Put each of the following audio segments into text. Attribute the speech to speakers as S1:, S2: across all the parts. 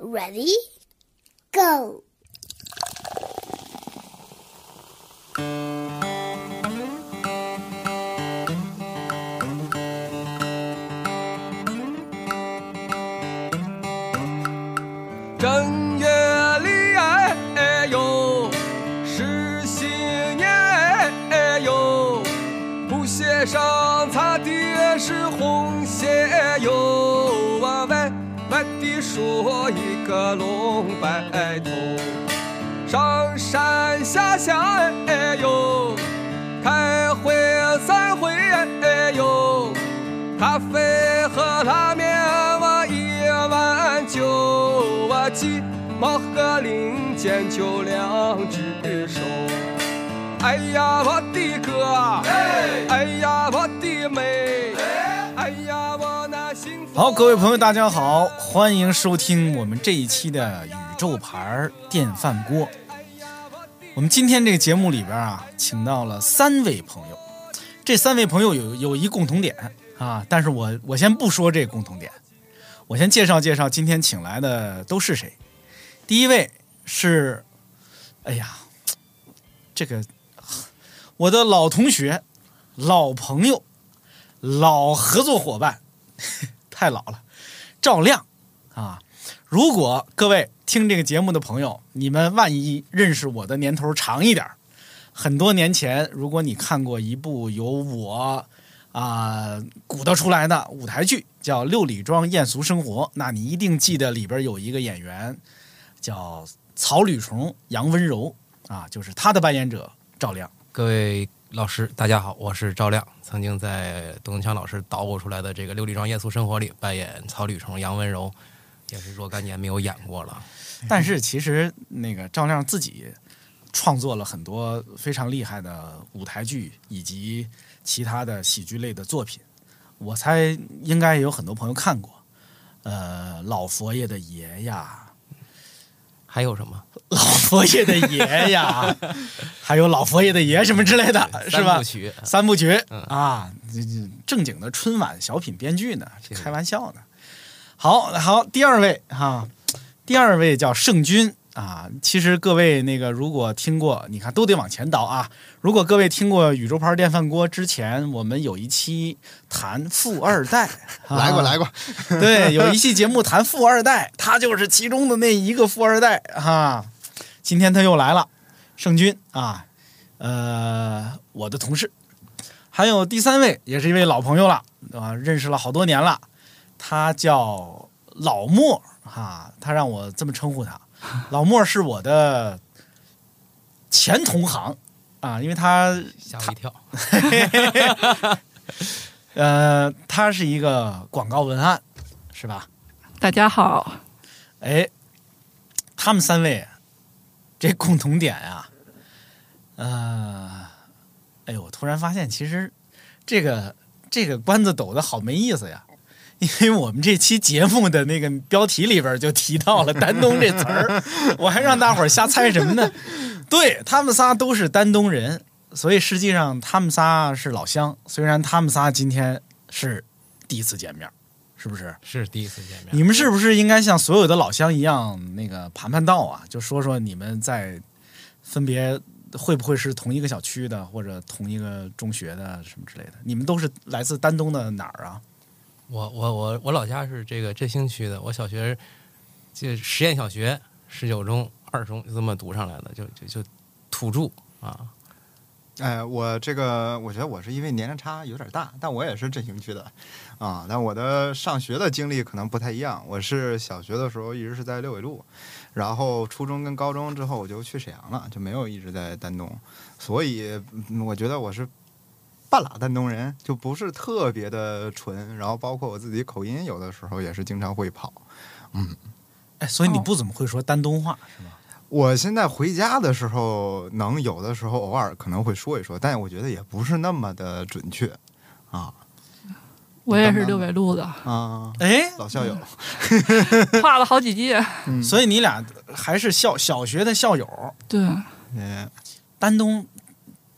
S1: Ready? Go!
S2: 《正月里哎哎呦，是新年哎哎呦，布鞋上擦的是红鞋哎哟，往外外地说一个龙摆头，上山下乡哎哎呦，开会散会哎哎呦。咖啡和拉面我一碗酒，我鸡毛和零件就两只手。哎呀，我的哥！哎呀，我的妹！哎呀，我那幸福。
S3: 好，各位朋友，大家好，欢迎收听我们这一期的宇宙牌电饭锅。我们今天这个节目里边啊，请到了三位朋友，这三位朋友有有一共同点啊，但是我我先不说这共同点，我先介绍介绍今天请来的都是谁。第一位是，哎呀，这个我的老同学、老朋友、老合作伙伴，太老了，赵亮啊。如果各位听这个节目的朋友，你们万一认识我的年头长一点儿，很多年前，如果你看过一部由我啊、鼓捣出来的舞台剧，叫《六里庄艳俗生活》，那你一定记得里边有一个演员叫草履虫杨温柔啊，就是他的扮演者赵亮。
S4: 各位老师，大家好，我是赵亮，曾经在董文强老师捣鼓出来的这个《六里庄夜宿生活》里扮演草履虫杨温柔，也是若干年没有演过了。
S3: 但是其实那个赵亮自己创作了很多非常厉害的舞台剧以及其他的喜剧类的作品，我猜应该有很多朋友看过。呃，老佛爷的爷呀，
S4: 还有什么
S3: 老佛爷的爷呀， 还有老佛爷的爷什么之类的，是
S4: 三
S3: 吧
S4: 部？曲
S3: 三部曲、
S4: 嗯
S3: 啊，这这正经的春晚小品编剧呢，
S4: 是
S3: 开玩笑呢。好好，第二位哈、第二位叫圣君啊。其实各位那个如果听过，你看都得往前倒啊。如果各位听过宇宙牌电饭锅之前，我们有一期谈富二 代，啊
S5: 来过来过，
S3: 对，有一期节目谈富二代，他就是其中的那一个富二代哈、今天他又来了，圣君啊，呃，我的同事，还有第三位也是一位老朋友了啊，认识了好多年了，他叫老莫哈、他让我这么称呼他，老莫是我的前同行啊，因为他
S4: 吓我一跳，
S3: 呃，他是一个广告文案，是吧？
S6: 大家好，
S3: 哎，他们三位这共同点啊，呃，哎呦，我突然发现，其实这个这个关子抖的好没意思呀，因为我们这期节目的那个标题里边就提到了丹东这词儿，我还让大伙儿瞎猜什么呢？对他们仨都是丹东人，所以实际上他们仨是老乡，虽然他们仨今天是第一次见面，是不是？
S4: 是第一次见面。
S3: 你们是不是应该像所有的老乡一样，那个盘盘道啊，就说说你们在分别会不会是同一个小区的，或者同一个中学的什么之类的？你们都是来自丹东的哪儿啊？
S4: 我我我我老家是这个振兴区的，我小学就实验小学十九中、二中就这么读上来的，就就就土著啊，
S5: 哎，我这个我觉得我是因为年龄差有点大，但我也是振兴区的，啊，但我的上学的经历可能不太一样。我是小学的时候一直是在六纬路，然后初中跟高中之后我就去沈阳了，就没有一直在丹东，所以嗯我觉得我是半拉丹东人，就不是特别的纯。然后包括我自己口音，有的时候也是经常会跑。
S3: 哎，所以
S5: 哦
S3: 你不怎么会说丹东话，是吗？
S5: 我现在回家的时候，能有的时候偶尔可能会说一说，但我觉得也不是那么的准确，啊
S6: 我也是六纬路的，
S5: 啊，
S3: 哎，
S5: 老校友，
S6: 画了好几届。
S5: 嗯
S3: 所以你俩还是校小学的校友，
S6: 对，
S5: 以
S3: 丹东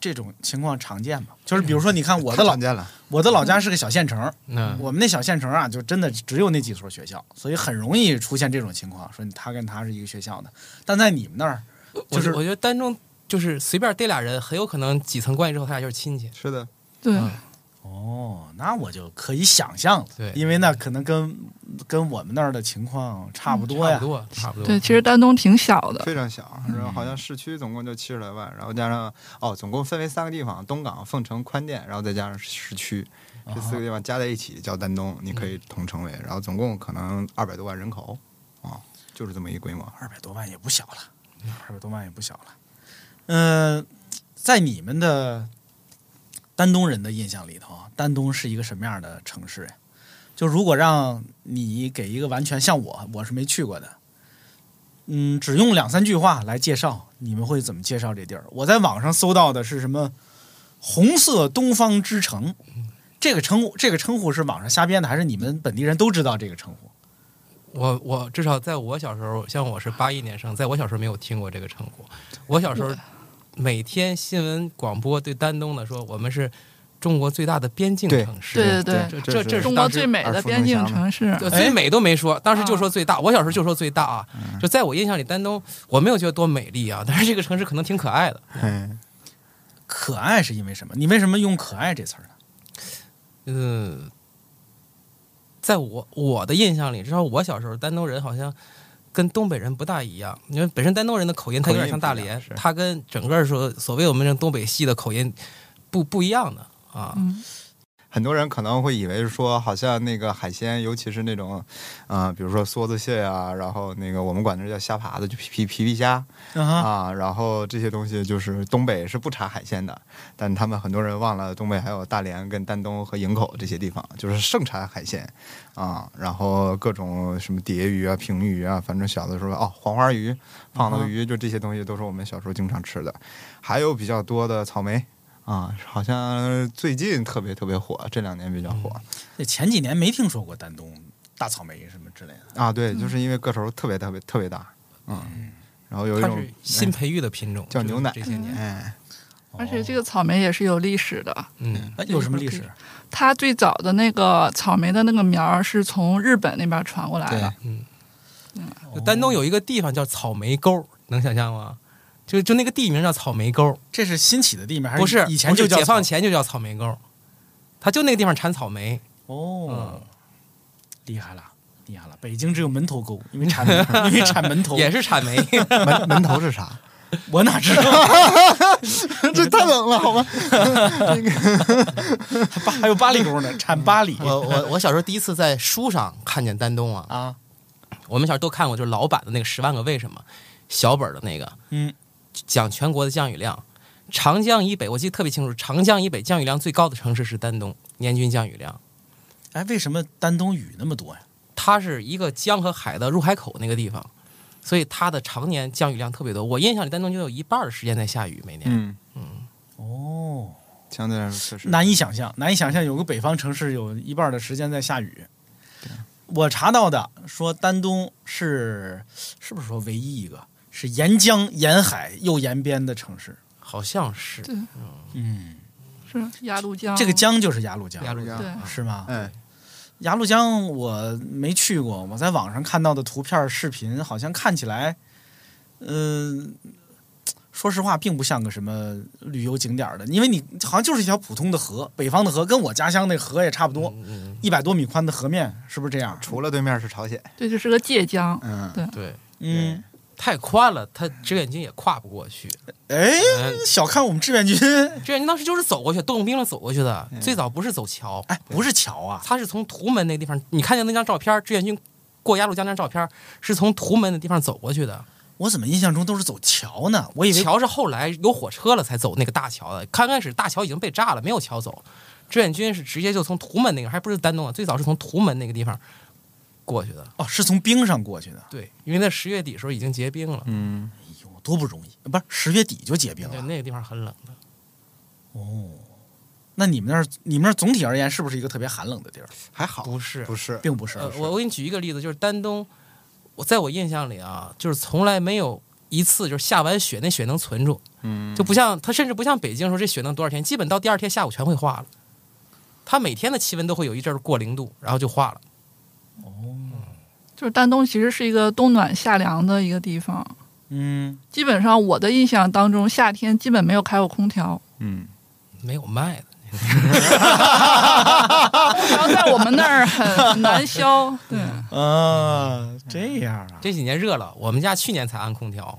S3: 这种情况常见吗？就是比如说，你看我的
S5: 太
S3: 老
S5: 嗯常见了，
S3: 我的老家是个小县城，
S4: 嗯，
S3: 我们那小县城啊，就真的只有那几所学校，所以很容易出现这种情况，说他跟他是一个学校的，但在你们那儿，
S4: 我
S3: 就是
S4: 我觉得单中就是随便逮俩人，很有可能几层关系之后他俩就是亲戚。嗯
S5: 是的，
S6: 对，
S3: 哦，那我就可以想象了，
S4: 对
S3: 因为那可能跟跟我们那儿的情况差不多
S4: 差
S3: 呀
S4: 不。多，差不多。
S6: 对，其实丹东挺小的，
S5: 非常小。然后好像市区总共就七十来万，然后加上哦，总共分为三个地方：东港、凤城、宽甸，然后再加上市区，这四个地方加在一起叫丹东，你可以统称为。然后总共可能二百多万人口，啊，就是这么一规模。
S3: 二百多万也不小了，二百多万也不小了。嗯、在你们的丹东人的印象里头，啊丹东是一个什么样的城市呀？就如果让你给一个完全像我，我是没去过的，嗯，只用两三句话来介绍，你们会怎么介绍这地儿？我在网上搜到的是什么“红色东方之城”，这个称呼，这个称呼是网上瞎编的，还是你们本地人都知道这个称呼？
S4: 我我至少在我小时候，像我是八一年生，在我小时候没有听过这个称呼。我小时候每天新闻广播对丹东的说，我们是中国最大的边境
S5: 对
S4: 城
S6: 对
S4: 市。
S6: 对对，
S4: 这
S5: 这
S4: 这
S5: 是
S4: 这是
S6: 中国
S4: 当时
S6: 最美嗯的边境城市，
S4: 对
S3: 哎
S4: 最美都没说，当时就说最大。我小时候就说最大啊，就在我印象里，丹东我没有觉得多美丽啊，但是这个城市可能挺可爱的。
S5: 嗯，
S3: 可爱是因为什么？你为什么用“可爱”这词儿呢？
S4: 嗯，在我我的印象里，至少我小时候，丹东人好像跟东北人不大一样，因为本身丹东人的口音，他有点像大
S5: 口音不一
S4: 连
S5: 样是，
S4: 他跟整个说所谓我们这种东北系的口音不不一样的啊。
S6: 嗯，
S5: 很多人可能会以为是说，好像那个海鲜，尤其是那种，呃，比如说梭子蟹啊，然后那个我们管这叫虾爬子，就皮皮皮皮虾
S3: 啊哈
S5: 啊，然后这些东西就是东北是不产海鲜的，但他们很多人忘了东北还有大连、跟丹东和营口这些地方，就是盛产海鲜啊，然后各种什么蝶鱼啊、平鱼啊，反正小的时候哦，黄花鱼、胖头鱼，就这些东西都是我们小时候经常吃的，还有比较多的草莓。啊，好像最近特别特别火，这两年比较火、
S3: 这前几年没听说过丹东大草莓什么之类的。
S5: 啊。对，就是因为个头特别特别特别大，嗯，然后有一
S4: 它
S5: 种哎
S4: 是新培育的品种，
S5: 叫牛奶
S4: 就是这些年，
S5: 哎，
S6: 而且这个草莓也是有历史的，
S4: 嗯，
S3: 哎有什么历史？
S6: 它最早的那个草莓的那个苗儿是从日本那边传过来
S5: 对
S6: 的，
S4: 就
S5: 嗯
S4: 丹东有一个地方叫草莓沟，能想象吗？就就那个地名叫草莓沟，
S3: 这是新起的地名，还
S4: 不是
S3: 以前就
S4: 不是
S3: 叫
S4: 解放
S3: 草
S4: 前就叫草莓沟，它就那个地方产草莓。嗯
S3: 哦，厉害了，厉害了！北京只有门头沟，因 为产因为产门
S5: 哦
S3: 头，
S4: 也是产 煤，
S5: 门门头是啥？
S3: 我哪知 道？
S5: 这太冷了，好吗？
S3: 巴还有八里沟呢，产八里
S4: 我我我小时候第一次在书上看见丹东啊，
S3: 啊，
S4: 我们小时候都看过，就是老版的那个《十万个为什么》，小本儿的那个，
S3: 嗯，
S4: 讲全国的降雨量。长江以北，我记得特别清楚，长江以北降雨量最高的城市是丹东，年均降雨量。
S3: 哎，为什么丹东雨那么多呀？
S4: 它是一个江和海的入海口那个地方，所以它的常年降雨量特别多。我印象里，丹东就有一半儿的时间在下雨，每年。
S5: 嗯，
S3: 哦，
S5: 相对来说确实
S3: 难以想象，难以想象有个北方城市有一半的时间在下雨。我查到的说，丹东是是不是说唯一一个是沿江沿海又沿边的城市？
S4: 好像是
S6: 对
S3: 嗯，
S6: 是鸭绿江。
S3: 这个江就是鸭绿江，
S4: 鸭绿江
S6: 对
S4: 啊
S3: 是吗？
S5: 哎，
S3: 鸭绿江我没去过，我在网上看到的图片、视频，好像看起来，嗯、说实话，并不像个什么旅游景点儿的，因为你好像就是一条普通的河，北方的河，跟我家乡那河也差不多，
S4: 嗯，
S3: 一百多米宽的河面，是不是这样？
S5: 除了对面是朝鲜，
S6: 对，这是个界江，
S5: 嗯，
S6: 对
S4: 对，
S3: 嗯，
S4: 太宽了，它志愿军也跨不过去。
S3: 哎，
S4: 嗯，
S3: 小看我们志愿军，
S4: 志愿军当时就是走过去，动用兵了走过去的。
S3: 嗯
S4: 最早不是走桥，
S3: 哎，不是桥啊，
S4: 他是从图门那地方，你看见那张照片，志愿军过鸭绿江那张照片是从图门的地方走过去的。
S3: 我怎么印象中都是走桥呢？我以为
S4: 桥是后来有火车了才走那个大桥的，刚开始大桥已经被炸了，没有桥走。志愿军是直接就从图门那个，还不是丹东啊，最早是从图门那个地方过去的。
S3: 哦，是从冰上过去的，
S4: 对，因为在十月底的时候已经结冰了，
S5: 嗯，
S3: 哎呦，多不容易，不是十月底就结冰
S4: 对，
S3: 了。
S4: 那个地方很冷的。
S3: 哦，那你们那儿，你们那儿总体而言是不是一个特别寒冷的地儿？
S5: 还好，
S4: 不是，
S5: 不是，
S4: 呃
S3: 并不是，
S4: 呃，我我给你举一个例子，就是丹东，我在我印象里啊，就是从来没有一次就是下完雪那雪能存住，
S5: 嗯，
S4: 就不像它甚至不像北京说这雪能多少天，基本到第二天下午全会化了。它每天的气温都会有一阵儿过零度，然后就化了。
S6: 就是丹东其实是一个冬暖夏凉的一个地方。
S3: 嗯，
S6: 基本上我的印象当中，夏天基本没有开过空调。
S5: 嗯，
S4: 没有卖的，
S6: 然后在我们那儿很很难消，对，
S3: 啊，这样
S5: 嗯
S3: 啊，
S4: 这几年热了，我们家去年才安空调，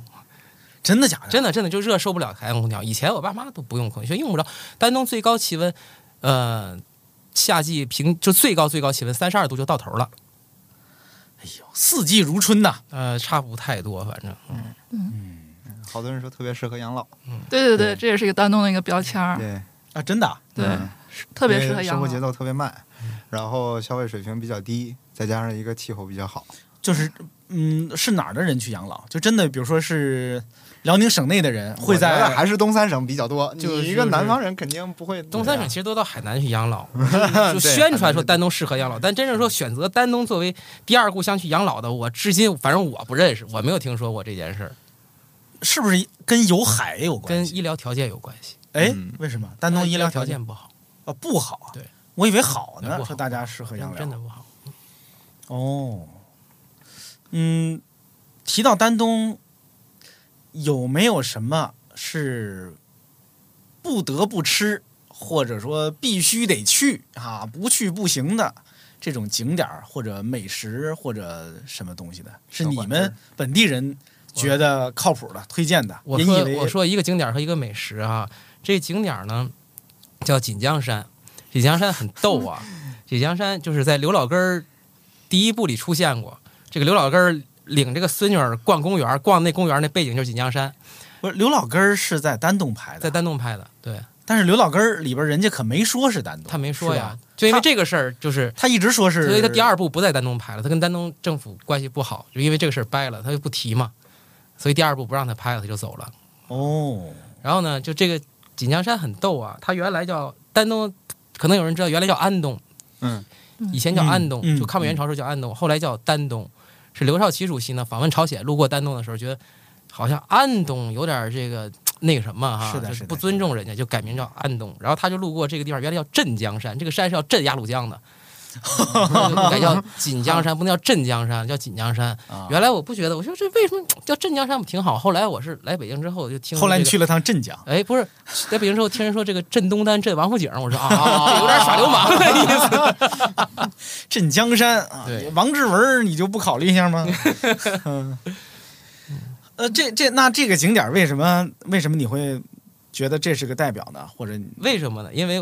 S3: 真的假
S5: 哎
S3: 的？
S4: 真的真的就热受不了才安空调。以前我爸妈都不用空调，用不着。丹东最高气温，呃，夏季平就最高最高气温三十二度就到头了，
S3: 四季如春呐，
S4: 呃，差不太多，反正。嗯
S5: 好多人说特别适合养老，
S6: 对对对，这也是一个丹东的一个标签儿，
S5: 对，
S3: 啊，真的啊，
S6: 对
S5: 嗯，
S6: 是特别适
S5: 因
S6: 合
S5: 为
S6: 养
S5: 生活节
S6: 老。
S5: 奏特别慢，然后消费水平比较低，再加上一个气候比较好，
S3: 就是嗯，是哪儿的人去养老？就真的，比如说是辽宁省内的人会
S5: 我觉得
S3: 在
S5: 还是东三省比较多。
S4: 就是
S5: 你一个南方人肯定不会。
S4: 东三省其实都到海南去养 老，就
S5: 对
S4: 宣传说丹东适合养老，但真正说选择丹东作为第二故乡去养老的，我至今反正我不认识，我没有听说过这件事儿，
S3: 是不是跟有海有关
S4: 跟
S3: 系？
S4: 医疗条件有关系。
S3: 哎
S5: 嗯，
S3: 为什么丹东医疗
S4: 呃条
S3: 条件
S4: 不好，
S3: 啊不好啊？
S4: 对，
S3: 我以为好
S4: 对不
S3: 呢，
S4: 好
S3: 说大家适合养
S4: 真
S3: 老，
S4: 真的不好。
S3: 哦，嗯，提到丹东，有没有什么是不得不吃，或者说必须得去啊，不去不行的这种景点儿或者美食或者什么东西的？是
S5: 小
S3: 你
S5: 馆子
S3: 们本地人觉得靠谱的、推荐的？
S4: 我
S3: 引以
S4: 说
S3: 为
S4: 我说一个景点儿和一个美食啊，这景点儿呢叫锦江山，锦江山很逗 啊，锦江山就是在刘老根儿第一部里出现过，这个刘老根儿领这个孙女儿逛公园儿，逛那公园儿那背景就是锦江山，
S3: 不是刘老根儿是在丹东拍
S4: 在
S3: 的，
S4: 丹东拍的，对
S3: 但是刘老根儿里边儿人家可没说是丹东，
S4: 他没说
S3: 是
S4: 呀
S3: 吧，，
S4: 就因
S3: 他
S4: 为这个事儿就是。
S3: 他一直说是，
S4: 所以他第二部不在丹东拍了，他跟丹东政府关系不好，就因为这个事儿掰了，他就不提嘛，所以第二部不让他拍了，他就走了。
S3: 哦，
S4: 然后呢，就这个锦江山很逗啊，它原来叫丹东，可能有人知道，原来叫安东，
S5: 嗯，
S4: 以前叫安东，
S3: 嗯嗯
S4: 就抗美援朝时候叫安东，后来叫丹东。是刘少奇主席呢访问朝鲜路过丹东的时候，觉得好像安东有点这个那个什么哈，
S3: 是的
S4: 就是
S3: 的
S4: 不尊重人家，就改名叫安东。然后他就路过这个地方，原来叫镇江山，这个山是要镇鸭绿 江的。就改叫锦江山，不能叫镇江山，叫锦江山。
S5: 啊
S4: 原来我不觉得，我说这为什么叫镇江山不挺好？后来我是来北京之后我就听、
S3: 后来
S4: 这
S3: 你
S4: 个
S3: 去了趟镇江。
S4: 哎，不是，在北京之后听人说这个镇东单、镇王府井，我说啊，有点耍流
S6: 哦
S4: 氓的意思。
S3: 镇江山啊
S4: 对，
S3: 王志文儿你就不考虑一下吗？嗯呃，这这那这个景点儿为什么为什么你会觉得这是个代表呢？或者你
S4: 为什么呢？因为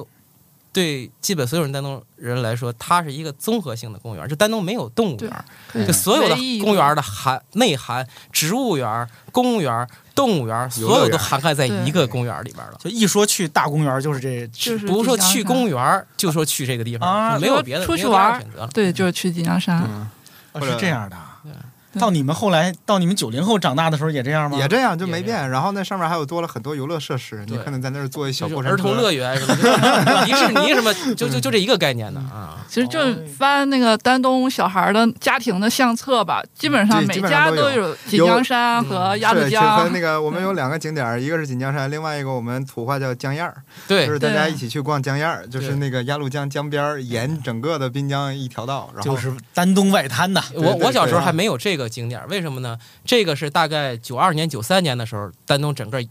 S4: 对基本所有人丹东人来说，它是一个综合性的公园，就丹东没有动物园，
S6: 对
S5: 啊
S4: 就所有的
S6: 唯一一个
S4: 公园的涵内涵，植物园、公园、动物园，
S5: 游乐
S4: 所
S5: 园
S4: 有都涵盖在一个公园里边了。
S3: 就一说去大公园儿就是这
S6: 就是
S4: 不是
S6: 锦
S4: 说
S6: 江
S4: 去
S6: 山
S4: 公园，就说去这个地
S3: 啊
S4: 方，没有别的，
S6: 出去
S4: 没有第二
S6: 玩
S4: 选择了。
S6: 对，就是去锦江山。
S5: 嗯
S3: 哦
S5: 或者
S3: 是这样的啊。
S6: 对
S3: 到你们后来，到你们九零后长大的时候也这样吗？
S5: 也这样就
S4: 也
S5: 没
S4: 这样
S5: 变。然后那上面还有多了很多游乐设施，你
S4: 对
S5: 可能在那儿坐一小
S4: 就是
S5: 过山
S4: 儿童
S5: 车。
S4: 乐园什么的， 迪士尼什么，就就就这一个概念的啊。
S6: 其实就是翻那个丹东小孩的家庭的相册吧，基本上
S5: 嗯对
S6: 每
S5: 基本上
S6: 家
S5: 都有嗯
S6: 有锦江山和鸭
S5: 是，
S6: 绿
S5: 就和
S6: 江。
S5: 那个我们有
S4: 嗯
S5: 两个景点儿，一个是锦江山，另外一个我们土话叫江堰儿，
S4: 对，
S5: 就是大家
S6: 对
S5: 一起去逛江堰儿，就是
S4: 对
S5: 那个鸭绿江江边儿沿整个的滨江一条道，然后
S3: 就是丹东外滩呐。
S5: 对
S4: 我
S5: 对
S4: 我小时候
S3: 啊
S5: 对
S4: 还没有这个景点儿，为什么呢？这个是大概九二年、九三年的时候，丹东整个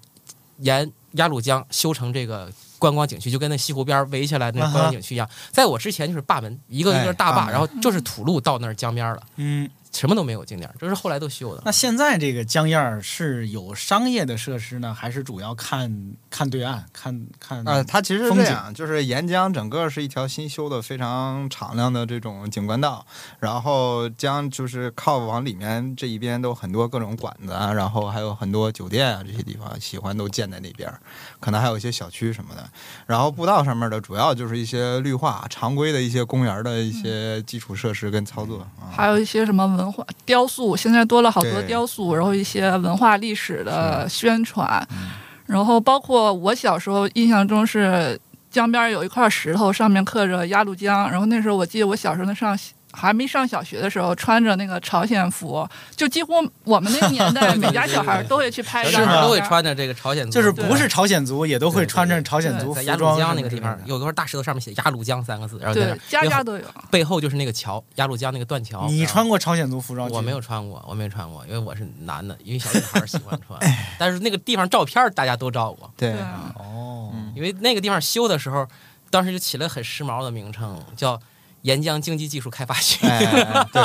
S4: 沿鸭绿江修成这个观光景区，就跟那西湖边儿围起来那观光景区一样。在我之前就是坝门，一个一
S3: 啊哎
S4: 个大
S5: 坝
S4: 坝，
S5: 门
S4: 然后就是土路到那儿江边儿了，
S3: 嗯，
S4: 什么都没有景点儿，这是后来都修的
S3: 那。现在这个江堰儿是有商业的设施呢，还是主要看看对岸，看看
S5: 啊，它其实是
S3: 嗯风
S5: 这
S3: 景
S5: 样，就是沿江整个是一条新修的非常敞亮的这种景观道，然后江就是靠往里面这一边都很多各种馆子啊，然后还有很多酒店啊这些地方，喜欢都建在那边儿，可能还有一些小区什么的。然后步道上面的主要就是一些绿化，常规的一些公园的一些基础设施跟操作啊。
S6: 还有一些什么文化雕塑，现在多了好多
S5: 对
S6: 雕塑，然后一些文化历史的宣传，
S5: 嗯
S6: 然后包括我小时候印象中是江边有一块石头，上面刻着鸭绿江，然后那时候我记得我小时候能上还没上小学的时候，穿着那个朝鲜服，就几乎我们那个年代，每家小孩都会去拍一
S4: 小
S6: 张
S4: 女
S6: 照
S3: 是吗
S6: 片
S4: 孩
S6: 儿，
S4: 都会穿着这个朝鲜族，
S3: 就是不是朝鲜族也都会穿着朝鲜族
S4: 在
S3: 服
S4: 鸭绿
S3: 装
S4: 江
S3: 什
S4: 那
S3: 么
S4: 个
S3: 之
S4: 地
S3: 类的
S4: 方有多少大石头，上面写“鸭绿江”三个字，然后在
S6: 对
S4: 那儿，
S6: 家家
S4: 背后
S6: 都有。
S4: 背后就是那个桥，鸭绿江那个断桥。啊
S3: 你穿过朝鲜族服装？
S4: 嗯我没有。穿过，我没有穿过，因为我是男的，因为小女孩儿喜欢穿。
S5: 哎
S4: 但是那个地方照片儿大家都照过，
S5: 对
S6: 对啊，
S3: 哦，
S5: 嗯
S4: 因为那个地方修的时候，当时就起了很时髦的名称，叫沿江经济技术开发区。
S5: 哎，哎对，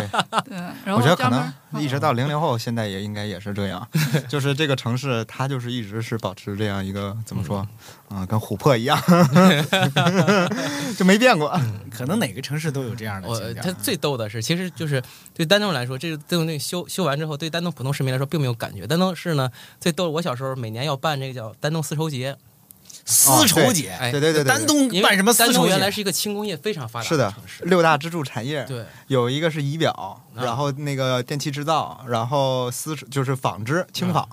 S6: 对。然后
S5: 我觉得
S6: 家
S5: 可
S6: 门
S5: 能
S6: 儿
S5: 一直到零零后，现在也应该也是这样，就是这个城市它就是一直是保持这样一个怎么说啊、跟琥珀一样， 就没变过。
S3: 可能哪个城市都有这样 的啊
S4: 我
S3: 景点
S4: 他
S3: 儿。
S4: 最逗的是，其实就是对丹东来说，这个对那个修修完之后，对丹东普通市民来说并没有感觉。丹东市呢，最逗，我小时候每年要办这个叫丹东丝绸节，
S3: 丝绸节，
S4: 哎
S5: 对对对对，
S3: 哦丹东
S4: 因为
S3: 办什么丝
S4: 丹
S3: 绸
S4: 东
S3: 节？
S4: 原来是一个轻工业非常发达
S5: 啊是的
S4: 城市，
S5: 六大支柱产业，
S4: 对，
S5: 有一个是仪表，
S4: 嗯
S5: 然后那个电器制造，然后丝就是纺织轻纺，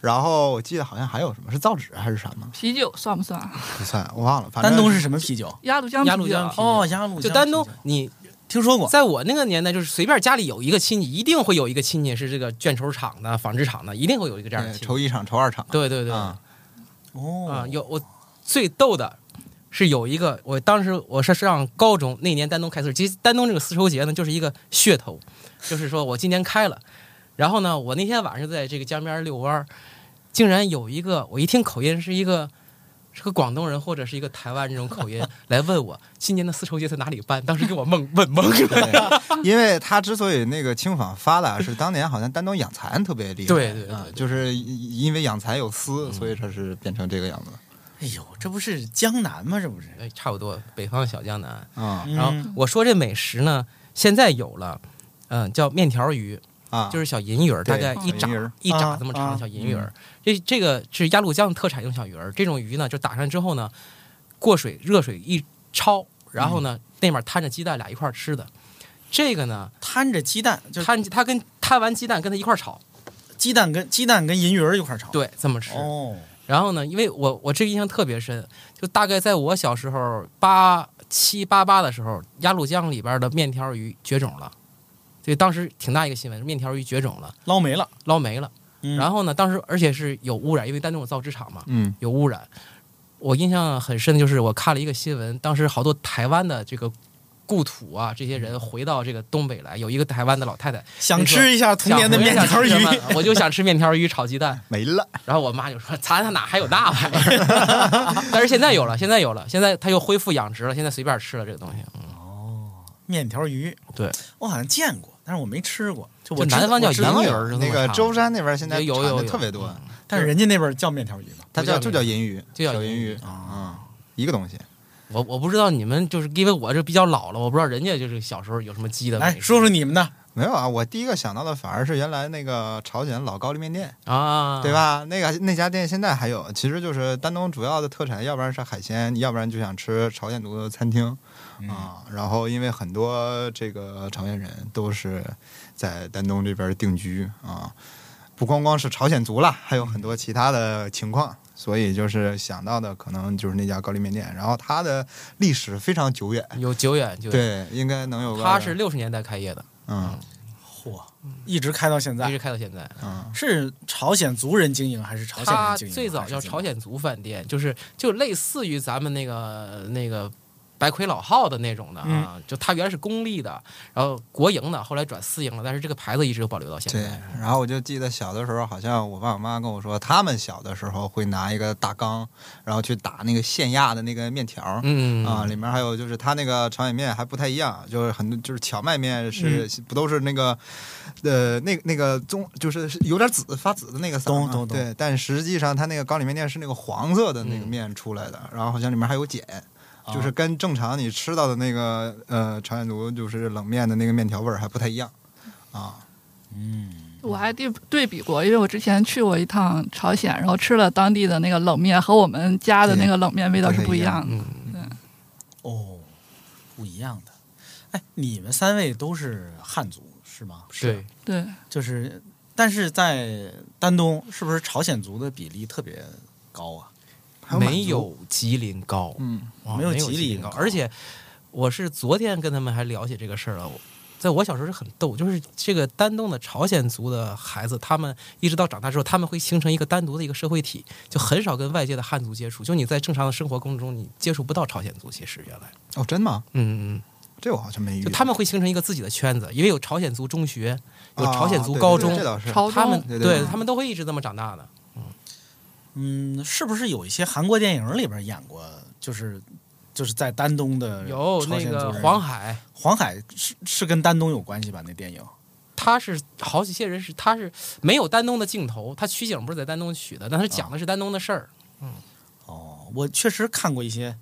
S5: 然后我记得好像还有什么是造纸还是什么，
S6: 啤酒算不算？
S5: 不算我忘了，反正
S3: 丹东是什么啤酒？
S6: 鸭绿江啊
S4: 鸭
S6: 啤
S4: 绿
S6: 酒
S4: 江啤酒
S3: 哦，鸭绿江
S4: 就丹东啊
S3: 啤酒，
S4: 你
S3: 听说过。
S4: 在我那个年代，就是随便家里有一个亲戚，一定会有一个亲戚是这个卷轴厂的、纺织厂的，一定会有一个这样的
S5: 对
S4: 亲戚。
S5: 筹一厂筹二厂，
S4: 对对对，
S5: 啊
S4: 啊，
S3: 哦，
S4: 有我最逗的是有一个，我当时我是上高中那年丹东开丝绸，其实丹东这个丝绸节呢就是一个噱头，就是说我今年开了，然后呢，我那天晚上在这个江边儿遛弯儿，竟然有一个我一听口音是一个。是个广东人或者是一个台湾这种口音来问我今年的丝绸节在哪里办，当时给我蒙问懵了。
S5: 对因为它之所以那个轻纺发达，是当年好像丹东养蚕特别厉害，
S4: 对对对
S5: 啊
S4: 对
S5: 就是因为养蚕有丝，
S4: 嗯
S5: 所以它是变成这个样子
S3: 哎呦，这不是江南吗？这不是？
S4: 哎，差不多，北方小江南。
S5: 啊
S3: 然
S4: 然后我说这美食呢，现在有了，嗯，叫面条鱼，
S5: 啊，
S4: 就是是小银鱼儿，
S5: 对
S4: 大概一
S5: 小
S4: 掌
S5: 银鱼儿嗯
S4: 一
S3: 啊
S4: 掌这么长
S3: 啊
S4: 的小银鱼儿。这这个是鸭绿江特产一种小鱼儿，这种鱼呢，就打上之后呢，过水热水一焯，然后
S5: 嗯
S4: 呢那面摊着鸡蛋俩一块儿吃的。这个呢，
S3: 摊着鸡蛋，就是
S4: 摊它跟摊完鸡蛋跟它一块儿炒，
S3: 鸡蛋跟鸡蛋跟银鱼儿一块儿炒。，
S4: 对，这么吃。
S3: 哦，
S4: 然后呢，因为我我这个印象特别深，就大概在我小时候八七八八的时候，鸭绿江里边的面条鱼绝种了，所以当时挺大一个新闻，面条鱼绝种了，
S3: 捞没了。
S4: 捞没了。
S3: 嗯
S4: 然后呢，当时而且是有污染，因为丹东有造纸厂嘛，
S5: 嗯
S4: 有污染。我印象很深的就是我看了一个新闻，当时好多台湾的这个故土啊，这些人回到这个东北来，有一个台湾的老太太
S3: 想吃一下童年的面条鱼，
S4: 想回家吃饭我就想吃面条鱼炒鸡蛋。
S5: 没了，
S4: 然后我妈就说：“咱哪还有那玩意儿？” 但是现在有了，现在有了，现在它又恢复养殖了，现在随便吃了这个东西。
S3: 面条鱼。
S4: 对，
S3: 我好像见过，但是我没吃过。就
S4: 就
S3: 我知道
S4: 南方叫
S3: 我知道
S4: 羊
S5: 有
S4: 鱼儿是这么
S5: 那个
S4: 唱的
S5: 舟山那边现在
S4: 有有
S5: 产
S4: 有
S5: 的特别多，
S3: 但是人家那边叫面条鱼嘛。
S5: 它叫
S4: 不
S5: 就
S4: 叫
S5: 叫银鱼，
S4: 就叫
S5: 小银
S4: 银鱼
S5: 鱼啊，一个东西。
S4: 我我不知道你们就是因为我这比较老了，我不知道人家就是小时候有什么鸡的美食。
S3: 来说说你们的，
S5: 没有啊，我第一个想到的反而是原来那个朝鲜老高丽面店，
S4: 啊，
S5: 对？吧？那个那家店现在还有，其实就是丹东主要的特产，要不然是海鲜，要不然就想吃朝鲜族的餐厅
S4: 嗯
S5: 啊。然后因为很多这个朝鲜人都是在丹东这边定居啊，不光光是朝鲜族啦，还有很多其他的情况。所以就是想到的可能就是那家高丽面店，然后它的历史非常久远，
S4: 有久远就，
S5: 对，应该能有个
S4: 它是六十年代开业的，
S5: 嗯
S3: 嚯，一直开到现
S4: 嗯一
S3: 在，
S4: 直开到现在。
S5: 嗯
S3: 是朝鲜族人经营还是朝鲜人
S4: 它
S3: 经营？
S4: 最早叫朝鲜族饭店，就是就类似于咱们那个那个白魁老号的那种
S3: 嗯
S4: 的啊，就它原来是公立的，然后国营的，后来转私营了，但是这个牌子一直保留到现
S5: 对
S4: 在。，
S5: 然后我就记得小的时候，好像我爸我妈跟我说，他们小的时候会拿一个大缸，然后去打那个现压的那个面条儿。
S4: 嗯
S5: 啊，里面还有就是它那个朝鲜面还不太一样，就是很多就是荞麦面是、
S3: 嗯
S5: 不都是那个，呃，那那个棕就是有点紫发紫的那个色
S3: 懂
S5: 嘛
S3: 懂懂嗯
S5: 对，但实际上它那个高丽面店是那个黄色的那个面出来的，然后好像里面还有碱，
S3: 哦
S5: 就是跟正常你吃到的那个呃朝鲜族就是冷面的那个面条味儿还不太一样，啊，
S3: 嗯
S6: 我还对对比过，因为我之前去过一趟朝鲜，然后吃了当地的那个冷面，和我们家的那个冷面味道是不一样的。
S4: 嗯，
S3: 哦，不一样的。哎，你们三位都是汉族是吗？
S4: 对，
S6: 对，
S3: 就是，但是在丹东是不是朝鲜族的比例特别高啊？
S5: 还有满
S4: 没
S5: 族
S4: 有吉林高，
S5: 嗯。
S4: 哇
S3: 没
S4: 没
S3: 有
S4: 有
S3: 吉林
S4: 高，
S3: 高
S4: 而且我是昨天跟他们还了解这个事儿了。我在我小时候是很逗，就是这个丹东的朝鲜族的孩子，他们一直到长大之后，他们会形成一个单独的一个社会体，就很少跟外界的汉族接触。就你在正常的生活过程中，你接触不到朝鲜族。其实原来，
S5: 哦，真的吗？
S4: 嗯嗯。
S5: 这我好像没遇
S4: 就
S5: 到。
S4: 他们会形成一个自己的圈子，因为有朝鲜族中学，有
S5: 啊
S4: 朝鲜族
S5: 对
S4: 高
S5: 对
S4: 中，
S5: 这倒是。
S6: 朝
S4: 他们
S6: 中
S5: 对对
S4: 对
S5: 对
S4: 他们都会一直这么长大的。
S3: 嗯，是不是有一些韩国电影里边演过，就是就是在丹东的
S4: 有
S3: 朝
S4: 那
S3: 鲜
S4: 个
S3: 族人
S4: 黄海，
S3: 黄海是是跟丹东有关系吧？那电影
S4: 他是好几些人是他是没有丹东的镜头，他取景不是在丹东取的，但他讲的是丹东的事儿。
S3: 哦，我确实看过一些，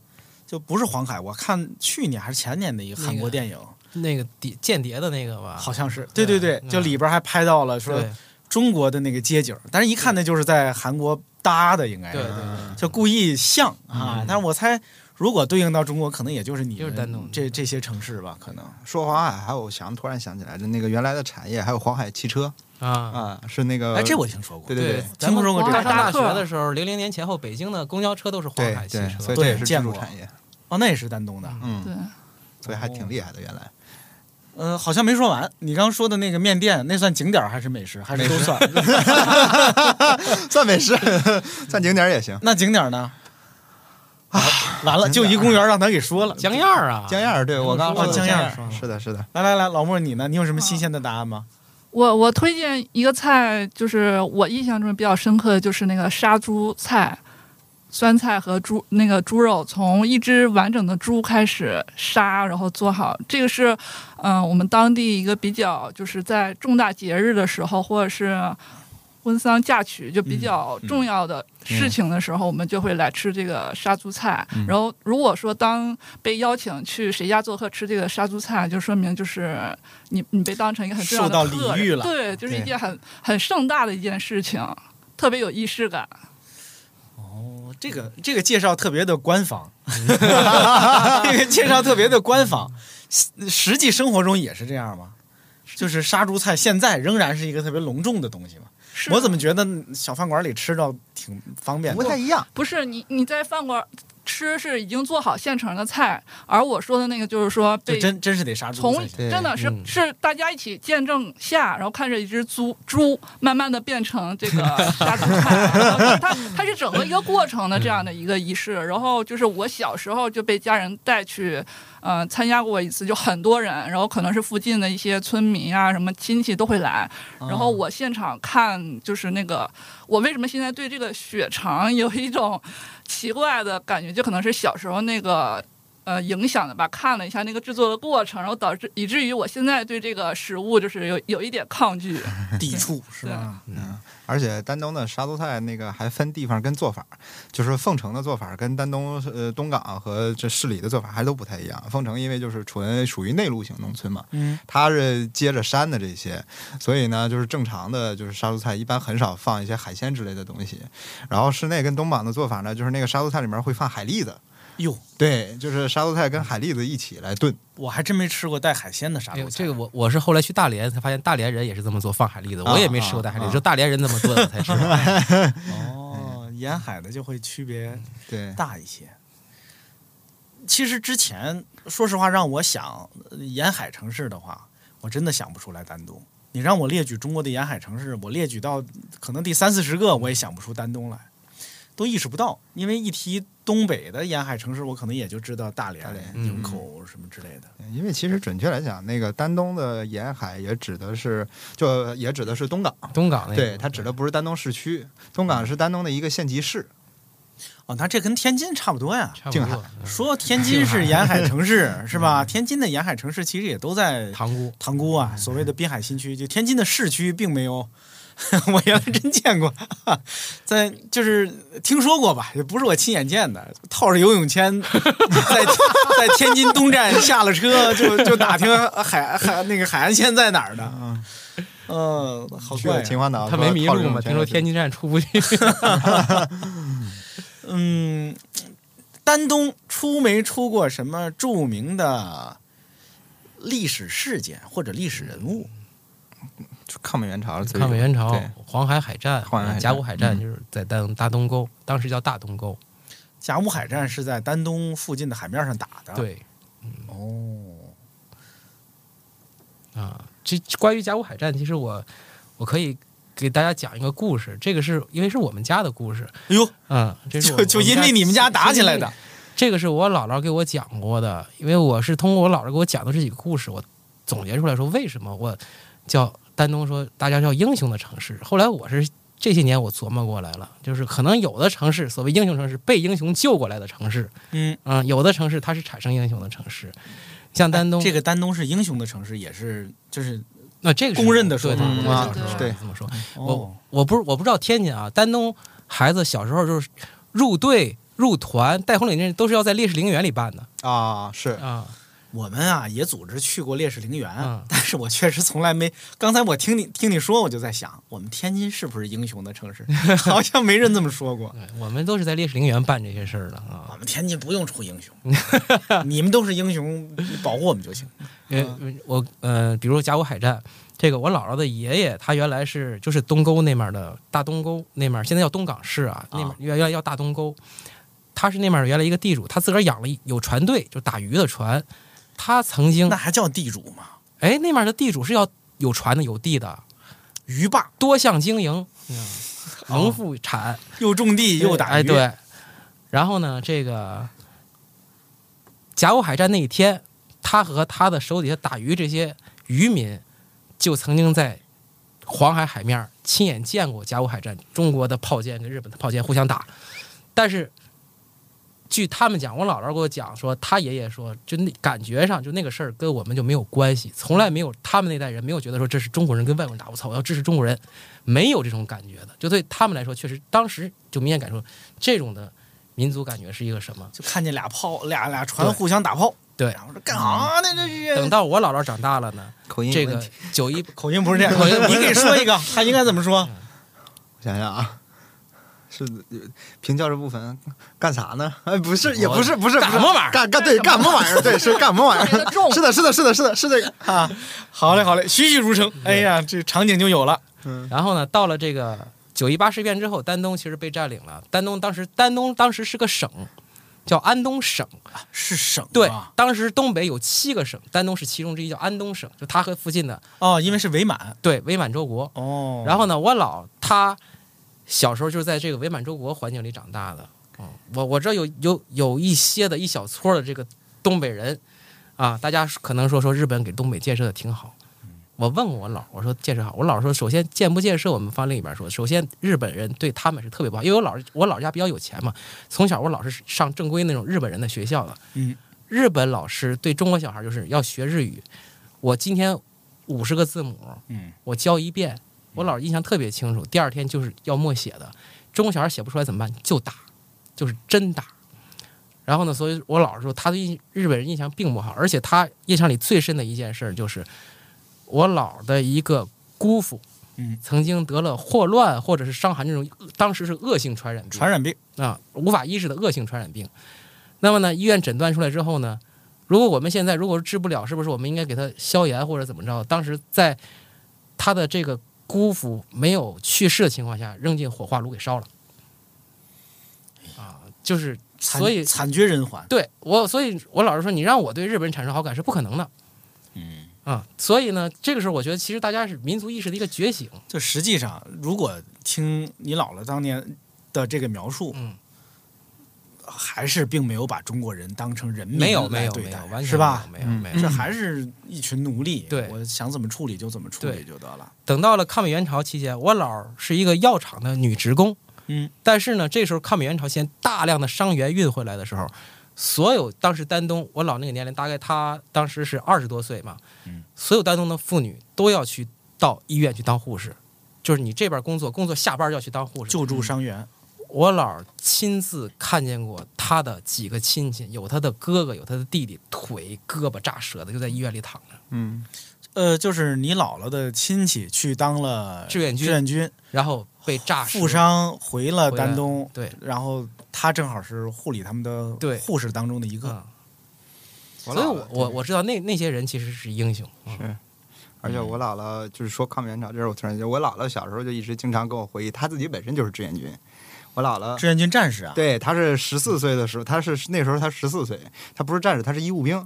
S3: 就不是黄海，我看去年还是前年的一个韩
S4: 那
S3: 国
S4: 个
S3: 电影，
S4: 那个谍间谍的那个吧，
S3: 好像是对
S4: 对
S3: 对
S4: 嗯
S3: 对，就里边还拍到了
S4: 对
S3: 说中国的那个街景，但是一看那就是在韩国搭的，应该
S4: 对对
S3: 是
S4: 对，
S5: 嗯
S3: 就故意像啊。但是我猜，如果对应到中国，可能也就是你
S4: 就是丹东
S3: 们这这些城市吧，可能
S5: 说黄海，还有我想突然想起来的那个原来的产业，还有黄海汽车
S4: 啊。
S5: 啊，是那个
S3: 哎，这我听说过
S5: 对，对
S4: 咱们
S3: 听说过这
S4: 刚
S6: 个
S4: 上大
S6: 大
S4: 学
S6: 客
S4: 的时候，零零年前后，北京的公交车都是黄海
S5: 对
S4: 汽
S5: 对，
S4: 车
S5: 所以。这也
S3: 对
S5: 是
S3: 见
S5: 技术
S3: 过
S5: 产业，
S3: 哦，那也是丹东的。
S5: 嗯，
S6: 对，
S5: 所以还挺厉害的。原 来
S4: 嗯
S3: 呃，好像没说完，你刚说的那个面店，那算景点儿还是美食，还是都算？
S5: 算美食，算景点儿也行。
S3: 那景点儿呢？啊，完了，就一公园让他给说了。
S4: 江燕儿啊，
S5: 江燕儿，对我刚刚
S3: 哦
S5: 说的
S3: 江燕儿
S5: 江是的，是的，
S3: 来来来，老莫你呢？你有什么新鲜的答案吗？
S6: 我我推荐一个菜，就是我印象中比较深刻的就是那个杀猪菜，酸菜和猪那个猪肉，从一只完整的猪开始杀，然后做好。这个是，嗯、我们当地一个比较，就是在重大节日的时候，或者是婚丧嫁娶就比较重要的事情的时候，我们就会来吃这个杀猪菜。然后如果说当被邀请去谁家做客吃这个杀猪菜，就说明就是你你被当成一个很重要的
S3: 受到礼
S6: 客人
S3: 遇了
S6: 对，就是一
S5: 对
S6: 件很很盛大的一件事情，特别有仪式感。
S3: 哦，这个这个介绍特别的官 方，这个介绍特别的官方。实实际生活中也是这样吗？就是杀猪菜现在仍然是一个特别隆重的东西嘛。
S6: 是
S3: 我怎么觉得小饭馆里吃着挺方便
S5: 不太
S3: 的？
S5: 一样。
S6: 不是你你在饭馆吃是已经做好现成的菜，而我说的那个就是说
S3: 就
S6: 被
S3: 真真是得杀猪
S6: 从
S3: 才行。
S5: 对
S6: 真的是
S4: 嗯
S6: 是大家一起见证下，然后看着一只猪猪慢慢的变成这 个杀猪菜，啊然后它它它是整个一个过程的这样的一个仪式。然后就是我小时候就被家人带去，呃，参加过一次，就很多人，然后可能是附近的一些村民啊，什么亲戚都会来。嗯然后我现场看，就是那个我为什么现在对这个血肠有一种奇怪的感觉，就可能是小时候那个呃影响的吧。看了一下那个制作的过程，然后导致以至于我现在对这个食物就是有有一点抗拒。
S3: 抵触是吧？
S5: 而且丹东的杀猪菜那个还分地方跟做法，就是凤城的做法跟丹东呃东港和这市里的做法还都不太一样。凤城因为就是纯属于内陆型农村嘛，
S3: 嗯，
S5: 它是接着山的这些，所以呢就是正常的就是杀猪菜一般很少放一些海鲜之类的东西。然后室内跟东港的做法呢，就是那个杀猪菜里面会放海蛎子，
S3: 哟，
S5: 对，就是杀猪菜跟海蛎子一起来炖。
S3: 我还真没吃过带海鲜的杀
S4: 哎
S3: 猪
S4: 呦，
S3: 菜。
S4: 这个我我是后来去大连才发现，大连人也是这么做放海蛎的，
S5: 啊
S4: 我也没吃过大海
S5: 啊
S4: 蛎，
S5: 啊
S4: 就大连人这么炖才吃。
S3: 哦，沿海的就会区别
S5: 对，
S3: 大一些。其实之前，说实话，让我想呃沿海城市的话，我真的想不出来丹东。你让我列举中国的沿海城市，我列举到可能第三四十个，我也想不出丹东来，都意识不到。因为一提东北的沿海城市，我可能也就知道大连
S5: 大、连
S4: 嗯
S3: 营口什么之类的。
S5: 因为其实准确来讲，那个丹东的沿海也指的是，就也指的是东港。
S4: 东港那个，
S5: 对，它指的不是丹东市区，东港是丹东的一个县级市。
S3: 哦，那这跟天津差不多呀。
S4: 差不
S5: 静
S4: 多。
S3: 说天津是沿海城市是吧？天津的沿海城市其实也都在
S4: 塘沽，
S3: 塘沽
S5: 嗯
S3: 啊，所谓的滨海新区，就天津的市区并没有。 我原来真见过， 在就是听说过吧，也不是我亲眼见的。套着游泳 圈，在在天津东站下了车，就就打听海海那个海岸线在哪儿的。
S5: 嗯，
S3: 嗯，好
S5: 去
S3: 怪
S5: 了
S3: 呀、
S5: 秦皇岛，
S4: 他没迷
S5: 靠着
S4: 路
S5: 涌
S4: 嘛？
S5: 泉
S4: 听说
S5: 就
S4: 天津站出不去，
S3: 嗯，丹东出没出过什么著名的历史事件或者历史人物？
S5: 就抗美援朝，所以
S4: 抗美援朝
S5: 对、
S4: 黄海海战
S5: 黄海海、战
S4: 甲午海战，
S5: 嗯
S4: 就是在丹大东沟，当时叫大东沟。
S3: 甲午海战是在丹啊东附近的海面上打的。
S4: 对，
S3: 哦，
S4: 啊，这关于甲午海战，其实我我可以给大家讲一个故事，这个是因为是我们家的故事，
S3: 哎呦，
S4: 嗯，这是我
S3: 就就因为你们家打起来的，
S4: 这个是我姥姥给我讲过的，因为我是通过我姥姥给我讲的这几个故事，我总结出来说为什么我叫丹东说大家叫英雄的城市。后来我是这些年我琢磨过来了，就是可能有的城市所谓英雄城市被英雄救过来的城市，
S3: 嗯，
S4: 嗯，有的城市它是产生英雄的城市，像丹东，
S3: 哎这个丹东是英雄的城市，也是就是
S4: 那这个是
S3: 公认的说
S4: 对
S3: 法
S4: 对
S6: 嗯
S4: 我小时候
S5: 对对
S4: 这么说，
S3: 哦，
S4: 我不是我不知道天津啊，丹东孩子小时候就是入队。入团带红领巾都是要在烈士陵园里办的
S5: 啊，是
S4: 啊，
S3: 我们啊也组织去过烈士陵园，
S4: 嗯
S3: 但是我确实从来没。刚才我听你听你说，我就在想，我们天津是不是英雄的城市？ 好像没人这么说过。
S4: 对我们都是在烈士陵园办这些事儿的
S3: 我
S4: 啊。
S3: 们天津不用出英雄，你们都是英雄，保护我们就行。
S4: 因为我呃，比如说甲午海战，这个我姥姥的爷爷，他原来是就是东沟那面的大东沟那面，现在叫东港市啊，那面
S3: 啊
S4: 原来叫大东沟，他是那面原来一个地主，他自个儿养了一有船队，就打鱼的船。他曾经
S3: 那还叫地主吗？
S4: 哎，那面的地主是要有船的，有地的，
S3: 鱼霸
S4: 多项经营，农副产，
S3: 又种地又打
S4: 哎，
S3: 鱼，
S4: 对。然后呢，这个甲午海战那一天，他和他的手底下打鱼这些渔民，就曾经在黄海海面儿亲眼见过甲午海战中国的炮舰跟日本的炮舰互相打。但是，据他们讲，我姥姥给我讲说，他爷爷说，就那感觉上就那个事儿跟我们就没有关系，从来没有他们那代人没有觉得说这是中国人跟外国人打，我操，我要支持中国人，没有这种感觉的。就对他们来说，确实当时就明显感受这种的民族感觉是一个什么。
S3: 就看见俩炮俩俩船
S4: 对
S3: 互相打炮。
S4: 对
S3: 然后说干啥呢？这是
S4: 等到我姥姥长大了呢，
S5: 口音有
S4: 这
S5: 问
S4: 个
S5: 题
S4: 九一
S3: 口音不是这样，
S4: 口音不是
S3: 你给说 一个，他应该怎么说？
S5: 我想想啊，是呃平教这部分干啥呢？哎，不是，也不是，不是，
S4: 干
S5: 不
S4: 什
S5: 是
S4: 么玩意儿
S5: 干干对，干什么玩意儿？对，是干什么玩意
S6: 特别的重
S5: 儿？是的，是的，是的，是的，是这个啊。
S3: 好嘞，好嘞，栩栩如生。哎呀，这场景就有了。
S5: 嗯，
S4: 然后呢，到了这个九一八事变之后，丹东其实被占领了。丹东当时，丹东当时是个省，叫安东省。
S3: 是省啊
S4: 对，当时东北有七个省，丹东是其中之一，叫安东省，就它和附近的
S3: 哦，因为是伪满
S4: 对伪满洲国。
S3: 哦
S4: 然后呢，我姥她小时候就是在这个伪满洲国环境里长大的。嗯，我我这有有有一些的一小撮的这个东北人啊，大家可能说说日本给东北建设的挺好。
S3: 嗯
S4: 我问过我姥，我说建设好，我姥说首先建不建设，我们放另一边说。首先日本人对他们是特别不好，因为我姥我姥家比较有钱嘛，从小我姥是上正规那种日本人的学校的。
S3: 嗯，
S4: 日本老师对中国小孩就是要学日语。我今天五十个字母，
S3: 嗯，
S4: 我教一遍，我姥印象特别清楚。第二天就是要默写的，中国小孩写不出来怎么办？就打，就是真打。然后呢，所以我姥说他对印日本人印象并不好，而且他印象里最深的一件事儿就是我姥的一个姑父，
S3: 嗯，
S4: 曾经得了霍乱或者是伤寒这种恶当时是恶性传染病，
S3: 传染病
S4: 啊无法医治的恶性传染病。那么呢，医院诊断出来之后呢，如果我们现在如果治不了，是不是我们应该给他消炎或者怎么着？当时在他的这个姑父没有去世的情况下，扔进火化炉给烧了。啊，就是
S3: 惨
S4: 所以
S3: 惨绝人寰。
S4: 对我，所以我老是说，你让我对日本人产生好感是不可能的。
S3: 嗯，
S4: 啊、所以呢，这个时候我觉得其实大家是民族意识的一个觉醒。
S3: 就实际上，如果听你姥姥当年的这个描述，
S4: 嗯，
S3: 还是并没有把中国人当成人民
S4: 没有，
S3: 来
S4: 没有，
S3: 对
S4: 没有，
S3: 待，
S4: 完全
S3: 是吧？嗯
S4: 没有，没有，没有
S3: 这还是一群奴隶，
S4: 对
S3: 我想怎么处理就怎么处理
S4: 对
S3: 就得了。
S4: 等到了抗美援朝期间，我姥儿是一个药厂的女职工，
S3: 嗯，
S4: 但是呢，这时候抗美援朝先大量的伤员运回来的时候，所有当时丹东，我姥那个年龄大概她当时是二十多岁嘛，
S3: 嗯，
S4: 所有丹东的妇女都要去到医院去当护士，就是你这边工作，工作下班要去当护士，
S3: 救助伤员，
S4: 我姥儿亲自看见过她的几个亲戚，有她的哥哥，有她的弟弟，腿、胳膊炸折的，就在医院里躺着。
S5: 嗯，
S3: 呃，就是你姥姥的亲戚去当了
S4: 志愿军
S3: 志愿军
S4: 然后被炸死
S3: 负伤回了
S4: 回来
S3: 丹东，
S4: 对，
S3: 然后他正好是护理他们的
S4: 对
S3: 护士当中的一个，
S4: 嗯， 所以我我我知道那那些人其实是英雄，
S3: 哎
S4: 嗯
S5: 是而且我姥姥就是说抗美援朝这事儿，我突然间，我姥姥小时候就一直经常跟我回忆，她自己本身就是志愿军。我姥姥
S3: 志愿军战士啊，
S5: 对，她是十四岁的时候，她是那时候她十四岁，她不是战士，她是医务兵。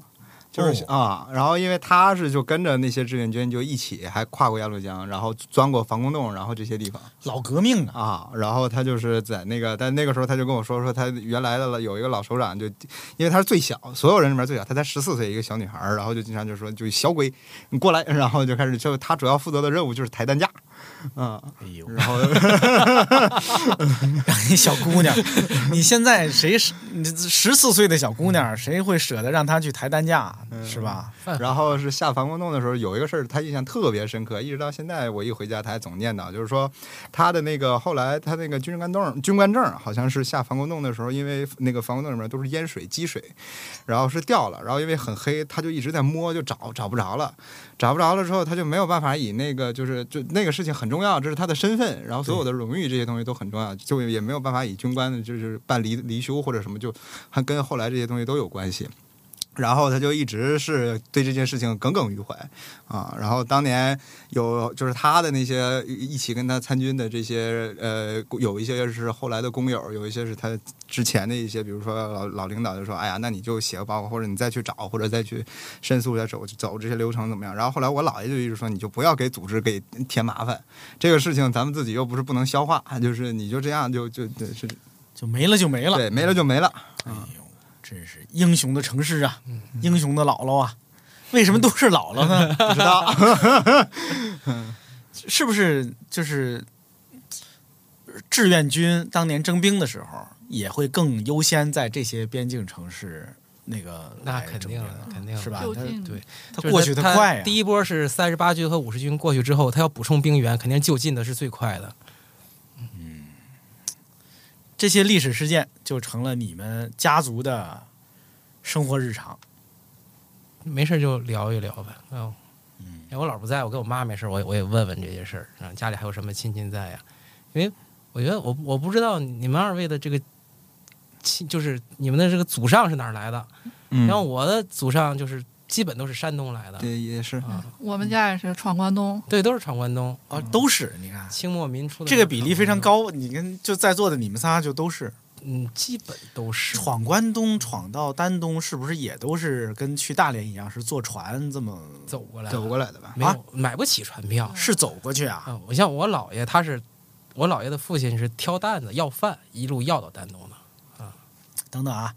S5: 就是
S4: 哦
S5: 啊、然后因为他是就跟着那些志愿军就一起，还跨过鸭绿江，然后钻过防空洞，然后这些地方
S3: 老革命啊，
S5: 啊，然后他就是在那个，但那个时候他就跟我说说他原来的有一个老首长就，因为他是最小，所有人里面最小，他才十四岁一个小女孩儿，然后就经常就说就小鬼你过来，然后就开始就他主要负责的任务就是抬担架，嗯，
S3: 哎呦，
S5: 然后
S3: 小姑 娘，你现在谁是十四岁的小姑娘，谁会舍得让她去抬担架，
S5: 嗯
S3: 是吧？
S5: 然后是下防空洞的时候，有一个事儿他印象特别深刻，一直到现在我一回家他还总念叨，就是说他的那个后来他那个军官证军官证好像是下防空洞的时候，因为那个防空洞里面都是淹水积水，然后是掉了，然后因为很黑，他就一直在摸，就找找不着了。找不着了之后，他就没有办法以那个就是就那个事情很重要，这是他的身份，然后所有的荣誉这些东西都很重要，就也没有办法以军官的就是办离离休或者什么，就还跟后来这些东西都有关系。然后他就一直是对这件事情耿耿于怀啊。然后当年有就是他的那些一起跟他参军的这些呃，有一些是后来的工友，有一些是他之前的一些，比如说老老领导就说：“哎呀，那你就写个报告，或者你再去找，或者再去申诉，再走走这些流程怎么样？”然后后来我姥爷就一直说：“你就不要给组织给添麻烦，这个事情咱们自己又不是不能消化，就是你就这样就就就是
S3: 就没了就没了，
S5: 对没了就没了。”
S3: 哎呦，真是英雄的城市啊，
S4: 嗯
S3: 英雄的姥姥啊，为什么都是姥姥呢？不知道， 是不是就是志愿军当年征兵的时候，也会更优先在这些边境城市那个
S4: 那
S3: 来
S4: 肯
S3: 征
S4: 定
S3: 兵
S4: 了，肯定了，
S3: 是吧？
S6: 就
S3: 他
S6: 近
S4: 对
S3: 他
S4: 就是
S3: 过去的
S4: 他
S3: 快呀、啊
S4: 第一波是三十八军和五十军过去之后，他要补充兵员，肯定就近的是最快的。
S3: 这些历史事件就成了你们家族的生活日常。
S4: 没事儿就聊一聊呗。嗯，
S3: 嗯
S4: 哎，我老不在，我跟我妈没事儿，我也我也问问这些事儿，啊，家里还有什么亲戚在呀、因为我觉得我我不知道你们二位的这个亲，就是你们的这个祖上是哪儿来的，
S5: 嗯
S4: 然后我的祖上就是基本都是山东来的，
S5: 对也是
S4: 啊，
S6: 我们家也是闯关东，
S4: 对，都是闯关东，
S3: 啊，都是你看
S4: 清末民嗯初的
S3: 这个比例非常，高，你跟就在座的你们仨就都是
S4: 嗯，基本都是。
S3: 闯关东、闯到丹东，是不是也都是跟去大连一样，是坐船这么
S4: 走过来的，
S5: 走过来的吧？
S4: 没有、
S3: 啊
S4: 买不起船票，
S3: 是走过去啊？
S4: 啊，我像我姥爷，他是我姥爷的父亲是挑担子要饭，一路要到丹东的。
S3: 等等啊，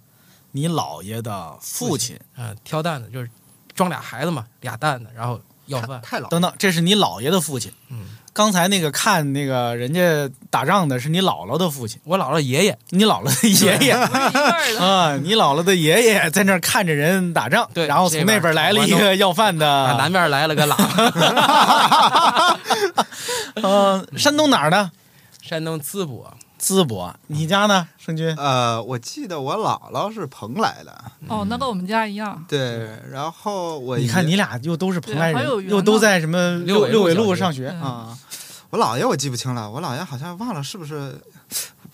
S3: 你姥爷的父亲，
S4: 啊、挑担子就是装俩孩子嘛，俩担子，然后要
S5: 太
S4: 饭。
S5: 太老了
S3: 等等，这是你姥爷的父亲。
S4: 嗯，
S3: 刚才那个看那个人家打仗的是你姥姥的父亲，
S4: 我姥姥爷爷，
S3: 你姥姥的 爷爷。
S6: 不是一辈儿的。
S3: 啊，你姥姥的爷爷在那儿看着人打仗，
S4: 对
S3: 然后从那边来了一个要饭
S4: 啊，南
S3: 的，
S4: 边来了 个喇，
S3: 呃，山东哪儿的？
S4: 山东淄博，
S3: 淄博。你家呢，胜军？
S5: 呃，我记得我姥姥是蓬莱的，
S6: 哦，那跟我们家一样。
S5: 对，然后我
S3: 嗯你看
S5: 爷
S3: 你俩又都是蓬莱
S6: 对还有
S3: 人，
S6: 缘哦嗯
S3: 又都在什么
S4: 六
S3: 六
S4: 纬路
S3: 纬路
S4: 小学
S3: 上学，
S5: 啊，我姥爷我记不清了，我姥爷好像忘了是不是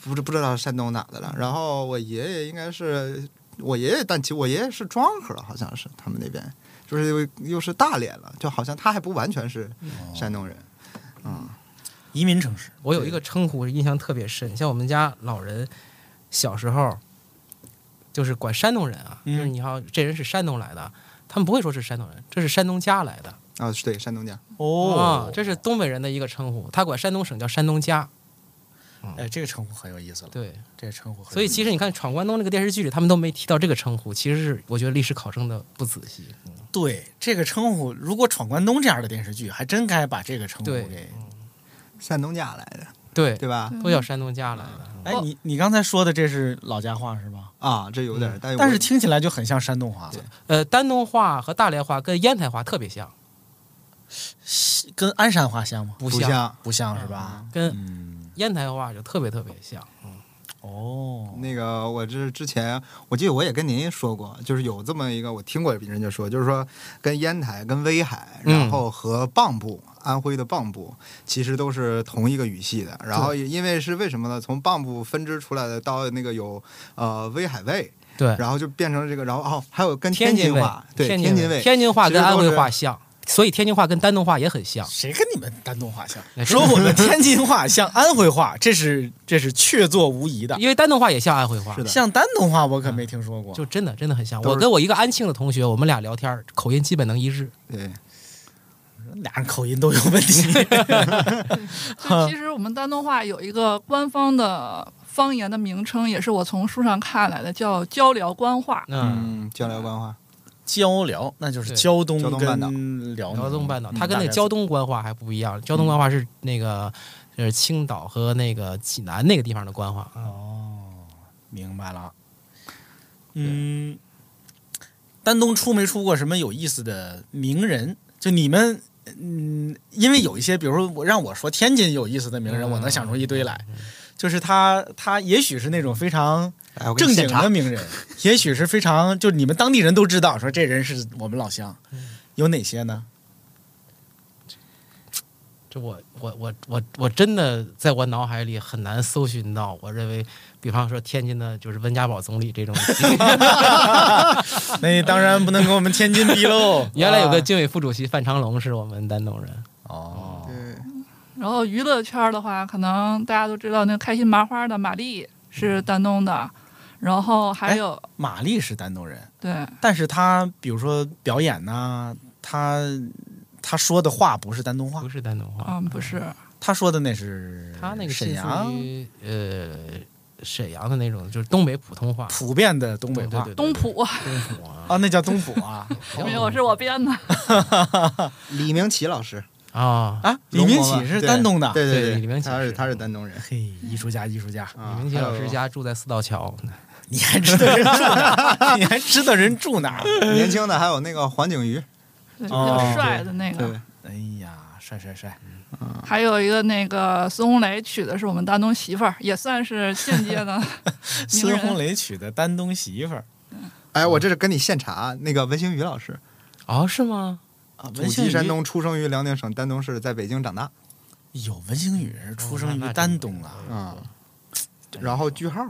S5: 不知不知道是山东哪的了，
S3: 嗯
S5: 然后我爷爷应该是我爷爷，但其实我爷爷是庄河，好像是他们那边，就是又又是大连了，就好像他还不完全是山东人，嗯，
S3: 移民城市。
S4: 我有一个称呼印象特别深，像我们家老人小时候，就是管山东人啊，
S3: 嗯
S4: 就是你要这人是山东来的，他们不会说是山东人，这是山东家来的。
S5: 啊，是对，山东家，哦
S3: 哦
S4: 啊这是东北人的一个称呼，他管山东省叫山东家。
S3: 哎，这个称呼很有意思了，
S4: 对，
S3: 这个称呼很有意思。
S4: 所以其实你看《闯关东》那个电视剧里，他们都没提到这个称呼，其实是我觉得历史考证的不仔细。嗯
S3: 对这个称呼，如果《闯关东》这样的电视剧，还真该把这个称呼
S4: 对
S3: 给。
S5: 山东家来的，
S4: 对，
S5: 对吧？
S4: 都
S6: 嗯
S4: 叫山东家来的。
S3: 哎，你你刚才说的这是老家话是吧？
S5: 啊，这有点，但
S3: 嗯但
S5: 我
S3: 是听起来就很像山东话了，
S4: 呃，丹东话和大连话跟烟台话特别像，
S3: 跟鞍山话像吗？
S4: 不
S5: 不
S4: 像，
S5: 像
S3: 不像是吧？
S4: 跟
S3: 嗯，
S4: 烟台话就特别特别像。
S3: 哦，
S5: 那个，我这之前我记得我也跟您说过，就是有这么一个，我听过人家说，就是说跟烟台、跟威海，
S4: 嗯
S5: 然后和蚌埠，安徽的蚌埠，其实都是同一个语系的。然后也因为是为什么呢？从蚌埠分支出来的，到那个有呃威海卫，
S4: 对，
S5: 然后就变成了这个，然后哦，还有跟
S4: 天
S5: 津
S4: 卫
S5: 话，，对
S4: 津
S5: 卫，
S4: 天津话
S5: 其实
S4: 跟安
S5: 都
S4: 徽
S5: 是
S4: 话像，所以天津话跟丹东话也很像。
S3: 谁跟你们丹东话像？
S4: 哎
S3: 说我们天津话像安徽话，这是这是确凿无疑的。
S4: 因为丹东话也像安徽话，
S5: 是的
S3: 像丹东话我可没听说过。
S4: 嗯就真的真的很像。
S5: 都是
S4: 我跟我一个安庆的同学，我们俩聊天儿口音基本能一致。
S5: 对，
S3: 俩人口音都有问题。
S6: 就其实我们丹东话有一个官方的方言的名称，也是我从书上看来的，叫交辽官话。
S4: 嗯，
S5: 嗯，交流官话，
S3: 交辽那就是
S4: 对
S3: 胶东
S5: 胶东半岛
S3: 跟辽宁
S4: 辽东半岛，
S3: 嗯
S4: 它跟那
S3: 大
S4: 个
S3: 概
S4: 胶东官话还不一样。胶东官话是那个就是青岛和那个济南那个地方的官话啊。
S3: 哦，明白了。嗯，丹东出没出过什么有意思的名人？就你们，嗯，因为有一些，比如说我让我说天津有意思的名人，
S4: 嗯
S3: 我能想出一堆来。就是他，他也许是那种非常
S5: 哎来我给
S3: 正
S5: 你
S4: 啊
S3: 经
S5: 现查
S3: 的名 人，也许是非常就你们当地人都知道，说这人是我们老乡。
S4: 嗯
S3: 有哪些呢？
S4: 这我我我我我真的在我脑海里很难搜寻到。我认为，比方说天津的就是温家宝总理这 种，
S3: 那当然不能跟我们天津比喽。 啊
S4: 原来有个经委副主席范长龙是我们丹东人，
S3: 哦，
S5: 对，
S6: 然后娱乐圈的话，可能大家都知道，那个开心麻花的玛丽是丹东的，然后
S5: 哎
S6: 还有
S3: 马丽是丹东人，
S6: 对
S3: 但是他比如说表演呐、他他说的话不是丹东话
S4: 不，是丹东话。
S6: 嗯，不是，
S3: 他说的那是
S4: 他那个
S3: 沈
S4: 是属
S3: 阳
S4: 于呃沈阳的那种，就是东北普通话，
S3: 普遍的东北话
S4: 对对对
S6: 东普，
S4: 东普啊
S3: 啊，那叫东普啊
S6: 没有是我编的，
S5: 李明启老师，
S4: 啊。
S3: 啊！李明
S5: 龙
S3: 启
S5: 王
S3: 是丹东的，
S5: 对对
S4: 对
S5: 对，
S4: 李明启
S5: 他是
S4: 是
S5: 他是丹东人，
S3: 嘿，艺术家，艺术家，
S5: 啊
S4: 李明杰老师，家住在四道桥，
S3: 你还知道人住 哪？你还知道人住哪？
S5: 还有年轻的还有那个黄景瑜，
S6: 对比
S3: 哦
S6: 较帅的那个。
S5: 对，
S3: 哎呀，帅帅帅！
S6: 还有一个那个孙红雷娶的是我们丹东媳妇儿，也算是间接的名
S3: 孙
S6: 人
S3: 红雷娶的丹东媳妇儿
S5: 哎，我这是跟你现查，那个文星宇老师，
S4: 哦，是吗？
S3: 啊，
S5: 祖
S3: 文星
S5: 籍
S3: 宇
S5: 山东，出生于辽宁省丹东市，在北京长大。
S3: 有文星宇是出生
S4: 哦那
S3: 于
S4: 那
S3: 丹
S4: 真
S3: 东
S4: 不
S3: 啊。
S4: 错
S5: 啊然后句号，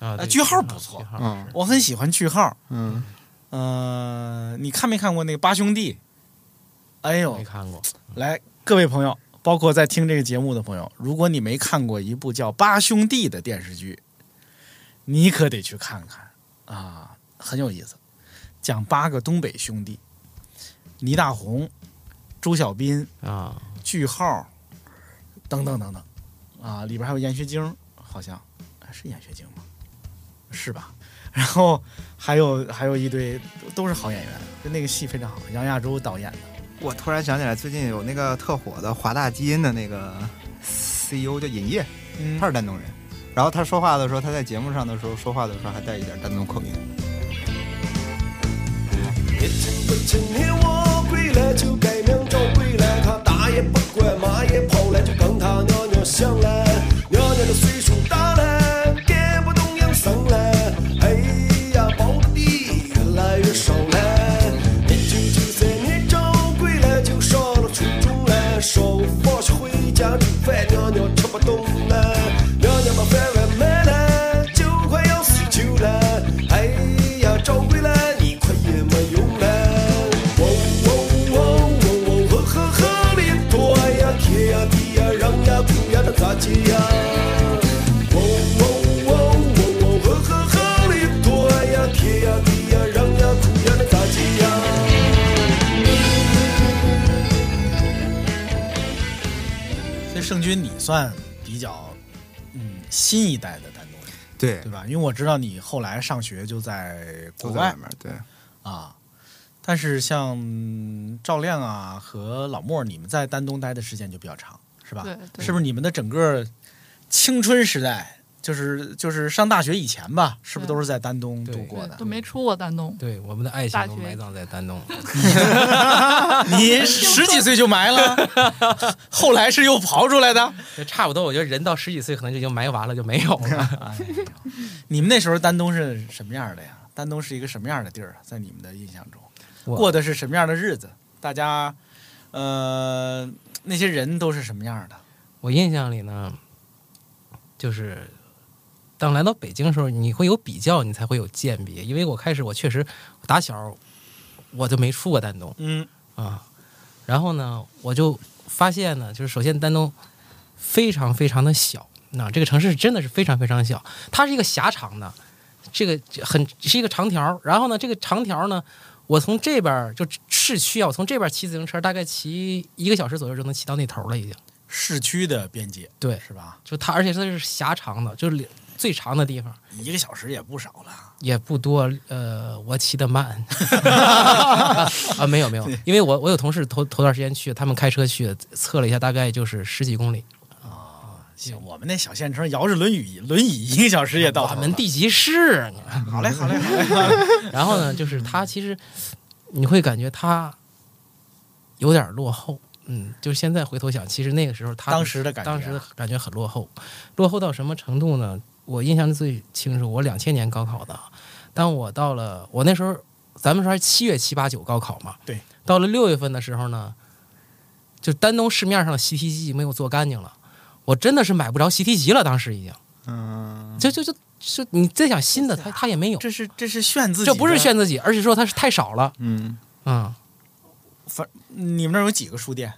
S4: 啊，对
S3: 句号不
S4: 句
S3: 错
S4: 句号
S5: 嗯
S3: 我很喜欢句号，
S5: 嗯，
S3: 呃，你看没看过那个八兄弟？哎呦
S4: 没，看过，
S3: 来，各位朋友，包括在听这个节目的朋友，如果你没看过一部叫《八兄弟》的电视剧，你可得去看看啊，很有意思，讲八个东北兄弟，倪大红、朱小斌、
S4: 啊，
S3: 句号等等等等啊，里边还有闫学晶，好像哎是闫学晶吗？是吧？ 然后还有还有一堆都是好演员，就那个戏非常好，杨亚洲导演的。
S5: 我突然想起来，最近有那个特火的华大基因的那个 CEO 叫尹烨，
S3: 嗯
S5: 他是丹东人。然后他说话的时候，他在节目上的时候说话的时候还带一点丹东口音。
S7: 一直不曾听我归来就改名叫归来，他打也不管，骂也跑来，就跟他娘娘相来。娘娘的岁数大了，变不动养生了，哎呀，包的地越来越少了。一九九三年招归来就上了初中了，上午放学回家煮饭，娘娘吃不动了，娘娘把饭碗卖了，就快要死球了，哎呀，招归来你快也没用了。哦哦哦哦哦呵呵呵的多呀，天呀地呀，让呀哭呀的咋接呀？哦哦哦哦哦呵呵呵的多呀，天呀地呀，让呀哭呀的咋接呀？
S3: 所以圣君，你算比较嗯新一代的丹东人，
S5: 对
S3: 对，吧？因为我知道你后来上学就在国
S5: 都在
S3: 外
S5: 外面。对，
S3: 啊，但是像嗯赵亮啊和老莫，你们在丹东待的时间就比较长，是吧？
S6: 对对
S3: 是不是你们的整个青春时代，就是就是上大学以前吧，是不是
S6: 对
S3: 都是在丹东
S4: 对
S3: 度过的
S6: 都？没出过丹东。
S4: 对，我们的爱情
S6: 大
S4: 都
S6: 学
S4: 埋葬在丹东。
S3: 你十几岁就埋了，后来是又刨出来的。
S4: 这差不多，我觉得人到十几岁可能就已经埋完了，就没有 了。
S3: 你们那时候丹东是什么样的呀？丹东是一个什么样的地儿啊？在你们的印象中，
S4: 我
S3: 过的是什么样的日子？大家，呃，那些人都是什么样的？
S4: 我印象里呢，就是当来到北京的时候，你会有比较，你才会有鉴别。因为我开始我确实打小我就没出过丹东
S3: 嗯，
S4: 啊，然后呢，我就发现呢，就是首先丹东非常非常的小，那这个城市真的是非常非常小，它是一个狭长的，这个很是一个长条儿。然后呢，这个长条儿呢，我从这边儿就市区啊，我从这边儿骑自行车，大概骑一个小时左右就能骑到那头儿了，已经。
S3: 市区的边界
S4: 对，
S3: 是吧？
S4: 就它，而且它是狭长的，就是最长的地方。
S3: 一个小时也不少了。
S4: 也不多，呃，我骑得慢 啊，没有没有，因为我我有同事头头段时间去，他们开车去的，测了一下，大概就是十几公里。
S3: 行，我们那小县城摇着轮椅，轮椅一个小时也到
S4: 我
S3: 头了。
S4: 们地级市，你看
S3: 好嘞，好嘞，好嘞。
S4: 然后呢，就是
S3: 嗯
S4: 它其实你会感觉它有点落后，嗯，就是现在回头想，其实那个时候它
S3: 当时的感觉啊
S4: 当时的感觉很落后，落后到什么程度呢？我印象最清楚，我两千年高考的，当我到了我那时候，咱们说还是七月七八九高考嘛，
S3: 对，
S4: 到了六月份的时候呢，就丹东市面上的习题机没有做干净了，我真的是买不着习题机了，当时已经，
S5: 嗯，
S4: 就就就就你再想新的，它它也没有，
S3: 这是这是炫自己，
S4: 这不是。炫自己，而是说它是太少了，
S5: 嗯，
S4: 嗯。
S3: 反你们那儿有几个书店？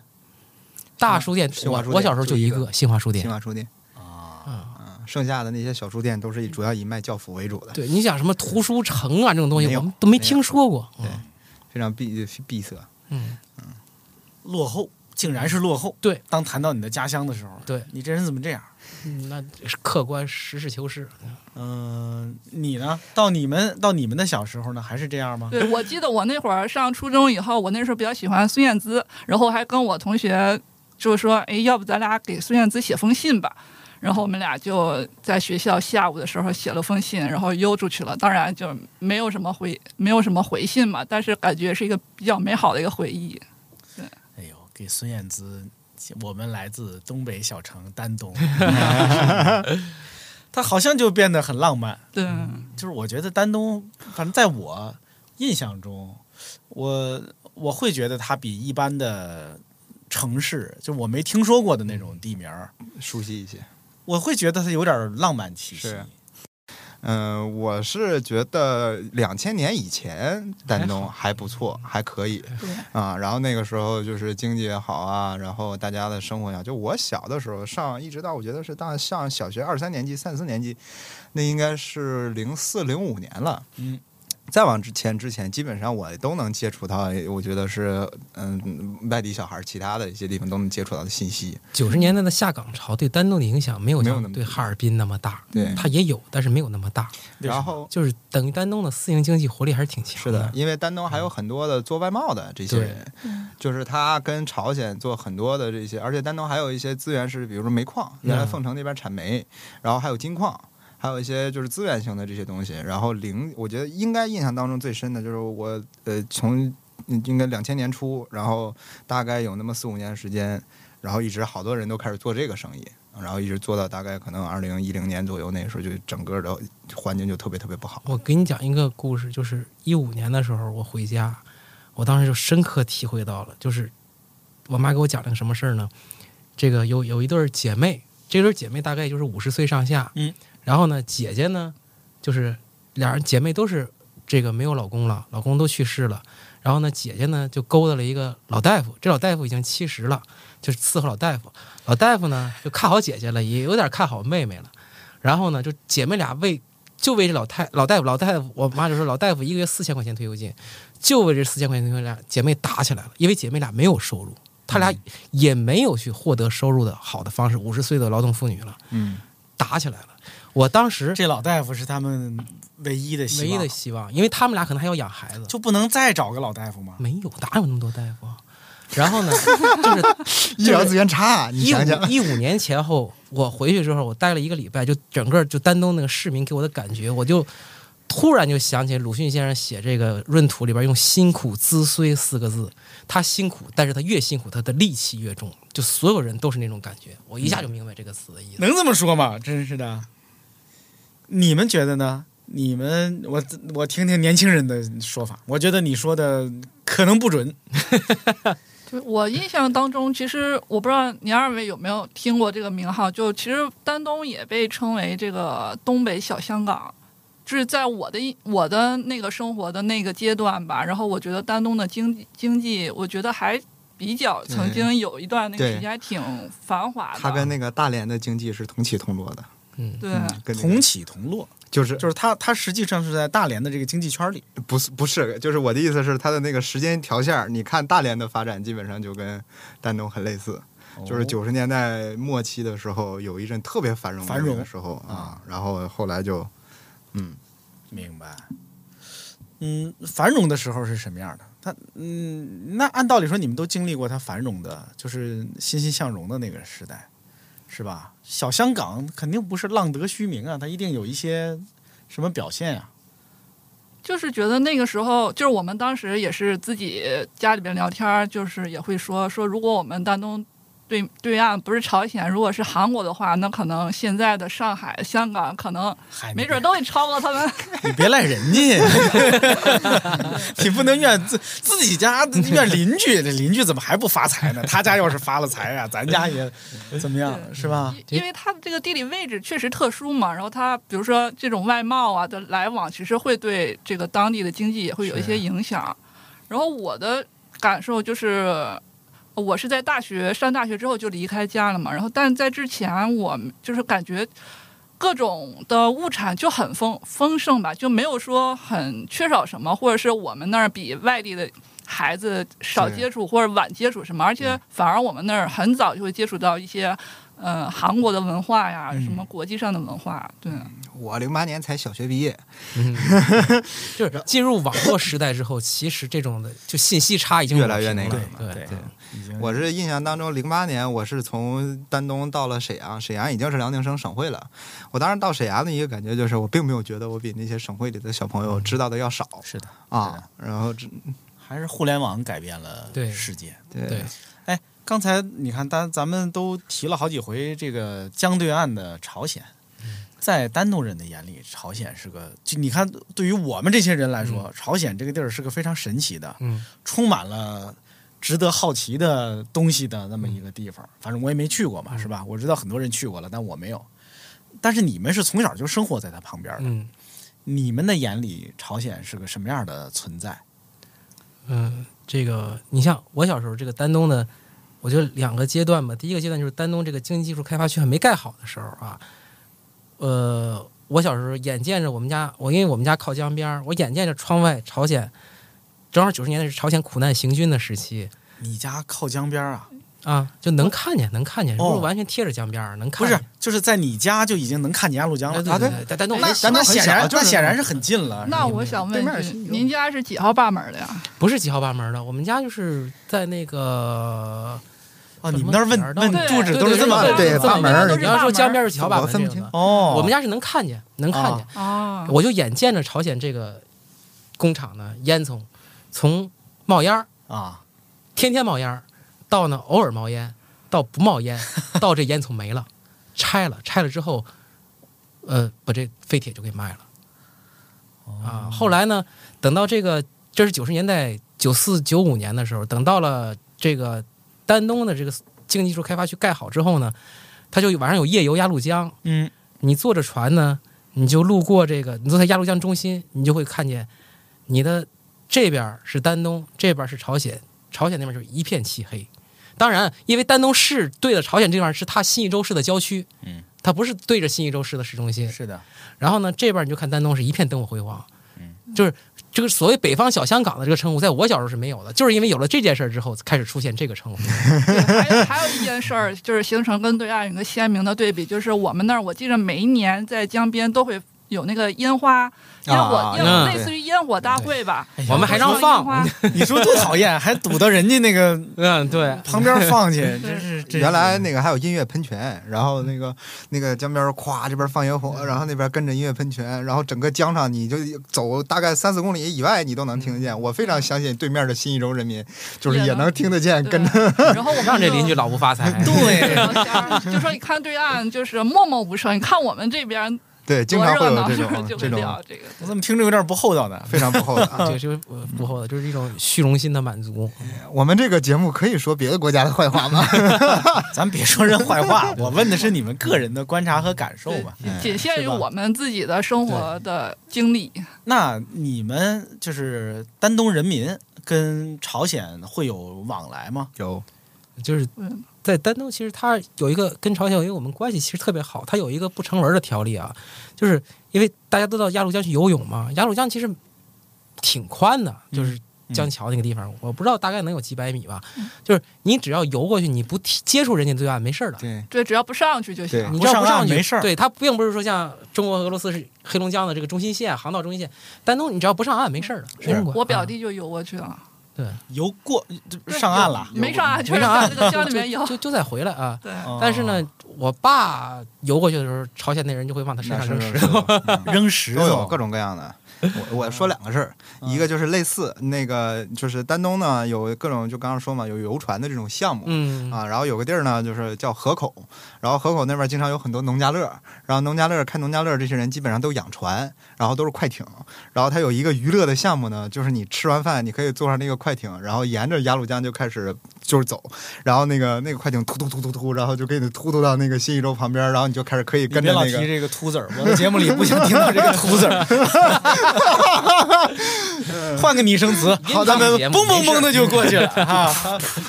S4: 大书店，
S5: 啊新华
S4: 我
S5: 书店
S4: 我小时候就一
S5: 就一
S4: 个新华
S3: 嗯
S4: 书
S5: 新
S4: 店。
S5: 华书店啊，嗯剩下的那些小书店都是以主要以卖教辅为主的，
S4: 对，你想什么图书城啊这种东西，
S5: 没有
S4: 我们都没听说过。
S5: 对非常闭闭塞。
S4: 嗯，
S3: 落后，竟然是落后。
S4: 对，
S3: 当谈到你的家乡的时候，
S4: 对
S3: 你这人怎么这样？
S4: 嗯那是客观实事求是。
S3: 嗯、你呢？到你们到你们的小时候呢，还是这样 吗？
S6: 对，我记得我那会儿上初中以后，我那时候比较喜欢孙燕姿，然后还跟我同学就说：“哎，要不咱俩给孙燕姿写封信吧？”然后我们俩就在学校下午的时候写了封信，然后邮出去了。当然就没有什么回，没有什么回信嘛，但是感觉是一个比较美好的一个回忆。
S3: 哎呦，给孙燕姿，我们来自东北小城 丹东，他好像就变得很浪漫。
S6: 对，
S3: 就是我觉得丹东，反正在我印象中，我我会觉得它比一般的城市，就我没听说过的那种地名儿，
S5: 熟悉一些。
S3: 我会觉得它有点浪漫气息。
S5: 是嗯、我是觉得两千年以前丹东还不错，还可以
S6: 对
S5: 啊。然后那个时候就是经济也好啊，然后大家的生活也好。就我小的时候上，一直到我觉得是到上小学二三年级、三四年级，那应该是零四零五年了。
S3: 嗯。
S5: 再往之前之前，基本上我都能接触到，我觉得是嗯，外地小孩儿其他的一些地方都能接触到的信息。
S4: 九十年代的下岗潮对丹东的影响没有
S5: 嗯没有
S4: 像
S5: 那么
S4: 对
S5: 大
S4: 哈尔滨那么大，
S5: 对
S4: 它也有，但是没有那么大。
S3: 为什
S5: 然
S3: 么
S5: 后
S4: 嗯就是等于丹东的私营经济活力还是挺强
S5: 是的，因为丹东还有很多的做外贸的这些
S4: 对
S5: 人，就是他跟朝鲜做很多的这些，而且丹东还有一些资源是，比如说煤矿，原来
S4: 嗯
S5: 凤城那边产煤，然后还有金矿。还有一些就是资源性的这些东西，然后零，我觉得应该印象当中最深的就是我呃从嗯应该两千年初，然后大概有那么四五年时间，然后一直好多人都开始做这个生意，然后一直做到大概可能二零一零年左右，那个时候就整个的环境就特别特别不好。
S4: 我给你讲一个故事，就是一五年的时候，我回家，我当时就深刻体会到了，就是我妈给我讲了个什么事儿呢？这个有有一对儿姐妹，这对儿姐妹大概就是五十岁上下，
S3: 嗯，
S4: 然后呢，姐姐呢，就是俩人姐妹都是这个没有老公了，老公都去世了，然后呢，姐姐呢就勾搭了一个老大夫，这老大夫已经七十了，就是伺候老大夫，老大夫呢就看好姐姐了，也有点看好妹妹了，然后呢，就姐妹俩为就为这老太老大夫老大夫，我妈就说老大夫一个月四千块钱退休金，就为这四千块钱退休金，姐妹打起来了，因为姐妹俩没有收入，她俩也没有去获得收入的好的方式，五十岁的劳动妇女了，
S5: 嗯，
S4: 打起来了。我当时
S3: 这老大夫是他们唯一的希
S4: 唯
S3: 望
S4: 一的希望，因为他们俩可能还要养孩子，
S3: 就不能再找个老大夫吗？
S4: 没有哪有那么多大夫啊。然后呢， 就是
S5: 医疗资源差，你
S4: 一
S5: 想想
S4: 五。一五年前后，我回去之后，我待了一个礼拜，就整个就丹东那个市民给我的感觉，我就突然就想起鲁迅先生写这个《闰土》里边用“辛苦滋虽”四个字，他辛苦，但是他越辛苦，他的戾气越重，就所有人都是那种感觉。我一下就明白这个词的
S5: 嗯
S4: 意思。
S3: 能这么说吗？真是的。你们觉得呢？你们，我我听听年轻人的说法。我觉得你说的可能不准。
S6: 就是我印象当中，其实我不知道您二位有没有听过这个名号，就其实丹东也被称为这个东北小香港。就是在我的一我的那个生活的那个阶段吧，然后我觉得丹东的经济经济，我觉得还比较曾经有一段那个
S5: 对
S6: 时间还挺繁华的。
S5: 他跟那个大连的经济是同起同落的，
S4: 嗯，
S6: 对，
S5: 嗯，跟那个
S3: 同起同落，
S5: 就是
S3: 就是他他实际上是在大连的这个经济圈里，
S5: 不是不是，就是我的意思是，它的那个时间条线儿，你看大连的发展基本上就跟丹东很类似，就是
S3: 哦
S5: 九十年代末期的时候，有一阵特别繁荣
S3: 繁荣
S5: 的时候啊，然后后来就，嗯，
S3: 明白。嗯，繁荣的时候是什么样的？他嗯，那按道理说你们都经历过它繁荣的，就是欣欣向荣的那个时代，是吧？小香港肯定不是浪得虚名啊，它一定有一些什么表现啊。
S6: 就是觉得那个时候，就是我们当时也是自己家里边聊天儿，就是也会说说，如果我们丹东对对岸不是朝鲜，如果是韩国的话，那可能现在的上海、香港可能
S3: 嗨，
S6: 没准都会超过他们。
S3: 你别赖人家呀， 你不能怨自自己家怨邻居，这邻居怎么还不发财呢？他家要是发了财啊，咱家也怎么样，是吧？
S6: 因为它这个地理位置确实特殊嘛，然后它比如说这种外贸啊的来往，其实会对这个当地的经济也会有一些影响。然后我的感受就是，我是在大学上大学之后就离开家了嘛，然后但在之前我就是感觉。各种的物产就很丰丰盛吧，就没有说很缺少什么，或者是我们那儿比外地的孩子少
S5: 是
S6: 接触或者晚接触什么，而且反而我们那儿很早就会接触到一些呃韩国的文化呀，什么国际上的文化，对，
S5: 我零八年才小学毕业，
S4: 就是进入网络时代之后，其实这种的就信息差已经
S5: 越来越那个
S4: 对
S5: 了
S4: 对对，
S3: 啊已经
S5: 我是印象当中，零八年我是从丹东到了沈阳，沈阳已经是辽宁省省会了。我当时到沈阳的一个感觉就是，我并没有觉得我比那些省会里的小朋友知道的要少
S3: 是的，
S5: 啊。然后这
S3: 还是互联网改变了
S4: 对
S3: 世界。
S5: 对
S4: 对
S3: 哎，刚才你看，咱咱们都提了好几回这个江对岸的朝鲜，
S4: 嗯
S3: 在丹东人的眼里，朝鲜是个就你看，对于我们这些人来说，朝鲜这个地儿是个非常神奇的，
S4: 嗯，
S3: 充满了值得好奇的东西的那么一个地方。反正我也没去过嘛，是吧？我知道很多人去过了，但我没有。但是你们是从小就生活在它旁边的，
S4: 嗯
S3: 你们的眼里，朝鲜是个什么样的存在？
S4: 嗯，这个你像我小时候这个丹东的，我觉得两个阶段吧。第一个阶段就是丹东这个经济技术开发区还没盖好的时候啊，呃，我小时候眼见着我们家，我因为我们家靠江边儿，我眼见着窗外朝鲜，正好九十年代是朝鲜苦难行军的时期
S3: 你家靠江边啊？
S4: 啊，就能看见能看见，
S3: 哦
S4: 不是完全贴着江边儿能
S3: 不
S4: 看
S3: 是
S4: 见。，
S3: 就是在你家就已经能看见鸭绿江了
S4: 啊对，对，丹东
S3: 那
S4: 没
S3: 那显然，
S5: 就是
S3: 那显然是很近了。
S6: 那我想问
S3: 对
S6: 一
S3: 面
S6: 句
S3: 是，
S6: 您家是几号坝门的呀？
S4: 不是几号八门的，我们家就是在那个
S3: 哦，你们那儿啊问问
S6: 对
S3: 住址都是这么
S5: 对对对
S4: 这
S5: 大
S4: 么
S5: 门儿
S4: 你要说江边
S6: 儿
S4: 是几号八门
S5: 分
S4: 这
S5: 不
S4: 个
S5: 清
S4: 的，
S3: 哦，
S4: 我们家是能看见，能看见。
S6: 啊，
S4: 我就眼见着朝鲜这个工厂呢，烟囱从冒烟儿，
S3: 啊，
S4: 天天冒烟儿，到呢偶尔冒烟，到不冒烟，到这烟囱没了，拆了，拆了之后，呃，把这废铁就给卖了。啊，后来呢，等到这个这是九十年代九四九五年的时候，等到了这个丹东的这个经济技术开发区盖好之后呢，它就晚上有夜游鸭绿江，
S3: 嗯，
S4: 你坐着船呢，你就路过这个，你坐在鸭绿江中心，你就会看见你的这边儿是丹东，这边儿是朝鲜，朝鲜那边就是一片漆黑。当然，因为丹东市对着朝鲜这边儿是它新一州市的郊区，
S3: 嗯，
S4: 它不是对着新一州市的市中心。
S3: 是的，
S4: 然后呢，这边儿你就看丹东是一片灯火辉煌，
S3: 嗯，
S4: 就是这个所谓北方小香港的这个称呼，在我小时候是没有的，就是因为有了这件事儿之后，开始出现这个称呼。
S6: 对还有还有一件事儿，就是形成跟对岸有一个鲜明的对比，就是我们那儿，我记着每一年在江边都会有那个烟花、烟火、烟
S4: 嗯
S6: 火，类似于烟火大会吧。
S4: 我们还让
S6: 放烟
S4: 放，
S6: 花，
S3: 你说多讨厌，还堵到人家那个
S4: 嗯，对，
S3: 旁边放去， 真是真是
S5: 原来那个还有音乐喷泉，然后那个那个江边儿咵这边放烟火，然后那边跟着音乐喷泉，然后整个江上你就走大概三四公里以外你都能听得见。我非常相信对面的新一州人民就是也能听得见，
S6: 对
S5: 跟着
S6: 然后我们
S4: 让这
S6: 就
S4: 邻居老不发财。
S3: 对，
S6: 聊天儿就说你看对岸就是默默无声，你看我们这边
S5: 对经
S6: 多
S5: 常会
S6: 热
S5: 有
S6: 闹，就是
S5: 这种
S6: 就
S5: 这
S6: 会
S5: 种
S6: 聊这个。
S3: 我怎么听着有点不厚道呢？
S5: 非常不厚道啊。
S3: 嗯
S4: 这就是呃不厚道，就是一种虚荣心的满足。
S5: 我们这个节目可以说别的国家的坏话吗？
S3: 咱别说人坏话，我问的是你们个人的观察和感受吧。哎
S6: 仅仅限于
S3: 是吧
S6: 我们自己的生活的经历。
S3: 那你们就是丹东人民跟朝鲜会有往来吗？
S5: 有
S4: 就是
S6: 嗯
S4: 在丹东，其实它有一个跟朝鲜有一个我们关系其实特别好，它有一个不成文的条例啊，就是因为大家都到鸭绿江去游泳嘛，鸭绿江其实挺宽的，
S3: 嗯
S4: 就是江桥那个地方，我不知道大概能有几百米吧，
S6: 嗯
S4: 就是你只要游过去，你不踢接触人家对岸没事儿的。
S5: 对
S6: 对，只要不上去就
S5: 对
S6: 行。
S4: 你只要不
S3: 不上岸
S4: 去
S3: 没事儿
S4: 对它并不是说像中国和俄罗斯是黑龙江的这个中心线、航道中心线，丹东你只要不上岸没事儿的，没人管。
S6: 我表
S4: 啊
S6: 弟就游过去了，
S3: 游过嗯上岸了，
S6: 没上岸， 就是
S4: 没上岸
S6: 在那个 江里面游
S4: 就。就就再回来啊，
S6: 对，
S3: 哦
S4: 但是呢，我爸游过去的时候，朝鲜那人就会往他身
S5: 那
S4: 上
S5: 是
S4: 扔石
S5: 是
S4: 头。
S3: 扔石
S5: 都有
S3: 头，
S5: 各种各 样的。我我说两个事儿，一
S3: 嗯
S5: 个就是类似那个，就是丹东呢有各种，就刚刚说嘛，有游船的这种项目。
S4: 嗯，
S5: 啊，然后有个地儿呢，就是叫河口，然后河口那边经常有很多农家乐，然后农家乐开农家乐这些人基本上都养船，然后都是快艇，然后他有一个娱乐的项目呢，就是你吃完饭你可以坐上那个快艇，然后沿着雅鲁江就开始就是走，然后那个那个快艇突突突突突，然后就给你突突到那个新一州旁边，然后你就开始可以
S3: 你
S5: 跟
S3: 别
S5: 着
S3: 老
S5: 那
S3: 提
S5: 个。
S3: 这个秃子儿，我的节目里不想听到这个秃子 儿。换个拟声 词，
S4: 好的
S3: 咱们
S4: 节目
S3: 蹦蹦蹦的就过去了啊！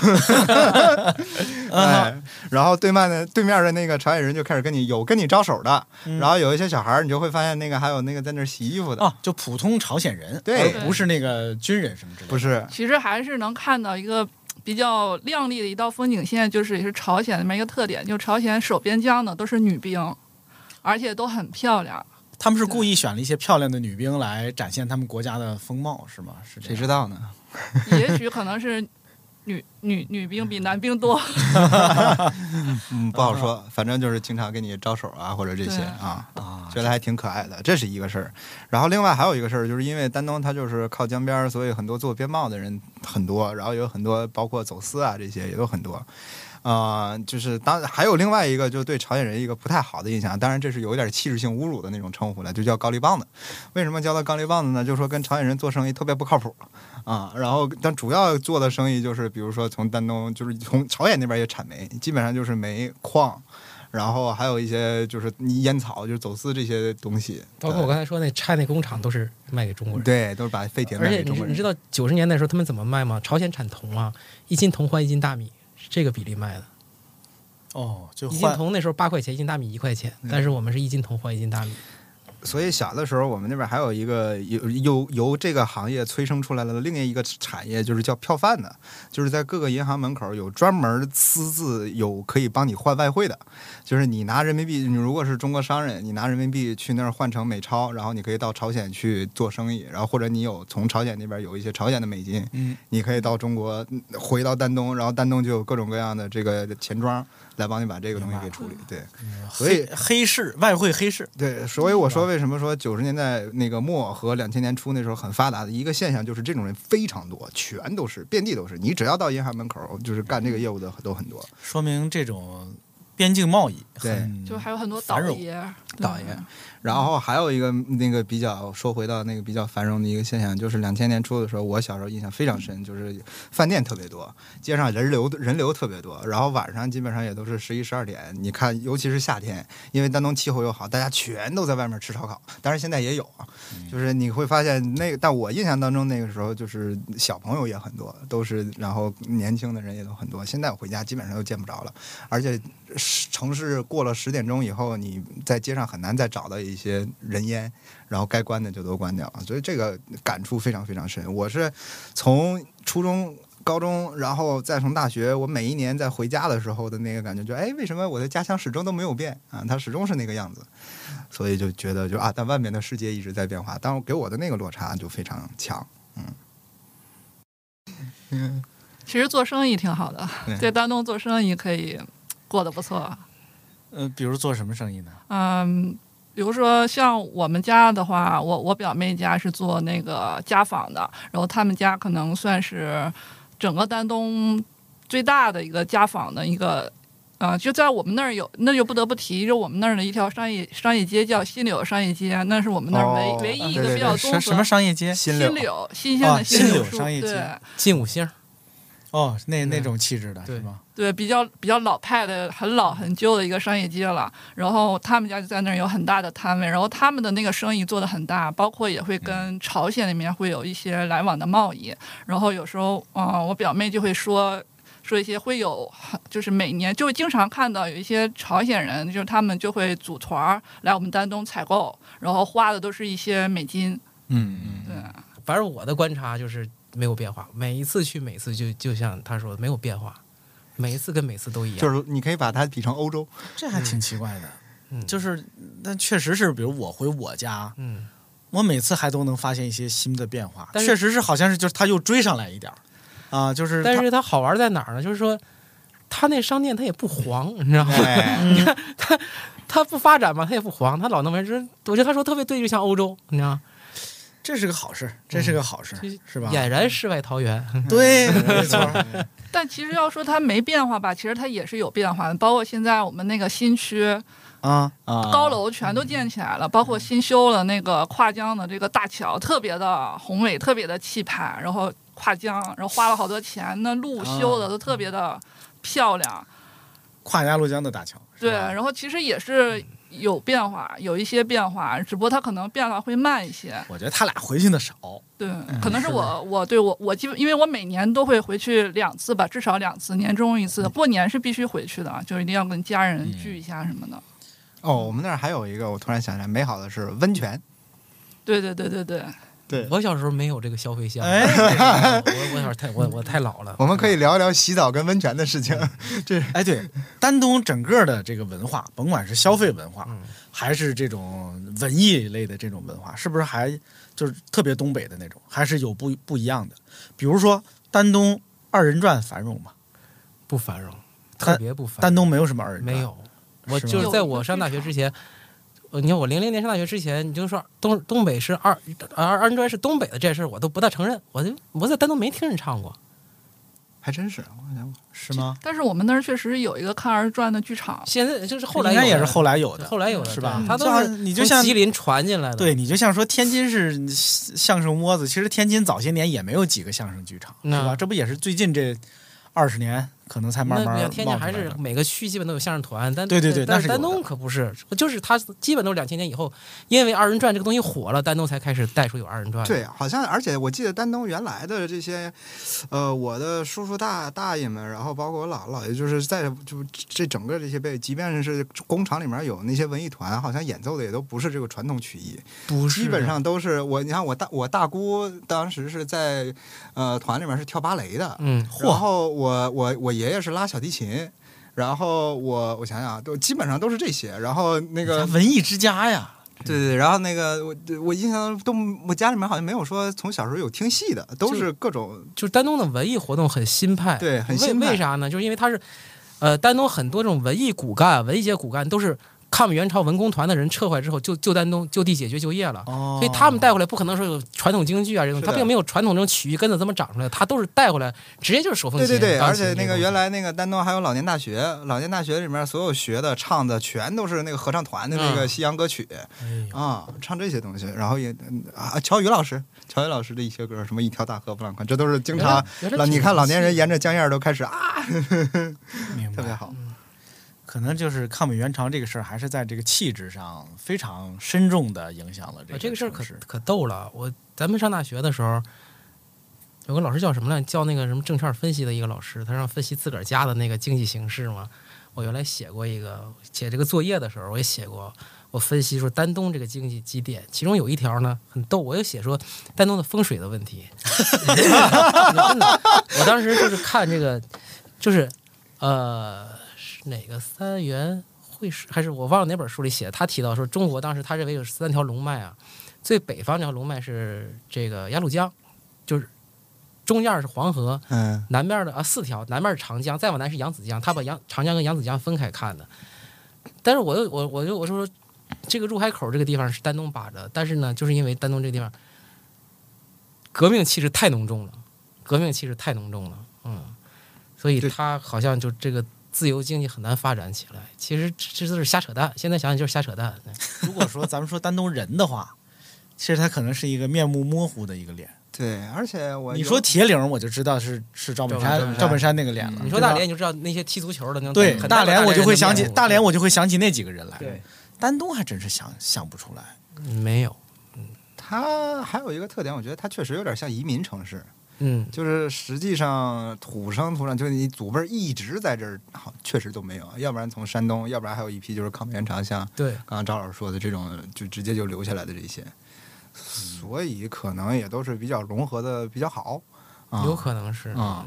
S3: 啊，
S5: 哎，然后对面的对面的那个朝鲜人就开始跟你有跟你招手的，然后有一些小孩儿，你就会发现那个还有那个在那儿洗衣服的，
S3: 哦，就普通朝鲜人，
S5: 对
S3: 而不是那个军人什么之类的。
S5: 不是
S6: 其实还是能看到一个比较亮丽的一道风景线，就是也是朝鲜那边一个特点，就是朝鲜守边疆的都是女兵，而且都很漂亮。
S3: 他们是故意选了一些漂亮的女兵来展现他们国家的风貌，是吗？是这
S5: 谁
S3: 样？
S5: 知道呢？
S6: 也许可能是女女女兵比男兵多。
S5: 嗯，不好说，反正就是经常给你招手啊，或者这些
S6: 对
S5: 啊，
S3: 啊，
S5: 觉得还挺可爱的，这是一个事儿。然后另外还有一个事儿，就是因为丹东它就是靠江边儿，所以很多做边贸的人很多，然后有很多包括走私啊这些也都很多。啊、就是当还有另外一个，就对朝鲜人一个不太好的印象，当然这是有一点歧视性侮辱的那种称呼了，就叫高丽棒子。为什么叫它高丽棒子呢？就说跟朝鲜人做生意特别不靠谱啊。然后，但主要做的生意就是，比如说从丹东，就是从朝鲜那边也产煤，基本上就是煤矿，然后还有一些就是烟草，就是走私这些东西。
S4: 包括我刚才说那拆那工厂都是卖给中国人。
S5: 对，都是把废铁
S4: 而
S5: 卖
S4: 且
S5: 给
S4: 你
S5: 中
S4: 知
S5: 国
S4: 你
S5: 人
S4: 知。道九十年代的时候他们怎么卖吗？朝鲜产铜啊，一斤铜换一斤大米，是这个比例卖的。
S3: 哦，就
S4: 一斤
S3: 换
S4: 铜那时候八块钱，一斤大米一块钱，
S5: 嗯
S4: 但是我们是一斤铜换一斤大米。
S5: 所以小的时候，我们那边还有一个由由由这个行业催生出来的另一个产业，就是叫票贩的，就是在各个银行门口有专门私自有可以帮你换外汇的，就是你拿人民币，你如果是中国商人，你拿人民币去那儿换成美钞，然后你可以到朝鲜去做生意，然后或者你有从朝鲜那边有一些朝鲜的美金，
S3: 嗯，
S5: 你可以到中国嗯回到丹东，然后丹东就有各种各样的这个钱庄来帮你把这个东西给处理，对。所以
S3: 嗯黑黑市外汇黑市，
S5: 对，所以我说为什么说九十年代那个末和两千年初那时候很发达的一个现象，就是这种人非常多，全都是遍地都是。你只要到银行门口，就是干这个业务的都很多。
S3: 说明这种边境贸易很
S6: 就还有很多
S3: 繁
S6: 倒
S3: 荣
S6: 爷儿，
S5: 倒爷然后还有一个那个比较说回到那个比较繁荣的一个现象，就是两千年初的时候，我小时候印象非常深，就是饭店特别多，街上人流人流特别多，然后晚上基本上也都是十一十二点。你看，尤其是夏天，因为丹东气候又好，大家全都在外面吃烧烤，当然现在也有啊，就是你会发现那个，但我印象当中那个时候就是小朋友也很多，都是然后年轻的人也都很多。现在我回家基本上都见不着了，而且是城市过了十点钟以后，你在街上很难再找到一些人烟，然后该关的就都关掉了，所以这个感触非常非常深。我是从初中。高中，然后再从大学，我每一年在回家的时候的那个感觉就，哎，为什么我的家乡始终都没有变啊？它始终是那个样子，所以就觉得就啊，但外面的世界一直在变化，但我给我的那个落差就非常强。
S6: 其实做生意挺好的，
S5: 对
S6: 在丹东做生意可以过得不错。
S3: 呃，比如做什么生意呢？
S6: 嗯，比如说像我们家的话，我我表妹家是做那个家纺的，然后他们家可能算是整个丹东最大的一个家纺的一个。啊、就在我们那儿有，那就不得不提，就我们那儿的一条商业商业街叫新柳商业街，那是我们那儿唯、
S5: 哦
S6: 唯一一
S5: 对对
S6: 个
S5: 对
S6: 比较综
S3: 什
S6: 合
S3: 什么商业街？
S5: 新
S6: 新柳新鲜
S3: 啊
S6: 的
S3: 新柳
S6: 柳树
S3: 商业街
S6: 对，
S4: 进五星儿，
S3: 哦，那那
S4: 嗯
S3: 种气质的
S4: 对
S3: 是吗？
S6: 对，比较比较老派的、很老很旧的一个商业街了。然后他们家就在那儿有很大的摊位，然后他们的那个生意做得很大，包括也会跟朝鲜那边会有一些来往的贸易。然后有时候，嗯、我表妹就会说。说一些会有，就是每年就会经常看到有一些朝鲜人，就是他们就会组团儿来我们丹东采购，然后花的都是一些美金，
S3: 嗯嗯。
S6: 对，
S4: 反正我的观察就是没有变化，每一次去，每一次就就像他说的没有变化，每一次跟每次都一样。
S5: 就是是你可以把它比成欧洲，
S3: 这还挺奇怪的。
S4: 嗯
S3: 就是，但确实是，比如我回我家，
S4: 嗯，
S3: 我每次还都能发现一些新的变化。
S4: 但是
S3: 确实是，好像是就是他又追上来一点儿，啊，就是它，
S4: 但是它好玩在哪儿呢？就是说，它那商店它也不黄， 你知道吗？
S5: 哎，
S4: 它不发展嘛，它也不黄，它老那么就是，我觉得他说特别对，就像欧洲，你知道吗？
S3: 这是个好事，这是个好事，
S6: 嗯
S4: 就是
S3: 吧？
S4: 俨然世外桃源。
S3: 对，没错，
S6: 但其实要说它没变化吧，其实它也是有变化的，包括现在我们那个新区
S3: 啊，
S5: 啊
S6: 高楼全都建起来了，包括新修了那个跨江的这个大桥，特别的宏伟，特别的气派，然后跨江，然后花了好多钱，那路修的都特别的漂亮，
S3: 跨鸭绿江的大桥，是
S6: 对，
S3: 吧
S6: 然后其实也是。有变化，有一些变化，只不过它可能变化会慢一些。
S3: 我觉得他俩回去的少，
S6: 对，可能是
S3: 是
S6: 我我对我我基本因为我每年都会回去两次吧，至少两次，年终一次。过年是必须回去的啊，就是一定要跟家人聚一下什么的。
S5: 哦，我们那儿还有一个，我突然想起来，美好的是温泉，
S6: 对对对对对，
S5: 对，
S4: 我小时候没有这个消费项，
S3: 哎
S4: 我我小时候太我我太老了。
S5: 我们可以聊一聊洗澡跟温泉的事情，这是
S3: 哎，对，丹东整个的这个文化，甭管是消费文化，
S4: 嗯
S3: 还是这种文艺类的这种文化，是不是还就是特别东北的那种，还是有不不一样的？比如说丹东二人转繁荣嘛，
S4: 不繁荣，
S3: 丹
S4: 特别不繁
S3: 丹
S4: 荣，
S3: 东没有什么二人转，
S4: 没有。我
S3: 是吗
S4: 就是在我上大学之前，呃，你看我零零年上大学之前，你就说东东北是二二二人转是东北的这事儿，我都不大承认。我就我在丹东没听人唱过，
S5: 还真是，我想
S3: 是吗？
S6: 但是我们那儿确实有一个看二转的剧场，
S4: 现在就是后来
S3: 应该
S4: 有
S3: 也
S4: 的
S3: 是后来有的，
S4: 后来有的啊
S3: 是吧？
S4: 他
S3: 就
S4: 都
S3: 好
S4: 是
S3: 像你就
S4: 从
S3: 像
S4: 吉林传进来的，
S3: 对，你就像说天津是相声窝子，其实天津早些年也没有几个相声剧场，是
S4: 那
S3: 吧？这不也是最近这二十年可能才慢慢
S4: 那
S3: 冒
S4: 两
S3: 出
S4: 天
S3: 来
S4: 津还是
S3: 的
S4: 每个区基本都有相声团，但
S3: 对对对那
S4: 但
S3: 是
S4: 是
S3: 有的
S4: 丹东可不是，就是它基本都是两千年以后，因为二人转这个东西火了，丹东才开始带出有二人转。
S5: 对，好像而且我记得丹东原来的这些，呃，我的叔叔大大爷们，然后包括我姥姥姥爷，就是在就这整个这些辈，即便是工厂里面有那些文艺团，好像演奏的也都不是这个传统曲艺，
S4: 不是
S5: 基本上都是我，你看我大我大姑当时是在呃团里面是跳芭蕾的，
S4: 嗯，
S5: 然后我我我爷爷是拉小提琴。然后我我想想啊，都基本上都是这些。然后那个
S3: 咱文艺之家呀，
S5: 对对，然后那个我我印象中都我家里面好像没有说从小时候有听戏的，都
S4: 就是
S5: 各种
S4: 就是丹东的文艺活动很新派，
S5: 对很
S4: 为
S5: 新派
S4: 为啥呢？就是因为它是，呃，丹东很多这种文艺骨干、文艺界骨干都是抗美援朝文工团的人撤回来之后，就就丹东就地解决就业了。
S3: 哦
S4: 所以他们带回来不可能说有传统京剧啊这种，
S5: 是
S4: 他
S5: 的
S4: 并没有传统这种曲艺根子这么长出来，他都是带回来直接就是手风
S5: 对
S4: 琴。
S5: 对对，
S4: 钢
S5: 而
S4: 琴
S5: 且
S4: 这
S5: 那个
S4: 种
S5: 原来那个丹东还有老年大学，老年大学里面所有学的唱的全都是那个合唱团的那个
S4: 嗯
S5: 西洋歌曲
S4: 哎呦
S5: 啊、唱这些东西，然后也嗯啊乔宇老师，乔宇老师的一些歌，什么一条大河不浪宽，这都是经常
S4: 原来
S5: 老你看老年人沿
S4: 着
S5: 着江燕儿都开始啊，
S3: 明
S5: 特别
S3: 白。
S5: 好，
S3: 可能就是抗美援朝这个事儿，还是在这个气质上非常深重的影响了这个
S4: 啊这个事儿可
S3: 城市
S4: 可逗了。我咱们上大学的时候，有个老师叫什么来？叫那个什么证券分析的一个老师，他让分析自个儿家的那个经济形势嘛。我原来写过一个写这个作业的时候，我也写过，我分析说丹东这个经济基点，其中有一条呢很逗，我又写说丹东的风水的问 题。 真的，我当时就是看这个，就是呃是哪个三元会是还是我忘了哪本书里写的，他提到说中国当时他认为有三条龙脉啊，最北方这条龙脉是这个鸭绿江，就是中间是黄河，
S5: 嗯，
S4: 南面的啊四条，南面是长江，再往南是扬子江，他把扬长江跟扬子江分开看的。但是我又我我就我说这个入海口这个地方是丹东把着，但是呢，就是因为丹东这个地方革命气势太浓重了，革命气势太浓重了，嗯，所以
S5: 对
S4: 他好像就这个。自由经济很难发展起来，其实这这都是瞎扯淡。现在想想就是瞎扯淡。哎
S3: 如果说咱们说丹东人的话，其实他可能是一个面目模糊的一个脸，
S5: 对，而且我
S3: 你
S5: 有
S3: 说铁岭，我就知道是是赵本
S5: 赵本
S3: 山
S5: 山
S3: 赵本山那个脸了。
S4: 嗯你说
S3: 对吧
S4: 大连，你就知道那些踢足球的那种
S3: 对
S4: 很
S3: 大连，我就会想起
S4: 面孔
S3: 大连，我就会想起那几个人来。
S4: 对，
S3: 丹东还真是想想不出来。
S4: 没有，
S5: 它还有一个特点，我觉得它确实有点像移民城市，
S4: 嗯，
S5: 就是实际上土生土长，就是你祖辈儿一直在这儿，好，确实都没有，要不然从山东，要不然还有一批就是抗美援朝，像
S4: 对，
S5: 刚刚赵老师说的这种，就直接就留下来的这些，
S4: 嗯
S5: 所以可能也都是比较融合的比较好，啊、
S4: 有可能是
S5: 啊，